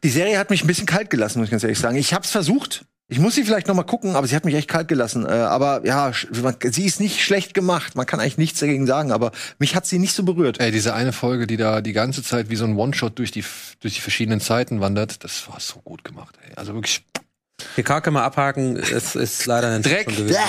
Speaker 2: die Serie hat mich ein bisschen kalt gelassen, muss ich ganz ehrlich sagen. Ich hab's versucht. Ich muss sie vielleicht noch mal gucken, aber sie hat mich echt kalt gelassen. Äh, aber ja, sch- man, sie ist nicht schlecht gemacht. Man kann eigentlich nichts dagegen sagen, aber mich hat sie nicht so berührt.
Speaker 1: Ey, diese eine Folge, die da die ganze Zeit wie so ein One-Shot durch die, durch die verschiedenen Zeiten wandert, das war so gut gemacht, ey. Also wirklich
Speaker 3: PK kann man abhaken, es ist leider ein
Speaker 1: Dreck.
Speaker 3: Enttäuschung gewesen.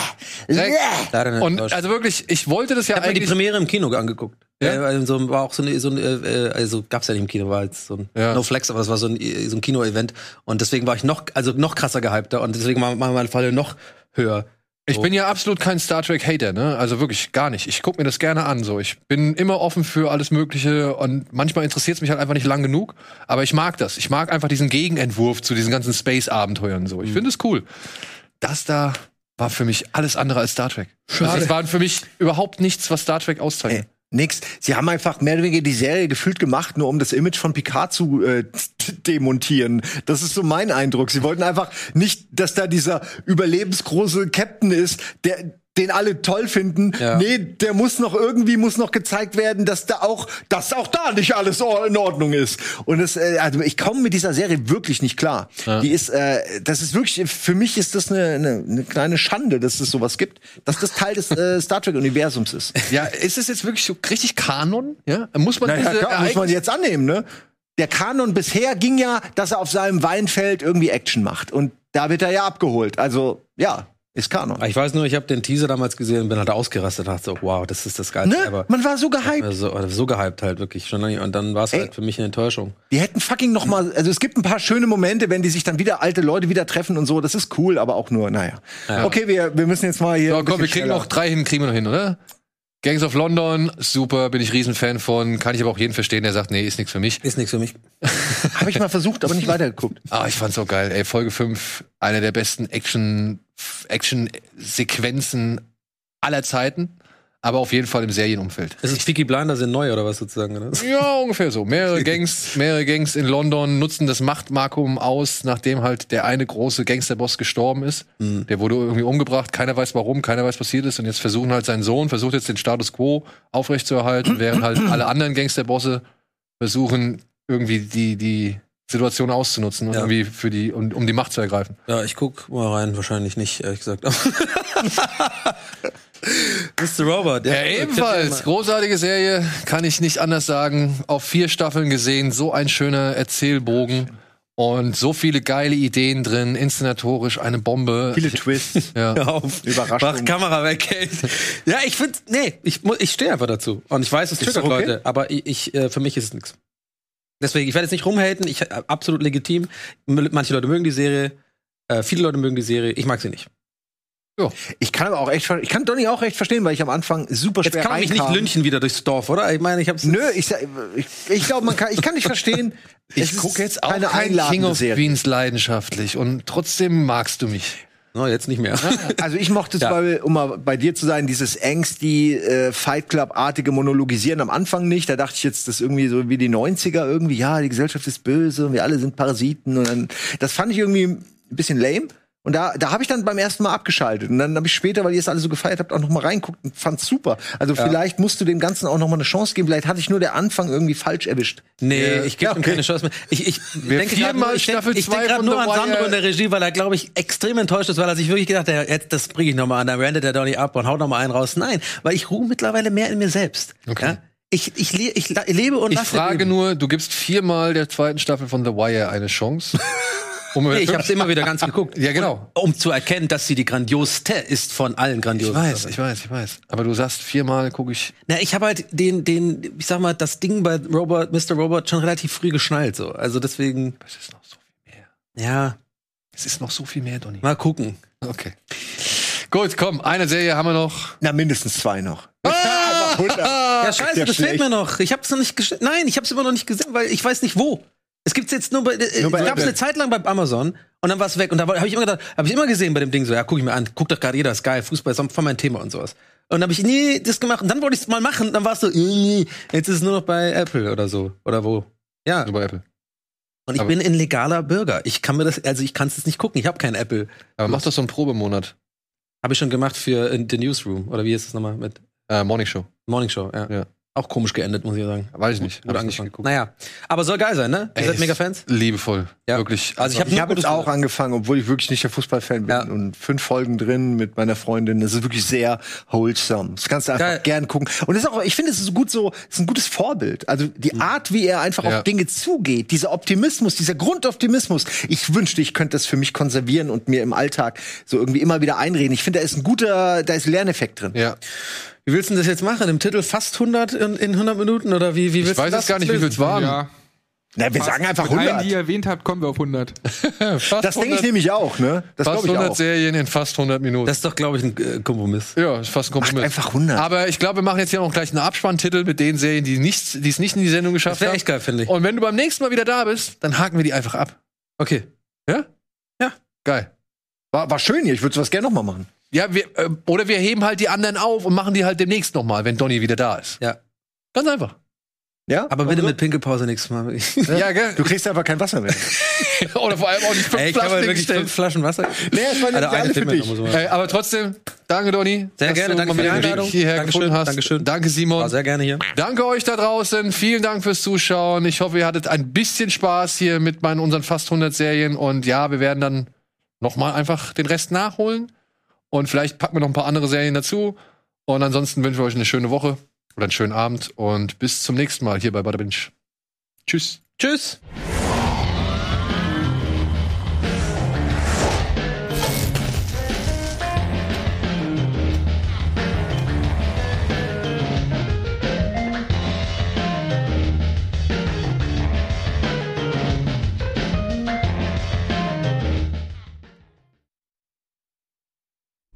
Speaker 2: Äh,
Speaker 1: Dreck.
Speaker 3: Leider eine
Speaker 1: Und
Speaker 3: Enttäuschung.
Speaker 1: also wirklich, ich wollte das ja
Speaker 3: ich habe mir die
Speaker 1: eigentlich.
Speaker 3: Premiere im Kino angeguckt.
Speaker 1: Ja?
Speaker 3: Äh, weil so, ein- war auch so ein, so ein äh, äh, also gab's ja nicht im Kino, war jetzt so ein
Speaker 1: Ja.
Speaker 3: No Flex, aber es war so ein, äh, so ein Kino-Event. Und deswegen war ich noch, also noch krasser gehypter und deswegen war war meine Falle noch höher.
Speaker 1: Ich bin ja absolut kein Star Trek Hater, ne? Also wirklich gar nicht. Ich gucke mir das gerne an, so. Ich bin immer offen für alles Mögliche und manchmal interessiert es mich halt einfach nicht lang genug. Aber ich mag das. Ich mag einfach diesen Gegenentwurf zu diesen ganzen Space-Abenteuern,
Speaker 2: Mhm.
Speaker 1: so. Ich finde es cool. Das da war für mich alles andere als Star Trek. Also, das war für mich überhaupt nichts, was Star Trek auszeichnet.
Speaker 2: Äh. Nix. Sie haben einfach mehr oder weniger die Serie gefühlt gemacht, nur um das Image von Picard zu äh, (laughs) t- demontieren. Das ist so mein Eindruck. Sie wollten einfach nicht, dass da dieser überlebensgroße Captain ist, der den alle toll finden.
Speaker 3: Ja.
Speaker 2: Nee, der muss noch irgendwie muss noch gezeigt werden, dass da auch dass auch da nicht alles or- in Ordnung ist. Und das äh, also ich komme mit dieser Serie wirklich nicht klar. Die ist äh, das ist wirklich für mich ist das eine, eine, eine kleine Schande, dass es sowas gibt, dass das Teil des äh, Star Trek Universums ist.
Speaker 1: Ja, ist es jetzt wirklich so richtig Kanon? Ja? Muss man
Speaker 2: Naja,
Speaker 3: Also,
Speaker 1: diese
Speaker 3: äh,
Speaker 2: klar, muss man
Speaker 1: Ereignisse-
Speaker 2: jetzt annehmen, ne? Der Kanon bisher ging ja, dass er auf seinem Weinfeld irgendwie Action macht. Und da wird er ja abgeholt. Also, ja, ist Kanon.
Speaker 3: Ich weiß nur, ich habe den Teaser damals gesehen und bin halt ausgerastet und dachte so, wow, das ist das Geilste.
Speaker 2: Ne?
Speaker 3: Aber
Speaker 2: Man war so gehypt.
Speaker 3: also, so gehypt halt wirklich schon lange. Und dann war es
Speaker 2: Ey.
Speaker 3: halt für mich eine Enttäuschung.
Speaker 2: Die hätten fucking noch mal, also es gibt ein paar schöne Momente, wenn die sich dann wieder alte Leute wieder treffen und so. Das ist cool, aber auch nur, naja. Okay, wir, wir müssen jetzt mal hier.
Speaker 1: So,
Speaker 2: ein
Speaker 1: komm, wir
Speaker 2: bisschen
Speaker 1: kriegen noch drei hin, kriegen wir noch hin, oder? Gangs of London, super, bin ich Riesenfan von. Kann ich aber auch jeden verstehen, der sagt, nee, ist nichts für mich.
Speaker 3: Ist nichts für mich.
Speaker 2: schneller. Hab ich mal versucht, aber nicht
Speaker 3: (laughs)
Speaker 2: weitergeguckt.
Speaker 1: Ah, ich fand's so geil, ey. Folge 5, eine der besten Action, Action-Sequenzen aller Zeiten, aber auf jeden Fall im Serienumfeld.
Speaker 3: Ist es Peaky Blinders in neu oder was sozusagen? Oder?
Speaker 1: (laughs) Ja, ungefähr so. Mehrere Gangs, mehrere Gangs in London nutzen das Machtmarkum aus, nachdem halt der eine große Gangsterboss gestorben ist. Der wurde irgendwie umgebracht, keiner weiß warum, keiner weiß, was passiert ist. Und jetzt versuchen halt sein Sohn, versucht jetzt den Status quo aufrechtzuerhalten, während halt alle anderen Gangsterbosse versuchen, irgendwie die, die Situation auszunutzen und
Speaker 3: Ja.
Speaker 1: irgendwie für die, um, um die Macht zu ergreifen.
Speaker 3: Ja, ich guck mal rein, wahrscheinlich nicht, ehrlich gesagt. (laughs) Mr. Robert,
Speaker 1: Ja, ebenfalls. Großartige Serie, kann ich nicht anders sagen. Auf vier Staffeln gesehen, so ein schöner Erzählbogen und so viele geile Ideen drin, inszenatorisch eine Bombe.
Speaker 2: Viele Twists.
Speaker 1: ja.
Speaker 3: Hör auf.
Speaker 2: Überraschung.
Speaker 3: Mach Kamera weg, ey. Ja, ich finde, nee, ich, mu- ich stehe einfach dazu. Und ich weiß, es triggert
Speaker 2: doch okay.
Speaker 3: Leute, aber ich, ich, äh, für mich ist es nichts. Deswegen, ich werde jetzt nicht rumhaten, ich, äh, absolut legitim. M- Manche Leute mögen die Serie, äh, viele Leute mögen die Serie, ich mag sie nicht.
Speaker 2: Ich kann aber auch echt, ver- ich kann Donny auch echt verstehen, weil ich am Anfang super schwer
Speaker 3: Jetzt kann man mich nicht
Speaker 2: reinkam.
Speaker 3: lynchen wieder durchs Dorf, oder? Ich meine, ich hab's.
Speaker 2: Nö, ich, sag- ich, ich glaube, man kann, ich kann nicht verstehen.
Speaker 1: (laughs)
Speaker 2: Es
Speaker 1: Ich
Speaker 2: ist
Speaker 1: gucke jetzt auch
Speaker 2: keine
Speaker 1: kein King
Speaker 2: einladende
Speaker 1: of
Speaker 2: Serie.
Speaker 1: Queens leidenschaftlich und trotzdem magst du mich.
Speaker 3: No, jetzt nicht mehr.
Speaker 2: Also ich mochte
Speaker 3: Ja.
Speaker 2: zum Beispiel, um mal bei dir zu sein, dieses Angsty äh, Fight Club-artige Monologisieren am Anfang nicht. Da dachte ich jetzt, das ist irgendwie so wie die 90er irgendwie, ja, die Gesellschaft ist böse und wir alle sind Parasiten. Und dann, das fand ich irgendwie ein bisschen lame. Und da, da habe ich dann beim ersten Mal abgeschaltet. Und dann habe ich später, weil ihr es alle so gefeiert habt, auch noch mal reinguckt und fand's super. Also vielleicht musst du dem Ganzen auch noch mal eine Chance geben. Vielleicht hatte ich nur der Anfang irgendwie falsch erwischt.
Speaker 3: Nee, ich gebe
Speaker 2: Ja,
Speaker 3: ihm
Speaker 2: okay.
Speaker 3: keine Chance mehr. Ich, ich denke gerade
Speaker 1: viermal
Speaker 3: nur, ich denk,
Speaker 1: Staffel
Speaker 3: ich denk
Speaker 1: zwei
Speaker 3: grad
Speaker 1: von
Speaker 3: nur
Speaker 1: The
Speaker 3: an
Speaker 1: Wire.
Speaker 3: Sandro in der Regie, weil er, glaube ich, extrem enttäuscht ist, weil er sich wirklich gedacht hat, ja, jetzt, das bringe ich nochmal an, dann randet er doch nicht ab und haut nochmal einen raus. Nein, weil ich ruhe mittlerweile mehr in mir selbst.
Speaker 1: Okay.
Speaker 3: Ja? Ich, ich, le ich la- lebe und
Speaker 1: Ich
Speaker 3: lasse
Speaker 1: frage
Speaker 3: leben.
Speaker 1: nur, du gibst viermal der zweiten Staffel von The Wire eine (laughs) Chance. Um
Speaker 3: Nee, ich habe es immer wieder ganz
Speaker 1: (laughs)
Speaker 3: geguckt.
Speaker 1: Ja, genau.
Speaker 3: Um zu erkennen, dass sie die grandiosste ist von allen
Speaker 1: Ich
Speaker 3: grandiosen.
Speaker 1: weiß, ich weiß, ich weiß. Aber du sagst viermal, gucke ich.
Speaker 3: Na, ich habe halt den, den, ich sag mal, das Ding bei Robert, Mr. Robert schon relativ früh geschnallt, so. Also deswegen,
Speaker 1: Es ist noch so viel mehr.
Speaker 3: ja,
Speaker 1: Es ist noch so viel mehr, Donny.
Speaker 3: mal gucken.
Speaker 1: Okay. Gut, komm, eine Serie haben wir noch.
Speaker 2: Na, mindestens zwei noch.
Speaker 3: Ja, scheiße,
Speaker 2: ja
Speaker 3: das fehlt
Speaker 2: Ah, schlecht.
Speaker 3: mir noch. Ich hab's noch nicht gesch- Nein, ich hab's immer noch nicht gesehen, weil ich weiß nicht wo. Es gibt's jetzt nur bei, äh,
Speaker 2: Nur bei
Speaker 3: es gab's
Speaker 2: Apple.
Speaker 3: eine Zeit lang bei Amazon und dann war's weg und da habe ich immer gedacht, habe ich immer gesehen bei dem Ding so, ja, guck ich mir an, guck doch gerade jeder, ist geil, Fußball ist voll mein Thema und sowas. Und dann habe ich nie das gemacht und dann wollte ich es mal machen und dann war's so, äh, nee, jetzt ist es nur noch bei Apple oder so oder wo. Ja,
Speaker 1: Über Apple.
Speaker 3: und ich
Speaker 1: aber-
Speaker 3: bin ein legaler Bürger. Ich kann mir das also ich kann's jetzt nicht gucken, ich habe kein Apple.
Speaker 1: Aber mach doch so einen Probemonat.
Speaker 3: Habe ich schon gemacht für äh, The Newsroom oder wie ist das nochmal mit
Speaker 1: Äh, Morning Show.
Speaker 3: Morning Show, ja.
Speaker 1: Ja.
Speaker 3: Auch komisch geendet, muss ich sagen.
Speaker 1: Weiß ich nicht.
Speaker 3: Gut
Speaker 1: Hab ich nicht
Speaker 3: angefangen.
Speaker 1: geguckt.
Speaker 3: Naja, aber soll geil sein, ne? Ihr
Speaker 1: Ey,
Speaker 3: seid
Speaker 1: ist
Speaker 3: mega Fans?
Speaker 1: Liebevoll.
Speaker 3: Ja.
Speaker 1: Wirklich.
Speaker 3: Also ich habe
Speaker 2: Ich habe jetzt auch angefangen, obwohl ich wirklich nicht der Fußballfan bin.
Speaker 3: Ja.
Speaker 2: Und fünf Folgen drin mit meiner Freundin. Das ist wirklich sehr wholesome. Das kannst du einfach
Speaker 3: Geil.
Speaker 2: gern gucken. Und das ist auch, ich finde, es ist so gut so, es ist ein gutes Vorbild. Also die Art, wie er einfach
Speaker 1: Ja.
Speaker 2: auf Dinge zugeht, dieser Optimismus, dieser Grundoptimismus. Ich wünschte, ich könnte das für mich konservieren und mir im Alltag so irgendwie immer wieder einreden. Ich finde, da ist ein guter, da ist Lerneffekt drin.
Speaker 1: Ja.
Speaker 3: Wie willst du denn das jetzt machen? Im Titel fast 100 in, in 100 Minuten oder wie, wie willst
Speaker 1: Ich weiß jetzt
Speaker 3: du das
Speaker 1: gar nicht, wie viel es waren.
Speaker 5: Ja.
Speaker 2: Na, wir sagen einfach
Speaker 5: Mit allen, die
Speaker 2: 100.
Speaker 5: ihr erwähnt habt, kommen wir auf 100.
Speaker 1: Fast
Speaker 2: Das denke ich nämlich auch, ne?
Speaker 1: Fast
Speaker 2: Das glaube ich
Speaker 1: 100
Speaker 2: auch.
Speaker 1: Serien in fast 100 Minuten.
Speaker 3: Das ist doch, glaube ich, ein äh, Kompromiss.
Speaker 1: ja, ist fast ein
Speaker 2: Macht
Speaker 1: Kompromiss.
Speaker 2: einfach 100.
Speaker 1: Aber ich glaube, wir machen jetzt hier noch gleich einen Abspanntitel mit den Serien, die nichts- die es nicht in die Sendung geschafft
Speaker 3: Das wär
Speaker 1: haben.
Speaker 3: echt geil, finde ich.
Speaker 1: Und wenn du beim nächsten Mal wieder da bist, dann haken wir die einfach ab.
Speaker 3: Okay.
Speaker 1: Ja? Ja. Geil.
Speaker 2: War, war schön hier. Ich würde sowas gerne nochmal machen.
Speaker 1: Ja, wir, äh, oder wir heben halt die anderen auf und machen die halt demnächst nochmal, wenn Donny wieder da ist.
Speaker 3: Ja.
Speaker 1: Ganz einfach.
Speaker 2: Ja?
Speaker 3: Aber bitte mit Pinkelpause
Speaker 1: (laughs)
Speaker 3: nächstes Mal. Ey,
Speaker 1: Ja, gell?
Speaker 2: Du kriegst einfach kein Wasser mehr.
Speaker 1: Oder vor allem auch nicht fünf
Speaker 3: ich habe
Speaker 1: Flaschen
Speaker 3: wirklich
Speaker 1: hingestellt.
Speaker 3: fünf Flaschen Wasser.
Speaker 2: Nee, es waren
Speaker 3: Alter,
Speaker 2: nämlich alle für
Speaker 3: fehlt mir
Speaker 2: dich.
Speaker 3: noch, muss man-
Speaker 1: Ey, aber trotzdem, danke Donny.
Speaker 3: Sehr gerne, danke
Speaker 1: mal
Speaker 3: für die
Speaker 1: wieder den Weg
Speaker 3: Einladung.
Speaker 1: Hierher
Speaker 3: Dankeschön,
Speaker 1: gefunden hast.
Speaker 3: Dankeschön.
Speaker 1: Danke Simon.
Speaker 3: War sehr gerne hier.
Speaker 1: Danke euch da draußen. Vielen Dank fürs Zuschauen. Ich hoffe, ihr hattet ein bisschen Spaß hier mit meinen unseren fast 100 Serien und ja, wir werden dann noch mal einfach den Rest nachholen und vielleicht packen wir noch ein paar andere Serien dazu und ansonsten wünschen wir euch eine schöne Woche oder einen schönen Abend und bis zum nächsten Mal hier bei Bada Binge. Tschüss.
Speaker 3: Tschüss.